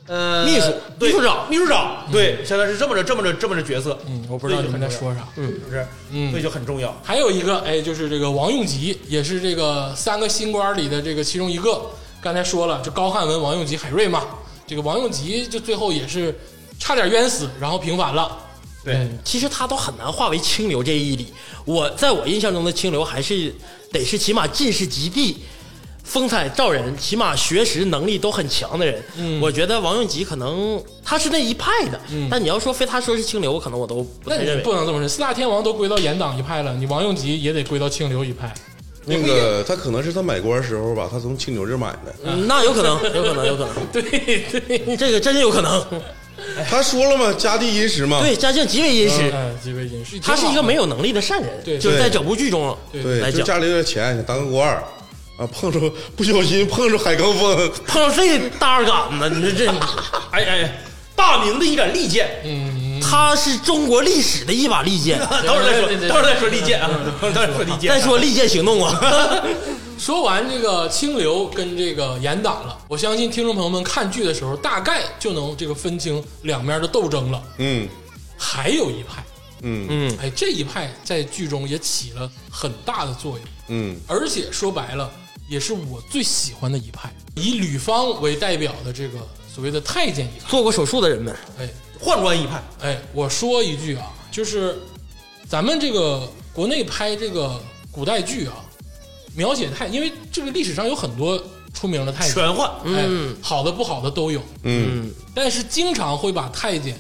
呃，秘书对秘书长嗯秘书长，对，相当于是这么着，这么着，这么着角色，嗯，我不知道你们在说啥。是不是？嗯所以就很重要。还有一个，哎，就是这个王用吉，也是这个三个新官里的这个其中一个。刚才说了，这高汉文、王用吉、海瑞嘛，这个王用吉就最后也是差点冤死，然后平反了。对，其实他都很难化为清流这一理。我在我印象中的清流还是得是起码进士及第，风采照人，起码学识能力都很强的人。嗯我觉得王永吉可能他是那一派的，但你要说非他说是清流，可能我都不那太你认为。不能这么说，四大天王都归到严党一派了，你王永吉也得归到清流一 派。那个他可能是他买官时候吧，他从清牛这儿买的。嗯那有可能，有可能，有可能，对对，这个真有可能。他说了嘛，家地殷实嘛。对，家境极为殷实，哎，几位隐士，他是一个没有能力的善人，对就是在对整部剧中，对对，来就讲家里有点钱，想当个官儿啊，碰着不小心碰着海刚峰，碰到这大二杆子，你说这， 哎哎哎，大明的一杆利剑，嗯他是中国历史的一把利 剑。等会儿再对对对说，等会儿再说利剑啊， 等会儿再说利嗯剑。啊再说利剑行动啊，说完这个清流跟这个严党了，我相信听众朋友们看剧的时候，大概就能这个分清两面的斗争了。嗯还有一派，嗯嗯，哎，这一派在剧中也起了很大的作用，嗯而且说白了，也是我最喜欢的一派，以吕方为代表的这个所谓的太监一派。 做过手术的人们，哎宦官一派，嗯哎，我说一句啊，就是咱们这个国内拍这个古代剧啊，描写太，因为这个历史上有很多出名的太监，全宦，嗯哎，好的不好的都有，嗯但是经常会把太监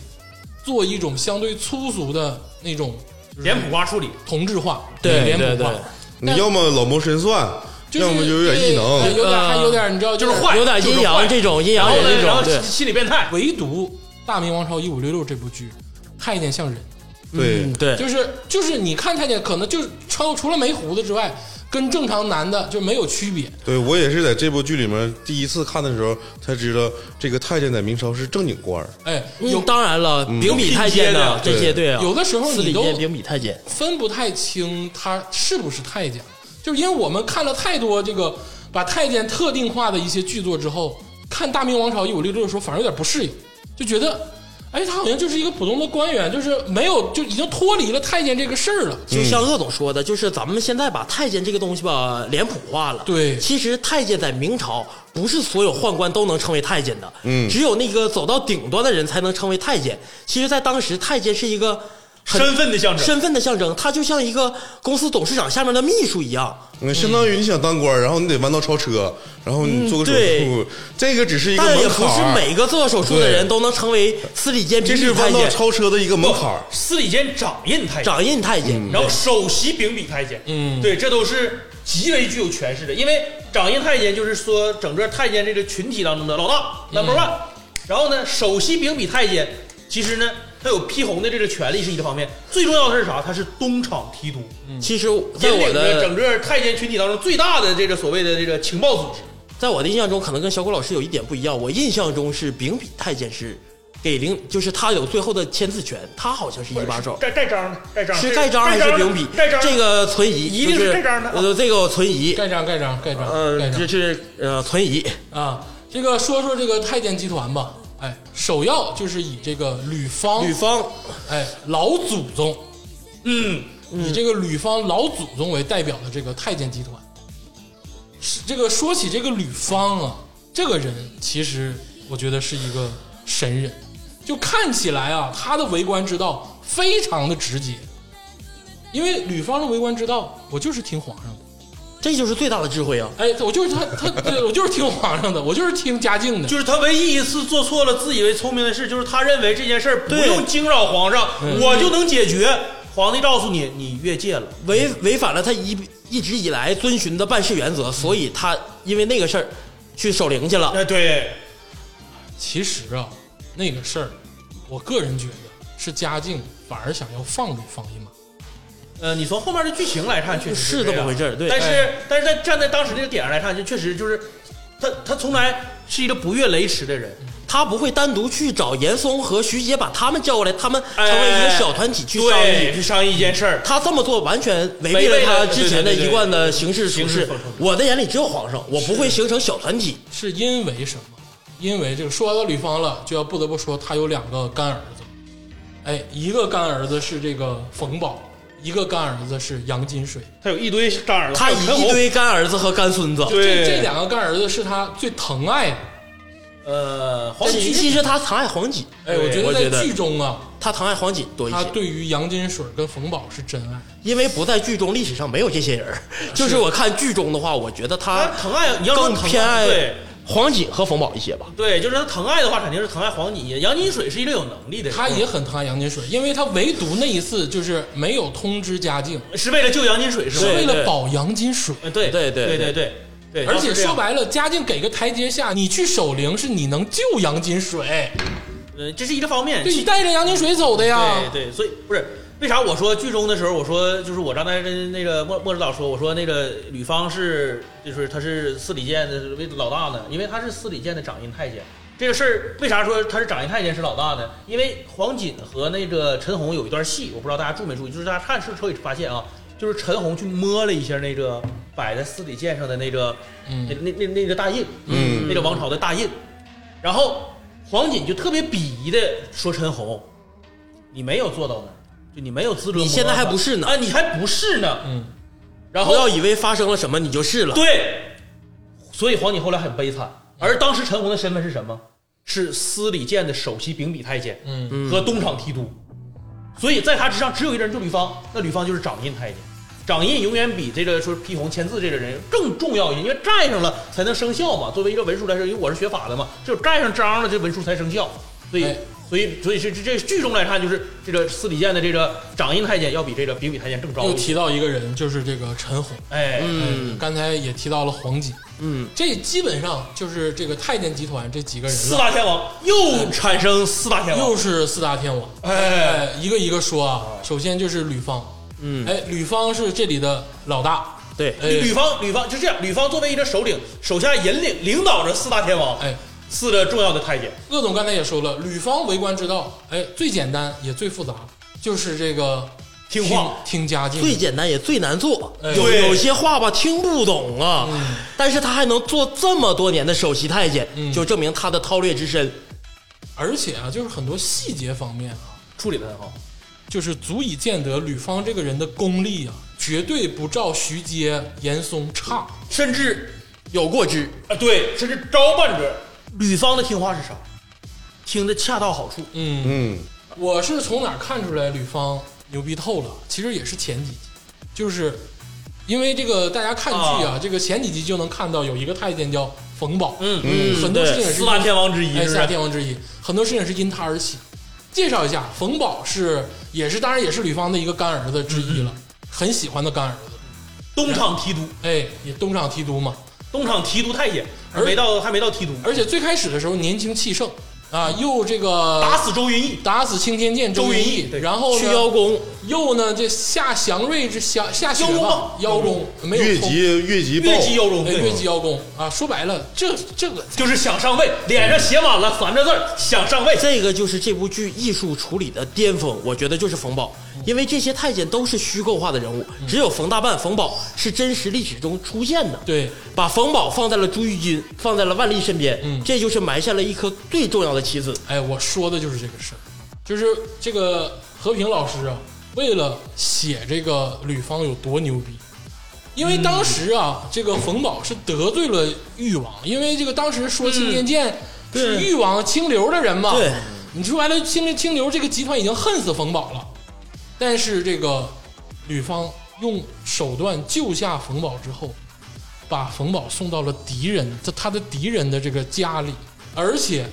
做一种相对粗俗的那种脸谱啊化处理。同质化，对脸对谱对化，你要么老谋深算，就是要么就有点异对能。有点还有呃点你知道就是坏有点阴阳这种阴然阳后人呢，这然后种，心对，心理变态，唯独《大明王朝一五六六》这部剧，太监像人，对嗯，对，就是就是你看太监可能就是除除了没胡子之外，跟正常男的就没有区别。对，我也是在这部剧里面第一次看的时候才知道，这个太监在明朝是正经官儿。哎，有有当然了，嗯秉笔太监的有拼接的这些，对啊，有的时候司你礼都监、秉笔太监，分不太清他是不是太监，就是因为我们看了太多这个把太监特定化的一些剧作之后，看《大明王朝一五六六》的时候反而有点不适应，就觉得。哎，他好像就是一个普通的官员，就是没有就已经脱离了太监这个事儿了。就嗯像鄂总说的，就是咱们现在把太监这个东西吧脸谱化了。对其实太监在明朝不是所有宦官都能称为太监的，嗯只有那个走到顶端的人才能称为太监。其实，在当时，太监是一个很身份的象征。身份的象征，他就像一个公司董事长下面的秘书一样。嗯，相当于你想当官儿，然后你得弯道超车，然后你做个手术对，这个只是一个但门也不槛是儿，每个做手术的人都能成为司礼监这秉是笔弯太道监、超车的一个门槛儿。司礼监掌印太监，掌印太监。嗯然后首席秉笔太监，嗯对，这都是极为具有权势的，因为掌印太监就是说整个太监这个群体当中的老大嗯 number one，、然后呢，首席秉笔太监其实呢，他有批红的这个权利是一个方面，最重要的是啥？他是东厂提督，其实，在引嗯我领的着整个太监群体当中最大的这个所谓的这个情报组织。在我的印象中，可能跟小谷老师有一点不一样。我印象中是秉笔太监是给领，就是他有最后的签字权，他好像是一把手，盖盖章的，盖章是盖章还是秉笔？盖章这个存疑，一定是就是盖章的啊呃，这个我存疑，盖章，盖章，盖章，盖呃，章这是呃存疑。啊，这个说说这个太监集团吧。哎，首要就是以这个吕方，吕方哎老祖宗，嗯，以这个吕方老祖宗为代表的这个太监集团。是这个说起这个吕方啊，这个人其实我觉得是一个神人，就看起来啊，他的为官之道非常的直接，因为吕方的为官之道，我就是听皇上的。这就是最大的智慧啊！哎，我就是他，他对我就是听皇上的，我就是听嘉靖的，就是他唯一一次做错了自以为聪明的事，就是他认为这件事儿不对用惊扰皇上，我就能解决。皇帝告诉你，你越界了。违嗯违反了他一一直以来遵循的办事原则，所以他因为那个事儿去守灵去了。哎，对，其实啊，那个事儿，我个人觉得是嘉靖反而想要放逐方一马。呃，你从后面的剧情来看，确实是这这么样回事儿对但是哎，但是在站在当时那个点上来看，就确实就是他，他从来是一个不越雷池的人。他不会单独去找严嵩和徐阶把他们叫过来，他们成哎为一个小团体去商议对，去商议一件事儿。他这么做完全违背了他之前的一贯的行事处对对对事对对对对。我的眼里只有皇上，我不会形成小团体。是因为什么？因为这个说到吕方了，就要不得不说他有两个干儿子，哎，一个干儿子是这个冯保，一个干儿子是杨金水，他有一堆干儿子，他还有陈一红堆干儿子和干孙子，对这这两个干儿子是他最疼爱的，呃，黄其其芪实他疼爱黄芪，哎，我觉我得觉在得剧中啊，他疼爱黄芪多一他些，对于杨金水跟冯宝是真爱。因为不在剧中历史上没有这些人儿。就是我看剧中的话，我觉得他他疼爱你要说更疼偏爱爱对黄芪和冯宝一些吧。对，就是他疼爱的话，肯定是疼爱黄芪。杨金水是一个有能力的人，他也很疼爱杨金水，因为他唯独那一次就是没有通知嘉靖，嗯是为了救杨金水是是吧？为了对保杨金水。呃对对对对对对对对，而且说白，白了，嘉靖给个台阶下，你去守灵是你能救杨金水，呃，这是一个方面。对，你带着杨金水走的呀。对对，所以不是为啥我说剧中的时候，我说就是我刚才跟那个莫莫指导说，我说那个吕方是就是他是司礼监的为老大呢，因为他是司礼监的掌印太监。这个事儿为啥说他是掌印太监是老大呢？因为黄锦和那个陈红有一段戏，我不知道大家注没注意，就是大家看是可以发现啊，就是陈红去摸了一下那个摆在司礼监上的那个、嗯那那那那个大印，嗯那个王朝的大印，然后黄锦就特别鄙夷的说陈红，你没有做到呢，就你没有资格摸到他。你现在还不是呢啊，你还不是呢。嗯，然不后要以为发生了什么你就是了。对，所以黄锦后来很悲惨。而当时陈红的身份是什么？是司礼监的首席秉笔太监嗯，嗯和东厂提督，所以在他之上只有一个人，就吕方。那吕方就是掌印太监，掌印永远比这个说批红签字这个人更重要一些，因为盖上了才能生效嘛。作为一个文书来说，因为我是学法的嘛，只有盖上章了，这文书才生效。所以哎，所以，所以是这这剧中来看，就是这个司礼监的这个掌印太监要比这个秉笔太监更高又一些。提到一个人，就是这个陈红。哎，嗯，嗯刚才也提到了黄锦，嗯，这基本上就是这个太监集团这几个人四了，大天王又产生四大天王又，是四大天王。哎，哦哎，一个一个说啊，首先就是吕方，嗯哎，吕方是这里的老大，对，哎吕方，吕方就这样，吕方作为一个首领，手下引领领导着四大天王，哎，四个重要的太监。鄂总刚才也说了，吕方为官之道，哎，最简单也最复杂，就是这个听话听嘉靖。最简单也最难做，哎有对嗯有些话吧听不懂啊，但是他还能做这么多年的首席太监，就证明他的韬略之深。而且啊，就是很多细节方面啊，处理的很好。就是足以见得吕方这个人的功力啊，绝对不照徐阶、严嵩差。甚至有过之，啊，对，甚至招办者吕方的听话是啥？听的恰到好处。嗯，嗯，我是从哪儿看出来吕方牛逼透了？其实也是前几集，就是因为这个大家看剧啊，这个前几集就能看到有一个太监叫冯宝，嗯嗯很多事情也是四大天王之一哎，是四不大是？天王之一，很多事情是因他而起。介绍一下，冯宝是也是当然也是吕方的一个干儿子之一了，嗯很喜欢的干儿子，东厂提督，哎，也东厂提督嘛。东厂提督太监，而没到还没到提督，而且最开始的时候年轻气盛啊，又这个打死周云逸，打死青天剑周云云逸对然后去邀呢功，又呢这下祥瑞之下下雪邀功吧吧，邀功没有越空级越级越级报，邀功，哎对越级邀功啊，说白了这这个就是想上位，脸上写满了三个字儿想上位。这个就是这部剧艺术处理的巅峰，我觉得就是冯宝，嗯因为这些太监都是虚构化的人物，只有冯大半、冯宝是真实历史中出现的。对把冯宝放在了朱玉金，放在了万历身边，嗯这就是埋下了一颗最重要的棋子。哎，我说的就是这个事儿，就是这个和平老师啊，为了写这个吕方有多牛逼，因为当时啊，这个冯宝是得罪了誉王，因为这个当时说青天剑是誉王清流的人嘛，对，啊你说白了，清清流这个集团已经恨死冯宝了，但是这个吕方用手段救下冯宝之后，把冯宝送到了敌人，这他的敌人的这个家里，而且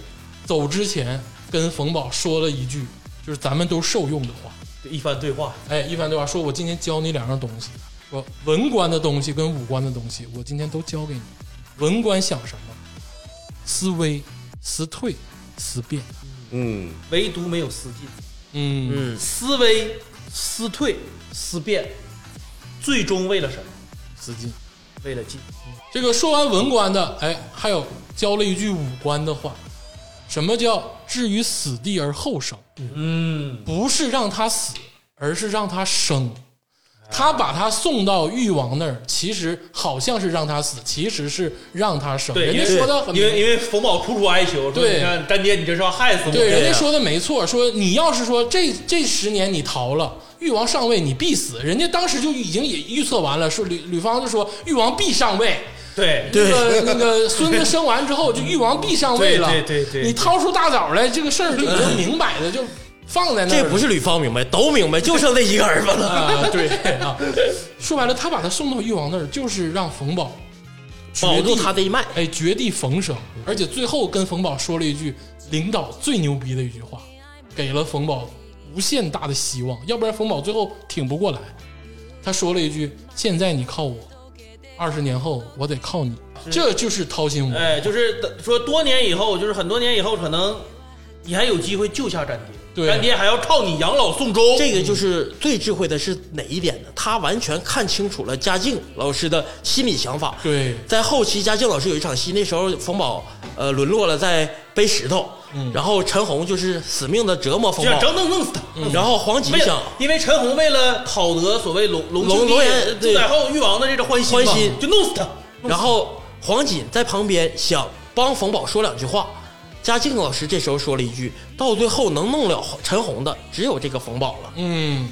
走之前跟冯宝说了一句，就是咱们都受用的话。一番对话，哎，一凡对吧？说我今天教你两样东西，说文官的东西跟武官的东西，我今天都教给你。文官想什么？思危、思退、思变。嗯，唯独没有思进，嗯嗯，思危、思退、思变，最终为了什么？思进。为了进。这个说完文官的，哎，还有教了一句武官的话，什么叫置于死地而后生？嗯，不是让他死，而是让他生。他把他送到誉王那儿，其实好像是让他死，其实是让他生。对，人因家为说的很因明为因为冯宝苦苦哀求，说对你看干爹，你这是要害死我。对，人对家呀说的没错，说你要是说这这十年你逃了，誉王上位你必死，人家当时就已经也预测完了，说吕吕方就说誉王必上位，对对那个那个孙子生完之后就裕王必上位了，对对对对你掏出大枣来，这个事儿就已经明摆的就放在那儿了，这不是吕方明白，都明白，就剩这一个儿子了。啊？对 啊，说白了，他把他送到裕王那儿，就是让冯保绝保地住他这一脉，哎，绝地逢生，而且最后跟冯宝说了一句领导最牛逼的一句话，给了冯宝无限大的希望，要不然冯宝最后挺不过来。他说了一句：“现在你靠我，二十年后我得靠你。”这就是掏心窝，哎，就是等说多年以后，就是很多年以后，可能你还有机会救下战对爹，战爹还要靠你养老送终。 这个就是最智慧的是哪一点呢？他完全看清楚了嘉靖老师的心理想法。对在后期嘉靖老师有一场戏，那时候冯宝呃沦落了在背石头，嗯然后陈红就是死命的折磨就冯宝，想嗯整整弄死他。嗯然后黄吉 为想了，因为陈红为了讨得所谓龙龙龙龙龙颜对朱载后誉王的这个欢心嘛，欢心就弄死他。然后黄锦在旁边想帮冯宝说两句话，嘉靖老师这时候说了一句：“到最后能弄了陈红的只有这个冯宝了。嗯，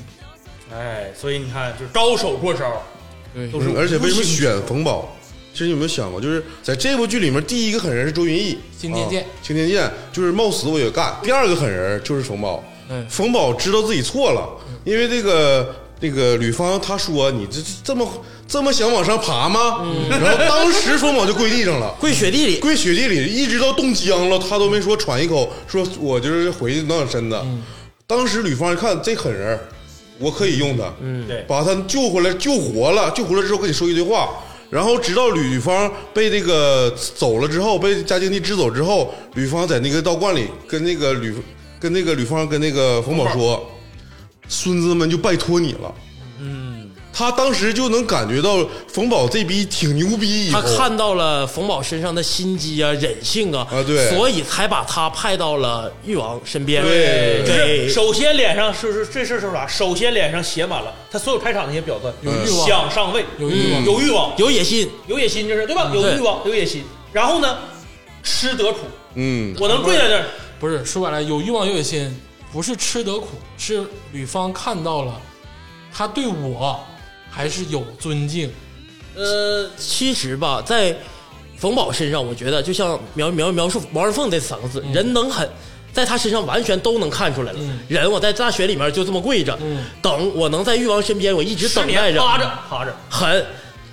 哎，所以你看，就是高手过招，对都是嗯而且为什么无形之选冯宝？其实你有没有想过，就是在这部剧里面，第一个狠人是周云逸，青天剑啊青天剑就是冒死我也干。第二个狠人就是冯宝嗯，冯宝知道自己错了，因为这个这个吕方他说你这这么这么想往上爬吗？嗯然后当时冯宝就跪地上了”。跪雪地里，跪雪地里，一直到冻僵了，他都没说喘一口，说我就是回去暖暖身子。当时吕方一看这狠人儿，我可以用他，嗯对把他救回来，救活了，救活了之后跟你说一堆话。然后直到吕方被这个走了之后，被嘉靖帝支走之后，吕方在那个道观里跟那个吕跟那个吕方跟那个冯宝说：“孙子们就拜托你了。”嗯，他当时就能感觉到冯宝这逼挺牛逼以他后，看到了冯宝身上的心机啊、忍性啊，啊对所以才把他派到了誉王身边，对就是给首先脸上是是这事儿是啥？首先脸上写满了他所有开场那些标杆，有欲望想上位，有欲嗯望有欲望，有野心，有野心，这是对吧？嗯有欲望，有野心。然后呢，吃得苦，嗯，我能跪在那儿，不是说白了，有欲望有野心，不是吃得苦，是吕方看到了他对我还是有尊敬，呃，其实吧，在冯宝身上，我觉得就像描描描述王人凤这三个嗯字，人能狠，在他身上完全都能看出来了。人我在大学里面就这么跪着，嗯等我能在誉王身边，我一直失等待眠着，趴着趴着，狠，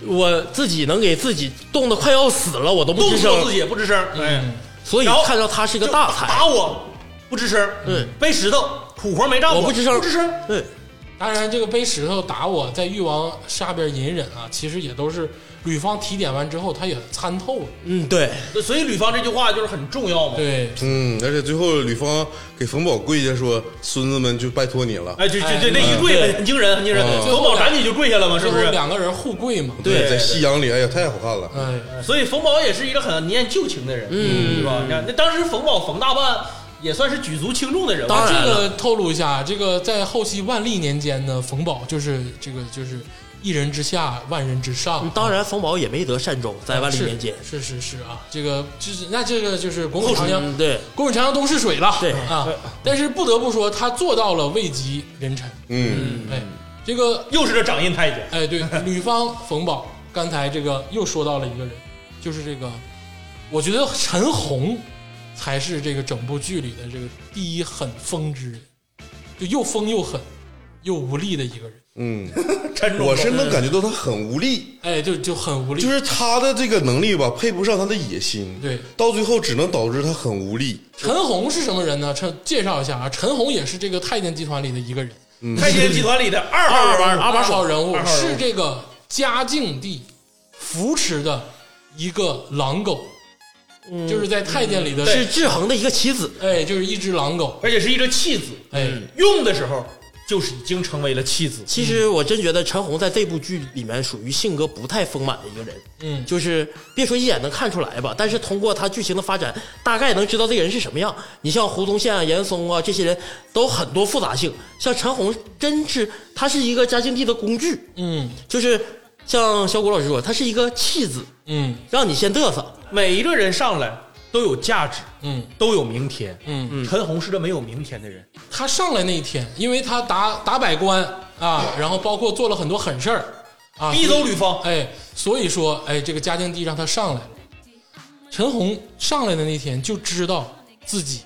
我自己能给自己冻得快要死了，我都不冻吱死我自声。己也不吱声，哎，嗯所以然后看到他是个就大才，打我不吱声，对，背石头苦活没干活，我不吱声，不吱声，。对，当然，这个背石头打我在誉王下边隐忍啊，其实也都是吕方提点完之后，他也参透了。嗯，对，所以吕方这句话就是很重要嘛，对，嗯，而且最后吕方给冯宝跪下说：“孙子们就拜托你了。哎，就就哎就那一对跪很惊人，很惊人嗯，冯宝赶紧就跪下了嘛，是最不后是？两个人互跪嘛。对在夕阳里，哎呀，太好看了。哎，所以冯宝也是一个很念旧情的人，嗯，对吧？你看，那当时冯宝冯大半也算是举足轻重的人物，当然这了个透露一下，这个在后期万历年间呢，冯宝就是这个就是一人之下，万人之上。当然冯宝也没得善终，在万历是年间，是是是啊，这个就是那这个就是滚滚长江，嗯，对，滚滚长江东逝水了。对啊，但是不得不说，他做到了位极人臣。嗯，哎，这个又是这掌印太监，哎，对，吕方、冯宝，刚才这个又说到了一个人，就是这个，我觉得陈红才是这个整部剧里的这个第一很疯之人，就又疯又狠又无力的一个人。嗯，陈忠我是能感觉到他很无力，哎，就就很无力，就是他的这个能力吧，配不上他的野心，对，到最后只能导致他很无力。陈红是什么人呢？陈介绍一下啊，陈红也是这个太监集团里的一个人，太监集团里的二号二人物班二把手号人物二号人物是这个嘉靖帝扶持的一个狼狗，就是在太监里的，是制衡的一个棋子，哎，就是一只狼狗，而且是一个弃子，哎。用的时候就是已经成为了弃子，其实我真觉得陈红在这部剧里面属于性格不太丰满的一个人，嗯就是别说一眼能看出来吧，但是通过他剧情的发展，大概能知道这个人是什么样。你像胡宗宪啊、严嵩啊这些人都很多复杂性，像陈红真是他是一个嘉靖帝的工具，嗯就是像小谷老师说，他是一个弃子，嗯让你先嘚瑟。每一个人上来都有价值，嗯都有明天，嗯，陈红是个没有明天的人，他上来那一天，因为他打打百官啊，然后包括做了很多狠事儿啊，逼走吕方，哎，所以说，哎，这个嘉定帝让他上来了。陈洪上来的那天就知道自己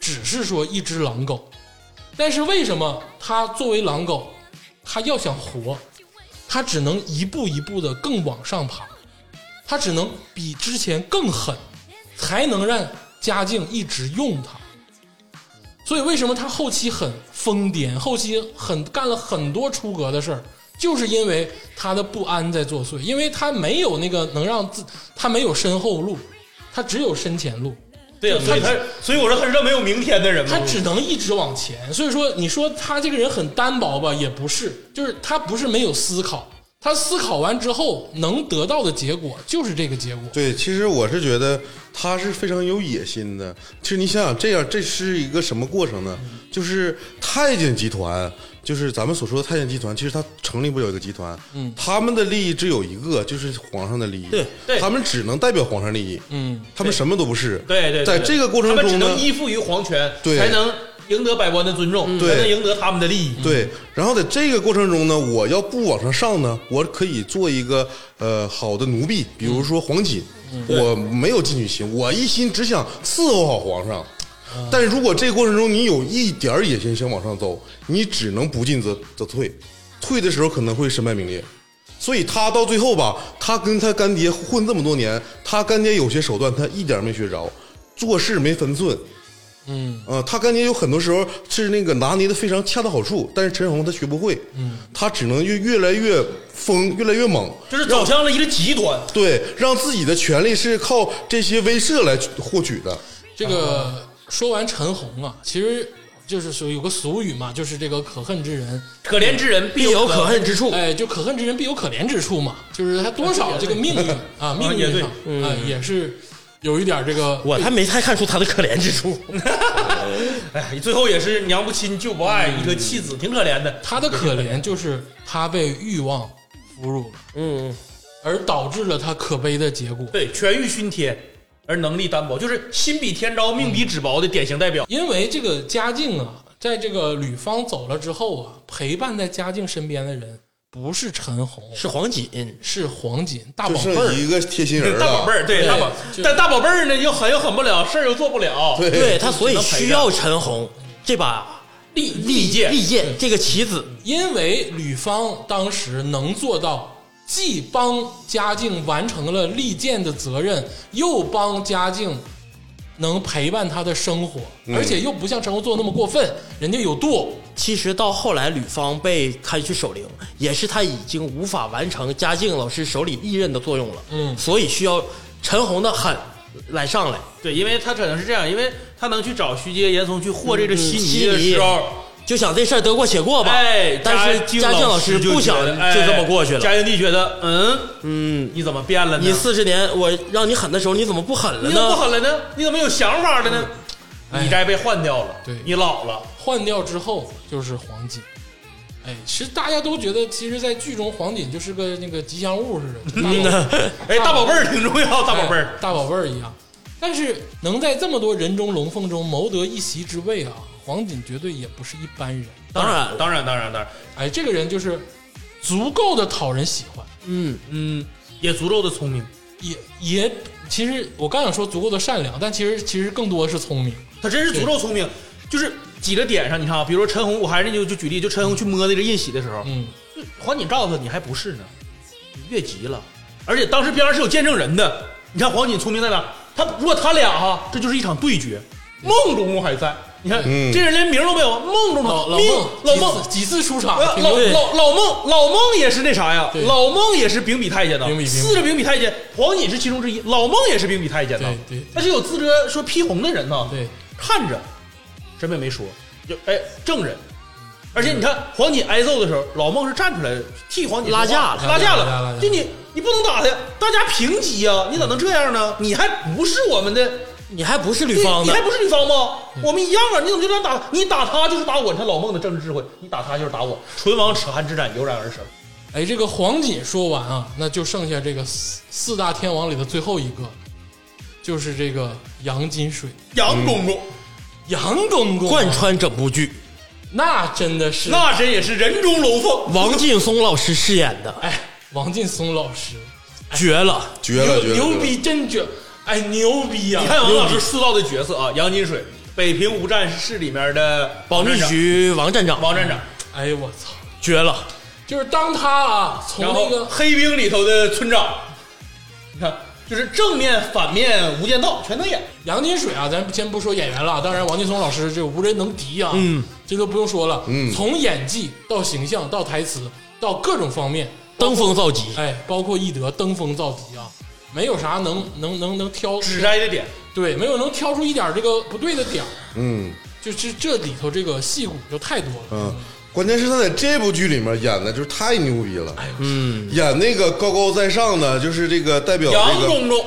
只是说一只狼狗，但是为什么他作为狼狗，他要想活，他只能一步一步的更往上爬，他只能比之前更狠，才能让嘉靖一直用他。所以为什么他后期很疯癫，后期很干了很多出格的事儿，就是因为他的不安在作祟，因为他没有那个能让自，他没有身后路，他只有身前路，对呀、就所以他他，所以我说他是这没有明天的人嘛他。只能一直往前。所以说，你说他这个人很单薄吧，也不是，就是他不是没有思考，他思考完之后能得到的结果就是这个结果。对，其实我是觉得他是非常有野心的。其实你想想，这样这是一个什么过程呢？就是太监集团，就是咱们所说的太监集团，其实他成立不了一个集团，嗯，他们的利益只有一个，就是皇上的利益，对对他们只能代表皇上利益，嗯，他们什么都不是，对对对，在这个过程他们只中呢能，依附于皇权，对才能赢得百官的尊重，对才能赢得他们的利益。对，然后在这个过程中呢，我要不往上上呢，我可以做一个呃好的奴婢，比如说黄锦，我没有进取心，我一心只想伺候好皇上。但如果这个过程中你有一点儿野心想往上走，你只能不进则则退，退的时候可能会身败名裂。所以他到最后吧，他跟他干爹混这么多年，他干爹有些手段他一点儿没学着，做事没分寸，呃，他干爹有很多时候是那个拿捏的非常恰到好处，但是陈红他学不会，嗯，他只能越越来越疯，越来越猛，就是走向了一个极嗯端，对，让自己的权利是靠这些威慑来获取的，这个说完陈红啊，其实就是说有个俗语嘛，就是这个可恨之人可怜之人必有可恨。恨之处。哎，就可恨之人必有可怜之处嘛，就是他多少这个命运啊，命也运对上啊也是有一点这个我还没太看出他的可怜之处。哎，最后也是娘不亲舅不爱，嗯一个弃子，挺可怜的。他的可怜就是他被欲望俘虏了，嗯，而导致了他可悲的结果。对，权欲熏天，而能力单薄，就是心比天高，命比纸薄的典型代表。因为这个嘉靖啊，在这个吕方走了之后啊，陪伴在嘉靖身边的人不是陈红，是黄锦，是黄锦大就宝贝剩儿。一个贴心人大宝贝了。儿，对对大宝就，但大宝贝儿呢，又狠又狠不了，事儿又做不了，对对他所以只能陪着需要陈红这把利利剑，嗯利剑这个棋子。因为吕方当时能做到，既帮嘉靖完成了立剑的责任，又帮嘉靖能陪伴他的生活，而且又不像陈红做的那么过分，人家有度。其实到后来，吕方被开去守灵，也是他已经无法完成嘉靖老师手里利刃的作用了。嗯所以需要陈红的狠来上来。对，因为他可能是这样，因为他能去找徐阶、严嵩去和这个稀泥嗯的稀泥时候，就想这事儿得过且过吧。哎，但是嘉嘉靖老师就不想觉得哎就这么过去了。嘉靖帝觉得，嗯嗯，你怎么变了呢？你四十年，我让你狠的时候，你怎么不狠了你怎么不呢？狠了呢？你怎么有想法了呢？哎你该被换掉了，对你老了，换掉之后就是黄锦。哎，其实大家都觉得，其实，在剧中黄锦就是个那个吉祥物 似的，嗯大宝贝儿哎，大宝贝儿挺重要，大宝贝儿哎，大宝贝儿一样。但是能在这么多人中龙凤中谋得一席之位啊，黄锦绝对也不是一般人。当然，当然，当然，当然，哎，这个人就是足够的讨人喜欢，嗯，嗯，也足够的聪明，也也其实我刚想说足够的善良，但其实其实更多是聪明。他真是足够聪明，就是几个点上，你看啊，比如说陈红，我还是那就就举例，就陈红去摸那个印玺的时候，嗯，就黄锦照他，你还不是呢，你越级了，而且当时边上是有见证人的，你看黄锦聪明在哪？他如果他俩哈，这就是一场对决，梦中还在，你看、嗯这人连名都没有，梦中他老老命孟几次老孟。几次出场，呃挺老牛老老孟老孟也是那啥呀对，老孟也是秉笔太监的秉笔，四个秉笔太监，黄锦是其中之一，老孟也是秉笔太监的对对对，他是有资格说批红的人呢。对，看着，什么也没说，就哎证人。而且你看黄锦挨揍的时候，老孟是站出来替黄锦拉架说话了拉拉架架拉了。架就你你不能打他，大家平级呀、你咋能这样嗯呢？你还不是我们的，你还不是吕方你你的还，不是吕方吗？我们一样啊！你怎么就这样打他？你打他就是打我，你看老孟的政治智慧，你打他就是打我。唇亡齿寒之战油然而生，哎，这个黄锦说完啊，那就剩下这个四四大天王里的最后一个，就是这个杨金水，杨公公、杨公公啊贯穿整部剧。那真的嗯是那真也是人中龙凤，哎王劲松老师饰演的，哎，王劲松老师绝了！绝了，绝牛了！绝了逼，真绝！哎，牛逼呀、你看王老师塑造的角色啊，杨金水，北平无战事里面的保密站长局王站长王站长，哎呦我操！绝了！就是当他啊，从然那后个黑冰里头的村长，你看，就是正面反面无间道全能演。杨金水啊，咱先不说演员了，当然王劲松老师这无人能敌啊，嗯，这都不用说了，嗯从演技到形象到台词到各种方面，登峰造极，哎，包括易德登峰造极啊，没有啥能能能能挑指摘的点，对，没有能挑出一点这个不对的点儿，嗯就是这里头这个戏骨就太多了，嗯，关键是他在这部剧里面演的就是太牛逼了，嗯，演那个高高在上的，就是这个代表杨这个公公，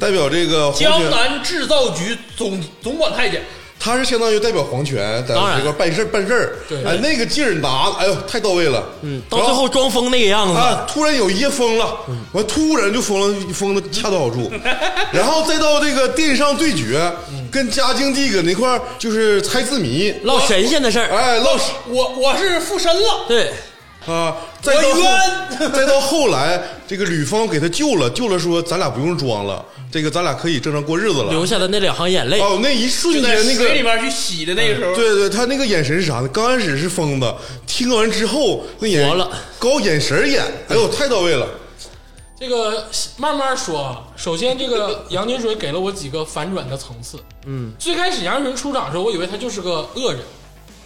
代表这个皇江权，南制造局总总管太监，他是相当于代表皇权在当然这块办事儿办事儿，对哎，那个劲儿拿的，哎呦，太到位了，嗯到最后装疯那个样子，哦啊，突然有一夜疯了，完突然就疯了，疯的恰到好处，然后再到这个电商对决，跟嘉靖帝搁那块儿就是猜字谜，唠哦神仙的事儿，哎，唠我我是附身了，对，啊，再到我后冤 再到后来，这个吕方给他救了，救了说咱俩不用装了，这个咱俩可以正常过日子了。流下的那两行眼泪，哦，那一瞬就间在那水里个。嗯面去洗的那个时候，对对，他那个眼神是啥呢？刚开始是疯的，听完之后那眼活了，高眼神儿演，哎呦，太到位 了。这个慢慢说啊。首先，这个杨金水给了我几个反转的层次。嗯，最开始杨金水出场的时候，我以为他就是个恶人，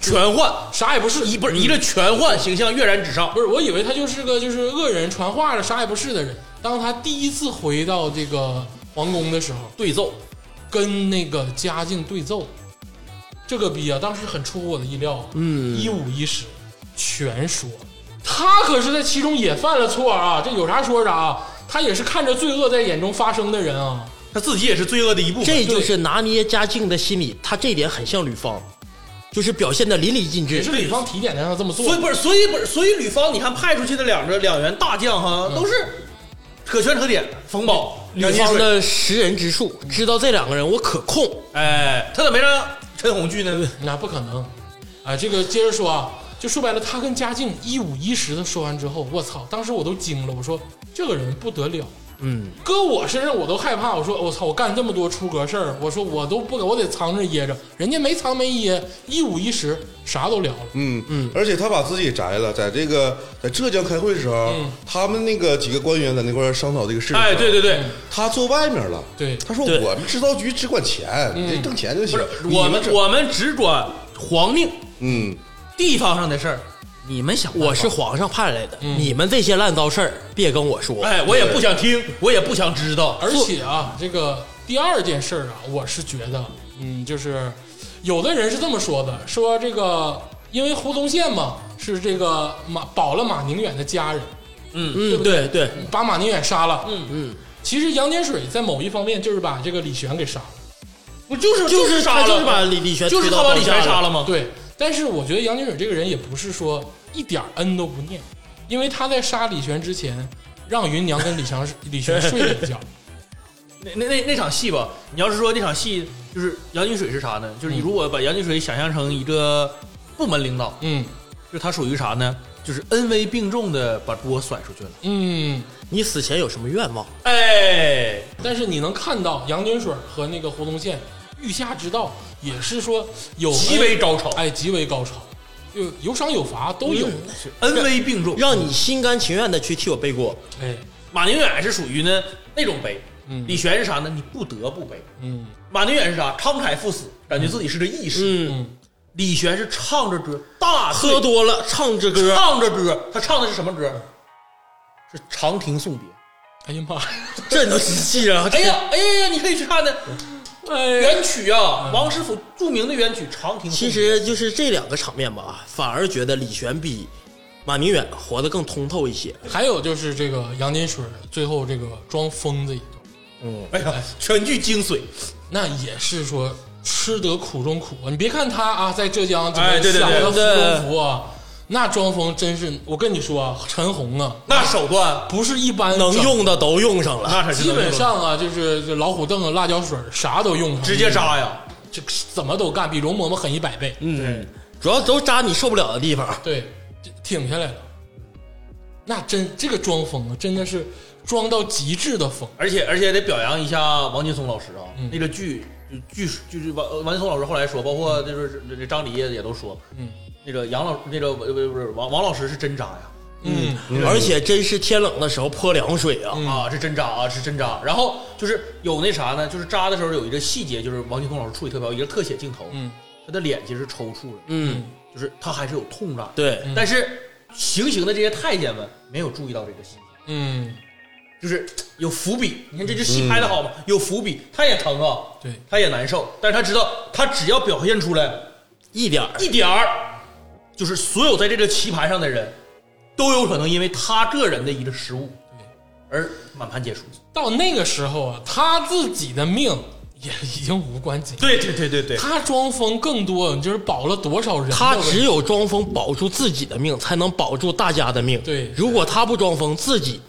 全换啥也不是，一不是一个全换形象跃然纸上，不是，我以为他就是个就是恶人传话的啥也不是的人。当他第一次回到这个皇宫的时候，对奏，跟那个嘉靖对奏，这个逼啊，当时很出乎我的意料。嗯，一五一十全说，他可是在其中也犯了错啊，这有啥说啥，他也是看着罪恶在眼中发生的人啊。他自己也是罪恶的一部分。这就是拿捏嘉靖的心理，他这一点很像吕方，就是表现的淋漓尽也是。致吕方提点让他这么做所以不是，所以不是，所以吕方，你看派出去的两个两员大将哈，都是可圈可点，冯宝、吕杨金方水。的识人之术，知道这两个人我可控，哎，他咋没让陈红去呢？那不可能。啊，这个接着说啊，就说白了，他跟嘉靖一五一十的说完之后，我操，当时我都惊了，我说这个人不得了。嗯，搁我身上我都害怕，我说我操，我干这么多出格事儿，我说我都不敢，我得藏着掖着，人家没藏没掖，一五一十啥都聊了。嗯嗯，而且他把自己给摘了，在这个在浙江开会的时候，他们那个几个官员在那块儿商讨这个事情。嗯哎，对，对对，他坐外面了。对他说对我们制造局只管钱，你挣钱就不行是。你嗯我们这我们只管皇命，嗯，地方上的事儿，你们想办法我是皇上派来的，你们这些烂糟事儿别跟我说。嗯哎，我也不想听，我也不想知道。而且啊，这个第二件事儿啊，我是觉得，嗯，就是有的人是这么说的，说这个因为胡宗宪嘛是这个马保了马宁远的家人，嗯，对对，把马宁远杀了，嗯嗯，其实杨坚水在某一方面就是把这个李玄给杀了。不就是就是杀他了，就是把李李玄就是推到他把刀李下全杀了了吗？对，但是我觉得杨金水这个人也不是说一点儿恩都不念，因为他在杀李玄之前，让芸娘跟李强 李玄睡了 一觉。那那那那场戏吧，你要是说那场戏就是杨金水是啥呢？就是你如果把杨金水想象成一个部门领导，嗯就是他属于啥呢？就是恩威并重的把锅甩出去了。嗯，你死前有什么愿望？哎，但是你能看到杨金水和那个胡宗宪御下之道，也是说有极为高超，哎极为高超，就有赏有罚都有。嗯恩威并重。让你心甘情愿的去替我背锅。哎，马宁远是属于呢那种背，嗯李玄是啥呢？你不得不背。嗯马宁远是啥？慷慨赴死，感觉自己是个义士。嗯，嗯，李玄是唱着歌，大醉喝多了唱着歌，唱着歌，他唱的是什么歌？是《长亭送别哎呀 妈呀，这能记着？》。哎呀，哎呀呀，你可以去看的哎呀，原曲啊，王师傅著名的原曲《长亭送别》。其实就是这两个场面吧，反而觉得李玄比马明远活得更通透一些。哎还有就是这个杨金水最后这个装疯子一段。哎呀，全剧精髓。那也是说吃得苦中苦。你别看他啊，在浙江这哎对个对享对了对芙蓉福啊，那装疯真是，我跟你说啊，陈红啊，那手段不是一般能整，用的都用上了，那是基本上啊，就是就老虎凳、辣椒水啥都用上，直接扎呀！这怎么都干，比容嬷嬷狠一百倍。嗯，主要都扎你受不了的地方。对，这挺下来了。那真这个装疯啊，真的是装到极致的疯。而且而且得表扬一下王劲松老师啊，嗯那个剧就剧就是王王劲松老师后来说，包括就是这这张黎也也都说，嗯，那个杨老那个不不不是王王老师是真渣呀，嗯而且真是天冷的时候泼凉水啊，啊是真渣啊是真渣。然后就是有那啥呢，就是渣的时候有一个细节，就是王劲松老师处理特别好，一个特写镜头，嗯，他的脸其实是抽搐的，嗯，就是他还是有痛感，对，但是行刑的这些太监们没有注意到这个细节。嗯，就是有伏笔，你看这就戏拍的好嘛，有伏笔，他也疼啊，对他也难受，但是他知道，他只要表现出来一点儿一点儿，就是所有在这个棋盘上的人，都有可能因为他个人的一个失误，而满盘皆输。到那个时候啊，他自己的命也已经无关紧。对对对对对，他装疯更多就是保了多少人的他问只有装疯保住自己的命，才能保住大家的命。对如果他不装疯，自己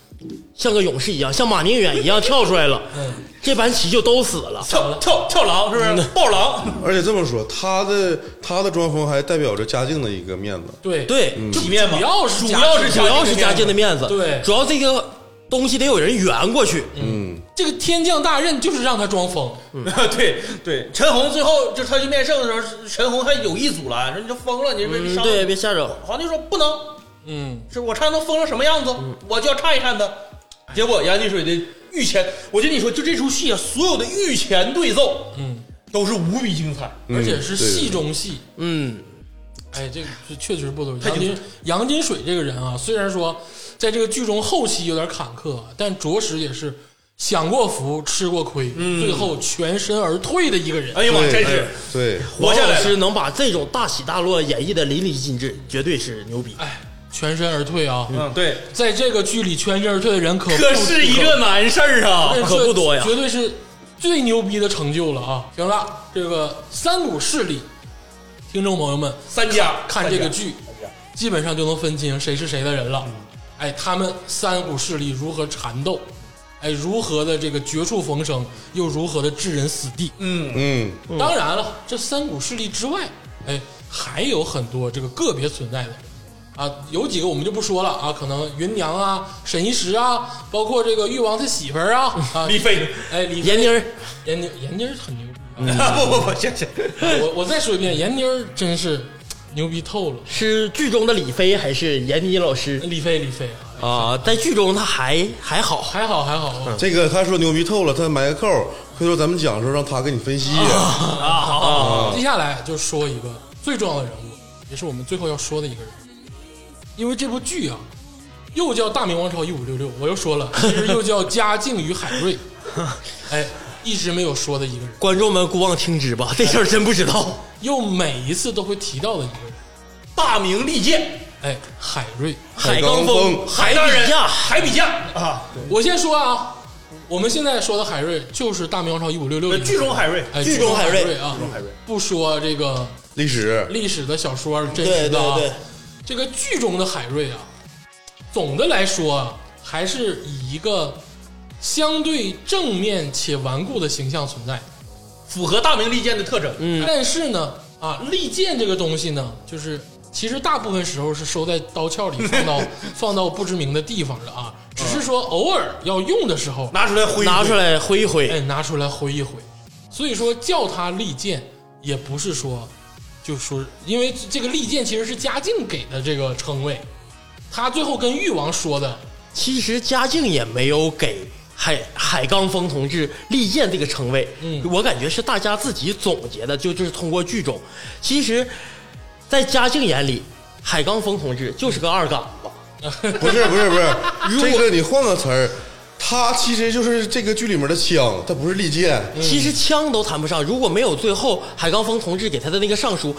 像个勇士一样，像马宁远一样跳出来了，嗯这盘棋就都死了。跳跳跳狼是不是？暴狼，而且这么说，他的他的装疯还代表着嘉靖的一个面子。对，对，体面嘛，主要是主要是主要是嘉靖靖的面子，对主要这个东西得有人圆过去。嗯这个天降大任就是让他装疯，面子， 对对。陈红最后就是他去面圣的时候，陈红还有意阻拦，说你就疯了，你别嗯伤了对，别瞎整。皇帝说不能，嗯，是我看他疯成什么样子，我就要看一看他。结果杨金水的御前，我跟你说，就这出戏啊，所有的御前对奏，嗯，都是无比精彩。嗯而且是戏，对中戏。嗯，哎，这个是确实不多。太杨精金杨金水这个人啊，虽然说在这个剧中后期有点坎坷，但着实也是享过福、吃过亏，最后全身而退的一个人。哎呀妈，对真是对，活下王老来了。师能把这种大起大落演绎的淋漓尽致，绝对是牛逼。哎，全身而退啊！嗯，对，在这个剧里全身而退的人可不可是一个难事儿啊哎。 可这不多呀绝对是最牛逼的成就了啊！行了，这个三股势力，听众朋友们三家看这个剧，基本上就能分清谁是谁的人了。哎，他们三股势力如何缠斗，哎，如何的这个绝处逢生，又如何的置人死地。嗯，嗯，当然了，这三股势力之外，哎，还有很多这个个别存在的啊，有几个我们就不说了啊，可能芸娘啊、沈一石啊，包括这个誉王他媳妇儿啊， 啊，李飞，哎，李闫妮儿，嗯闫妮儿，闫妮儿很牛逼啊。不不不，行行，哎我我再说一遍，闫妮儿真是牛逼透了。是剧中的李飞还是闫妮老师李飞，李飞啊，啊？在剧中她还还好，还好还嗯好，这个他说牛逼透了，他埋个扣，回头咱们讲的时候让他给你分析。啊接下来就说一个最重要的人物，也是我们最后要说的一个人，因为这部剧啊，又叫《大明王朝一五六六》，我又说了，其实又叫《嘉靖与海 瑞》，哎，一直没有说的一个人，观众们姑妄听之吧，这事儿真不知道。又每一次都会提到的一个人，大明利剑，哎，海瑞。海刚刚峰、峰海大人比价，海比价啊，我先说啊，我们现在说的海瑞就是《大明王朝一五六六》里面剧中呃海瑞，哎，剧中海瑞瑞啊，海瑞不说这个 历史，历史的小说真对实的啊对对，这个剧中的海瑞啊，总的来说啊，还是以一个相对正面且顽固的形象存在。符合大明利剑的特征。嗯但是呢，啊，利剑这个东西呢，就是其实大部分时候是收在刀鞘里，放到 放到不知名的地方的啊，只是说偶尔要用的时候，拿出来挥一挥，拿出来挥一挥，哎，拿出来挥一挥。所以说叫他利剑，也不是说就说，因为这个利剑其实是嘉靖给的这个称谓，他最后跟誉王说的，其实嘉靖也没有给海海刚峰同志利剑这个称谓，嗯我感觉是大家自己总结的，就就是通过剧中，其实，在嘉靖眼里，海刚峰同志就是个二杆子。不是不是不是， 这个你换个词儿，他其实就是这个剧里面的枪，他不是利剑。嗯其实枪都谈不上，如果没有最后海刚峰同志给他的那个上书，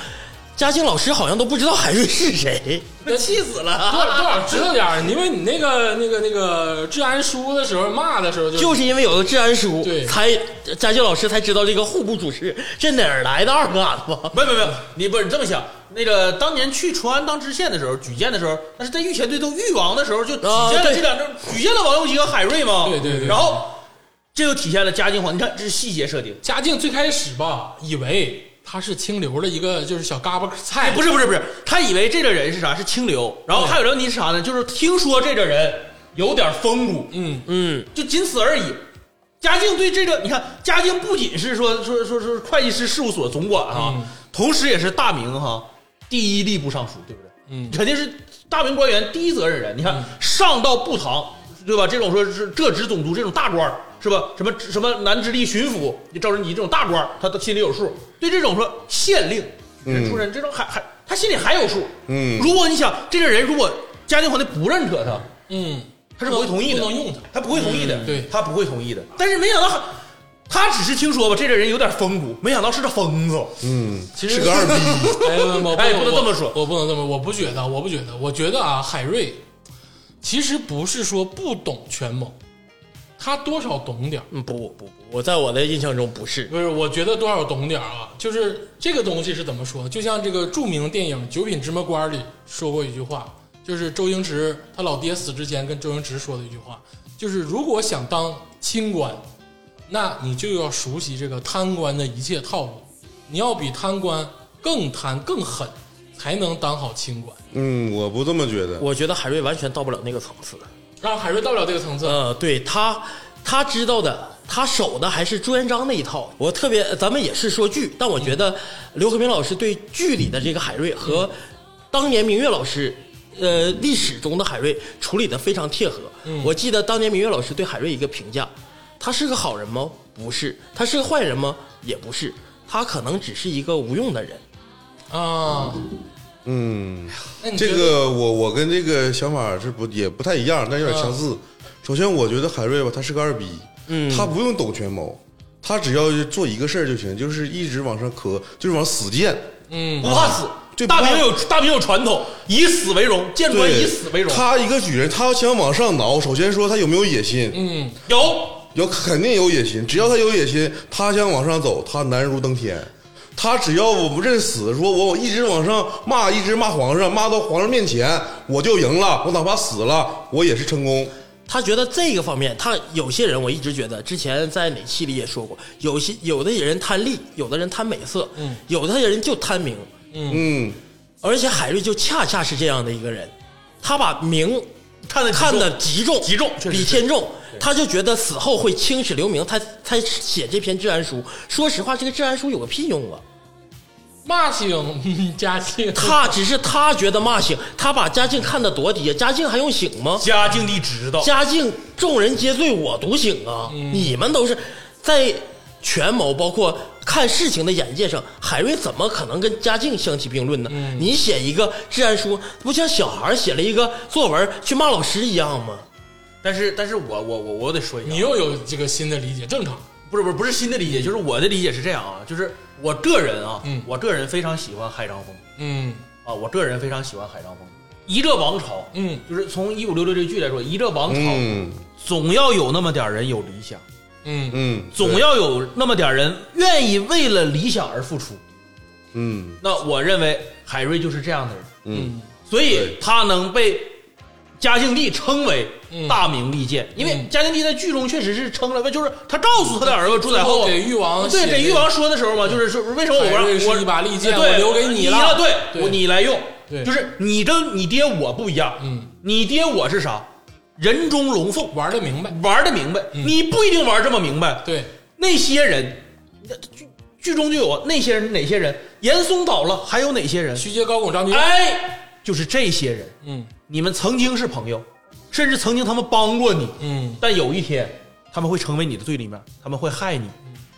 嘉靖老师好像都不知道海瑞是谁。那气死了。多少多少知道点儿，因为你那个那个那个治安书的时候骂的时候就 就是因为有了治安书，对才嘉靖老师才知道这个户部主事这哪儿来的二杆子？没有没有没有，你不是你这么想？那个当年去淳安当知县的时候，举荐的时候，那是在御前对奏誉王的时候就举啊荐了对这两张，举荐了王又吉和海瑞嘛。对对对然后这就体现了嘉靖皇，你看这是细节设定。嘉靖最开始吧，以为他是清流的一个就是小嘎巴哎菜，不是不是不是，他以为这个人是啥？是清流。然后对还有一个问题是啥呢？就是听说这个人有点风骨，嗯，嗯，就仅此而已。嘉靖对这个，你看，嘉靖不仅是说说说说会计师事务所总管哈，同时也是大明哈第一吏部尚书，对不对？嗯肯定是大明官员第一责任人。你看，上到部堂，对吧？这种说是浙直总督这种大官儿是吧？什么什么南直隶巡抚、赵仁吉这种大官儿，他都心里有数。对这种说县令嗯出身，这种还还他心里还有数。嗯如果你想这个人，如果嘉靖皇帝不认可他，嗯，他是不会同意的，不能用他。嗯他不会同意的，对他不会同意的。但是没想到，他只是听说吧，这个人有点风骨，没想到是个疯子。嗯，其是实个二逼， 哎，不不哎不能这么说我不能这么，我不觉得，我不觉得，我觉得啊，海瑞其实不是说不懂权谋，他多少懂点儿嗯不不不，我在我的印象中不是，不是，我觉得多少懂点儿啊，就是这个东西是怎么说？就像这个著名电影《九品芝麻官》里说过一句话，就是周星驰他老爹死之前跟周星驰说的一句话，就是如果想当清官，那你就要熟悉这个贪官的一切套路，你要比贪官更贪更狠，才能当好清官。嗯，我不这么觉得，我觉得海瑞完全到不了那个层次。让海瑞到不了这个层啊次，呃，对他，他知道的，他守的还是朱元璋那一套。我特别，咱们也是说剧，但我觉得刘和平老师对剧里的这个海瑞和当年明月老师，呃，历史中的海瑞处理的非常贴合。我记得当年明月老师对海瑞一个评价，他是个好人吗？不是。他是个坏人吗？也不是。他可能只是一个无用的人。啊，嗯，那你觉这得个我我跟这个想法是不也不太一样，但有点嗯相似。首先，我觉得海瑞吧，他是个二逼，嗯他不用懂权谋，他只要做一个事儿就行，就是一直往上磕，就是往死谏。嗯不怕死。对大不怕明有大明有传统，以死为荣，谏嗯官对，以死为荣。他一个举人，他要想往上挠，首先说他有没有野心，嗯有有肯定有野心。只要他有野心，他想往上走，他难如登天。他只要我不认死，说我一直往上骂，一直骂皇上，骂到皇上面前，我就赢了。我哪怕死了，我也是成功。他觉得这个方面，他有些人我一直觉得，之前在哪期里也说过，有些有的人贪利，有的人贪美色，嗯，有的人就贪名，嗯，而且海瑞就恰恰是这样的一个人，他把名看得看得得极重，极重确实比是天重，他就觉得死后会青史留名，他才写这篇致安书。说实话，这个致安书有个屁用啊！骂醒嘉庆，他只是他觉得骂醒，他把嘉靖看得多低，嘉靖还用醒吗？嘉靖帝知哦道，嘉靖众人皆醉我独醒啊！嗯你们都是在权谋，包括看事情的眼界上，海瑞怎么可能跟嘉靖相提并论呢？嗯你写一个治安书，不像小孩写了一个作文去骂老师一样吗？但是但是我我我我得说一 你下，又有这个新的理解，正常。不是不是不是新的理解，就是我的理解是这样啊，就是我个人啊，嗯我个人非常喜欢海张峰嗯啊，我个人非常喜欢海张峰。一个王朝，嗯就是从一五六六这剧来说，一个王朝、嗯总要有那么点儿人有理想，嗯嗯，总要有那么点儿人愿意为了理想而付出。嗯那我认为海瑞就是这样的人，嗯，所以对他能被嘉靖帝称为嗯大明利剑，因为嗯嘉靖帝在剧中确实是称了，就是他告诉他的儿子朱最载厚后给誉王对写给的誉王说的时候嘛，就是说为什么我海让瑞是我一把利剑对我留给你你了对对我你来用，对就是你跟你爹我不一样，嗯，你爹我是啥？人中龙凤，玩的明白，玩的明白，你不一定玩这么明白，嗯对，那些人，剧剧中就有啊那些人哪些人，严嵩倒了，还有哪些人？徐阶高拱张居正，哎，就是这些人，嗯你们曾经是朋友，甚至曾经他们帮过你，嗯但有一天他们会成为你的对立面，他们会害你，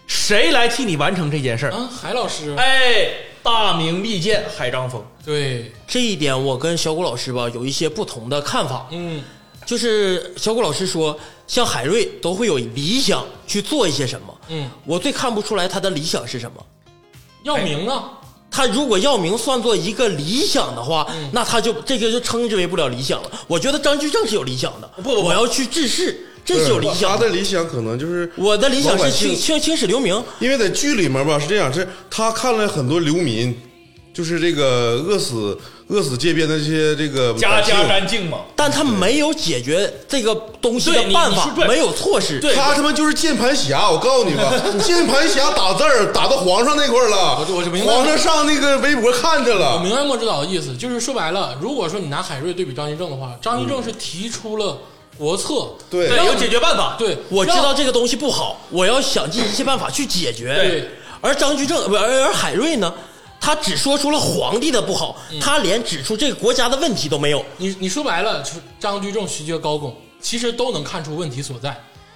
谁来替你完成这件事儿？啊，海老师，哎，大明利剑海张峰，对，这一点我跟小谷老师吧有一些不同的看法，嗯就是小谷老师说，像海瑞都会有理想去做一些什么，嗯，我最看不出来他的理想是什么。要名啊，他如果要名算作一个理想的话，嗯那他就这个就称之为不了理想了。我觉得张居正是有理想的，不不不我要去治世，这是有理他想的理想可能就是我的理想老百是姓青青青史留名，因为在剧里面吧是这样，是他看了很多流民，就是这个饿死饿死街边的这些这个家百姓家干净嘛。但他没有解决这个东西对的你办你法是，对没有措施。对他他妈就是键盘侠，我告诉你吧，键盘侠打字儿打到皇上那块儿了，我就我就明白了皇上上那个微博看去我了，明白莫指导的意思，就是说白了，如果说你拿海瑞对比张居正的话，张居正是提出了国策，对对，有解决办法。对，我知让道这个东西不好，我要想尽一切办法去解决。对，而张居正不，而而海瑞呢，他只说出了皇帝的不好，嗯他连指出这个国家的问题都没有。你你说白了，就是张居正、徐阶、高拱，其实都能看出问题所在。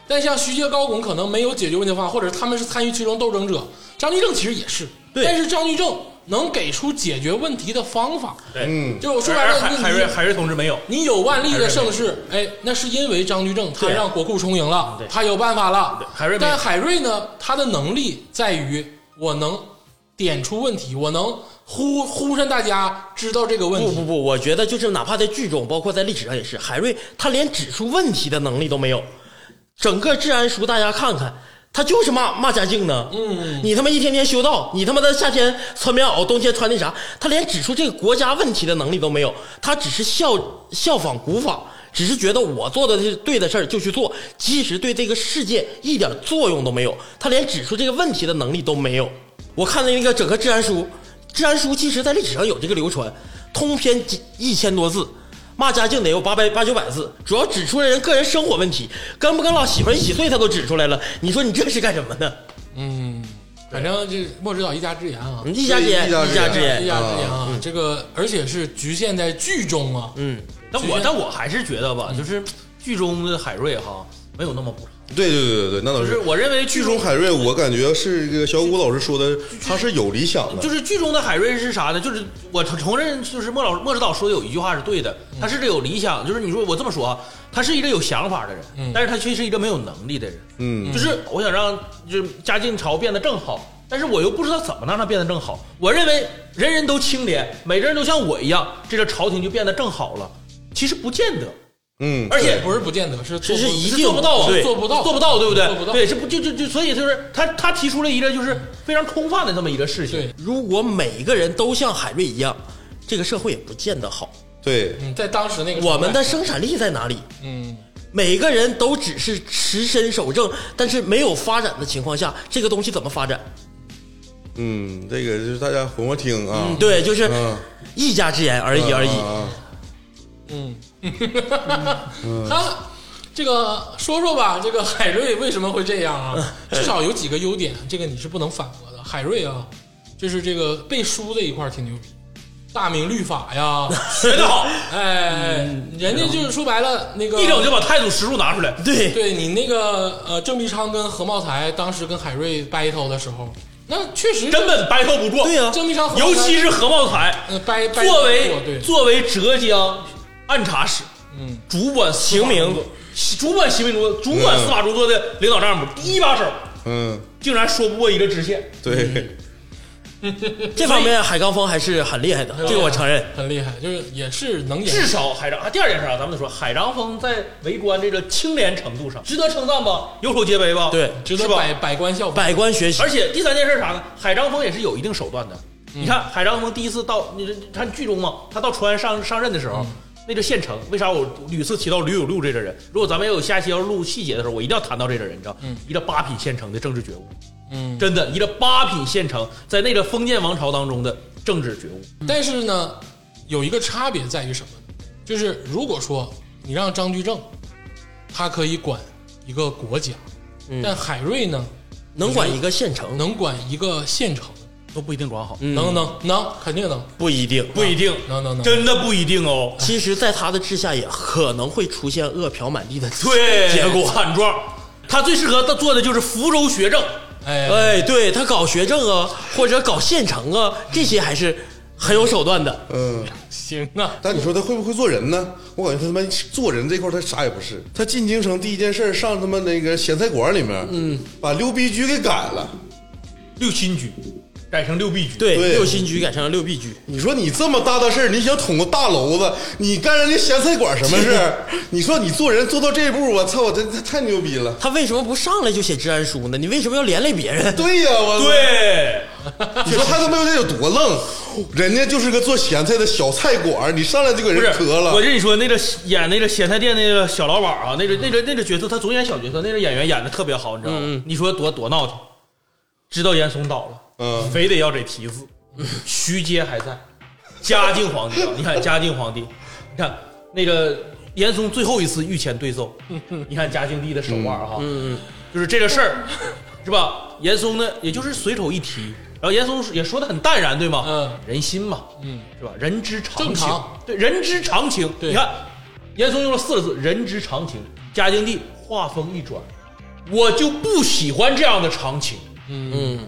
但像徐阶、高拱可能没有解决问题的方法，或者他们是参与其中斗争者。张居正其实也是，对但是张居正能给出解决问题的方法。对，嗯，就是我说白而了，海你海瑞海瑞同志没有，你有万历的盛世，哎，那是因为张居正他对啊嗯让国库充盈了对，他有办法了对。海瑞没有但海瑞呢，他的能力在于我能点出问题，我能呼呼声大家知道这个问不题。不不，我觉得就是哪怕在剧中，包括在历史上也是，海瑞他连指出问题的能力都没有。整个治安署大家看看，他就是骂骂嘉靖呢。嗯，你他妈一天天修道，你他妈的夏天穿棉袄，冬天穿那啥，他连指出这个国家问题的能力都没有，他只是效效仿古法。只是觉得我做的是对的事儿就去做，其实对这个世界一点作用都没有，他连指出这个问题的能力都没有。我看的那个整个治安书，治安书其实在历史上有这个流传，通篇几一千多字，骂嘉靖得有八百八九百字，主要指出了人个人生活问题，跟不跟老媳妇儿一起睡，他都指出来了。你说你这是干什么呢？嗯反正这莫指导一家之言啊，一家之言，嗯对一一家家之之一言言。家之言啊，这个而且是局限在剧中啊。嗯，但其我实但我还是觉得吧，就是剧中的海瑞哈没有那么不好，对对对对对，那倒就是是。我认为剧中海瑞，我感觉是这个小谷老师说的，他是有理想的，就是剧中的海瑞是啥呢？就是我承承认，就是莫老莫指导说的有一句话是对的，他是个有理想，就是你说我这么说啊，他是一个有想法的人，但是他却是一个没有能力的人。嗯，就是我想让就是嘉靖朝变得更好，但是我又不知道怎么让它变得更好。我认为人人都清廉，每个人都像我一样，这个朝廷就变得更好了。其实不见得，嗯，而且不是不见得是做这是不一是定做不到啊，对做不到做不到，对不对？做不到对，是不就就就，所以就是他他提出了一个就是非常空泛的这么一个事情。对，如果每个人都像海瑞一样，这个社会也不见得好。对，嗯，在当时那个时代我们的生产力在哪里？嗯，每个人都只是持身守正，但是没有发展的情况下，这个东西怎么发展？嗯，这个就是大家混混听啊，对，就是嗯一家之言而已而已。 啊嗯他这个说说吧，这个海瑞为什么会这样啊？嗯至少有几个优点，这个你是不能反驳的。海瑞啊，就是这个背书这一块儿挺牛逼，大明律法 呀，学得好，哎，人家就是说白了那个嗯一整就把太祖实录拿出来。对，对你那个呃，郑必昌跟何茂才当时跟海瑞 battle 的时候，那确实根本 battle 不过。对呀郑必昌，尤其是何茂才，呃 b a 作对为作为浙江按察使，嗯，主管司刑法名工作主管刑名工作，主管司法工作的领导干部，第一把手嗯，竟然说不过一个知县。对，这方面海刚峰还是很厉害的，这个我承认。很厉害，就是也是能演至少海张啊，第二件事啊，咱们得说，海张峰在为官这个清廉程度上，值得称赞吧？有口皆碑吧？对值是得吧百百官效仿。百官学习，而且第三件事啥呢？海张峰也是有一定手段的。你看海张峰第一次到，你这看剧中嘛，他到淳安上上任的时候，那个县城，为啥我屡次提到吕有禄这个人？如果咱们也有下期要录细节的时候，我一定要谈到这个人，你知道，一个八品县城的政治觉悟，嗯，真的，一个八品县城在那个封建王朝当中的政治觉悟。嗯但是呢，有一个差别在于什么呢？就是如果说你让张居正，他可以管一个国家，但海瑞呢，能管一个县城，能管一个县城，都不一定管好，嗯能能能，肯定能，不一定。不一定，能能能真的不一定哦。嗯其实，在他的治下也可能会出现饿殍满地的对，结果。惨状。他最适合做的就是福州学政，哎， 哎，对他搞学政啊，或者搞县城啊，这些还是很有手段的。嗯。行啊，但你说他会不会做人呢？我感觉他他妈做人这块儿他啥也不是。他进京城第一件事儿上他妈那个咸菜馆里面，嗯，把六必居给改了。六亲局改成六必居。对，对六新局改成了六必居，你说你这么大的事儿，你想捅个大娄子，你干人家咸菜馆什么事儿？你说你做人做到这步，我操，我这这太牛逼了。他为什么不上来就写治安书呢？你为什么要连累别人？对呀、我操，对，你说他他妈得有多愣？人家就是个做咸菜的小菜馆儿，你上来就给不是人磕了我。跟你说，那个演那个咸菜店那个小老板啊，那个那个那个角色，他总演小角色，那个演员演的特别好，你知道吗？你说多多闹腾，知道严嵩倒了，嗯非得要给题字。徐阶还在，嘉靖皇帝啊，你看嘉靖皇帝，你看那个严嵩最后一次御前对奏，你看嘉靖帝的手腕哈，嗯 就是这个事儿，是吧？严嵩呢，也就是随手一提，然后严嵩也说的很淡然，对吗？嗯，人心嘛，嗯，是吧？人之常正情常，对，人之常情。对你看，严嵩用了四个字“人之常情”，嘉靖帝话锋一转，我就不喜欢这样的常情。嗯，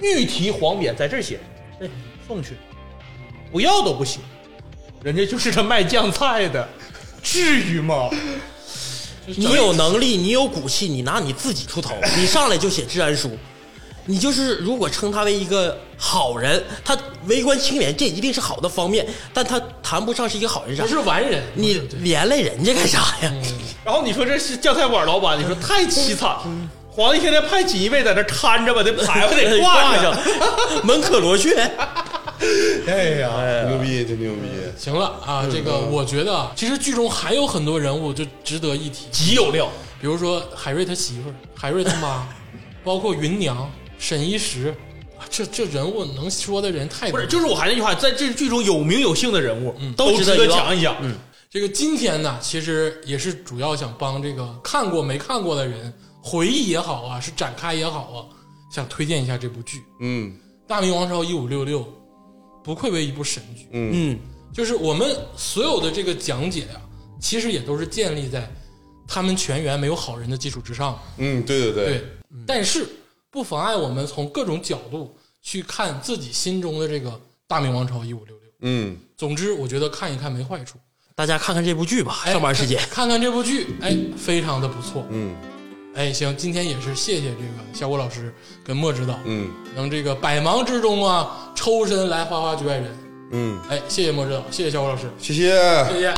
御题黄匾在这儿写，哎，送去，不要都不行，人家就是个卖酱菜的，至于吗？你有能力，你有骨气，你拿你自己出头，你上来就写治安书，你就是如果称他为一个好人，他为官清廉，这一定是好的方面，但他谈不上是一个好人啥不。是嗯完人，你连累人家干啥 呀？然后你说这是酱菜馆老板，你说太凄惨了。皇帝天天派锦衣卫在那看着吧，这牌子得 挂上上。， 门可罗雀。哎呀，牛逼，真牛逼！行了啊，这个我觉得啊，其实剧中还有很多人物就值得一提，极有料，比如说海瑞他媳妇儿，海瑞他妈，包括芸娘、沈一石，啊这这人物能说的人太不多了。是，就是我还是那句话，在这剧中有名有姓的人物，都嗯都值值得得一唠讲一讲。嗯，这个今天呢，其实也是主要想帮这个看过没看过的人回忆也好啊，是展开也好啊，想推荐一下这部剧嗯《大明王朝一五六六》，不愧为一部神剧。嗯嗯，就是我们所有的这个讲解啊，其实也都是建立在他们全员没有好人的基础之上。嗯，对对对，对，但是不妨碍我们从各种角度去看自己心中的这个《大明王朝一五六六》。嗯，总之，我觉得看一看没坏处。大家看看这部剧吧，哎上班时间。看看这部剧，哎，非常的不错。嗯哎，行，今天也是谢谢这个小郭老师跟莫指导，嗯能这个百忙之中啊抽身来花花局外人。嗯，哎，谢谢莫指导，谢谢小郭老师，谢谢。谢谢。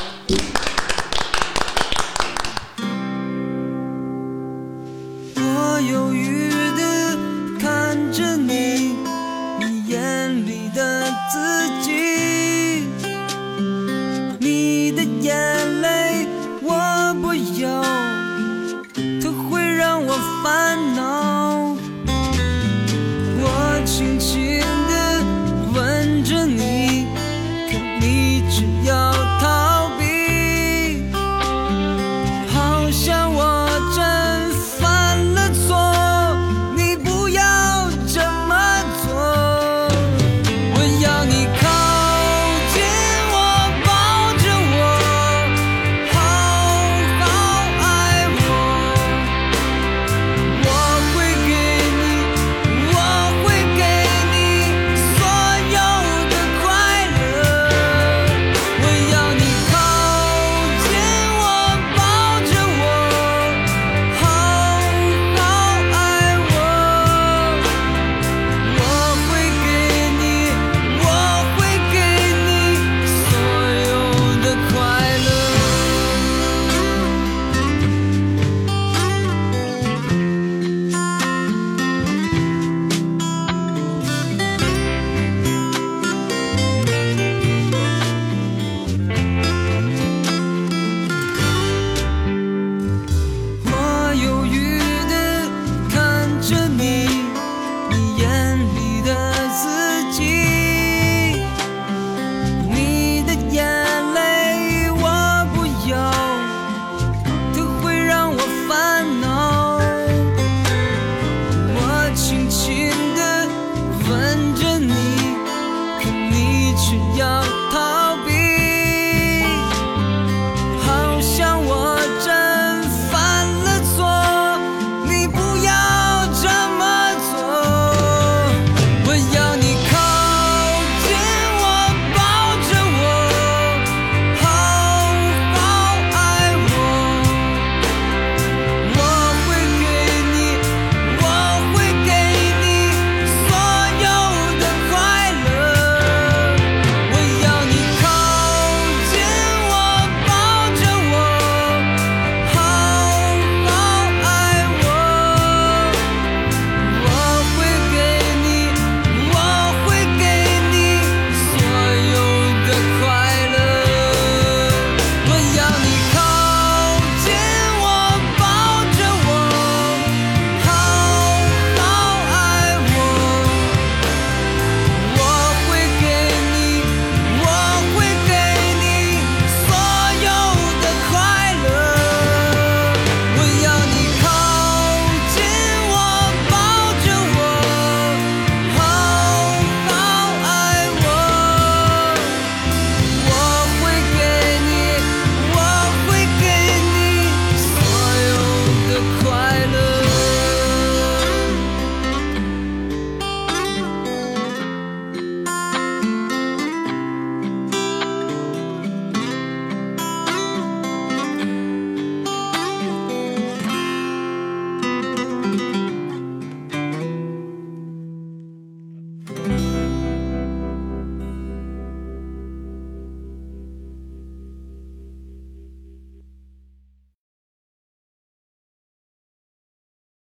我犹豫的看着你，你眼里的自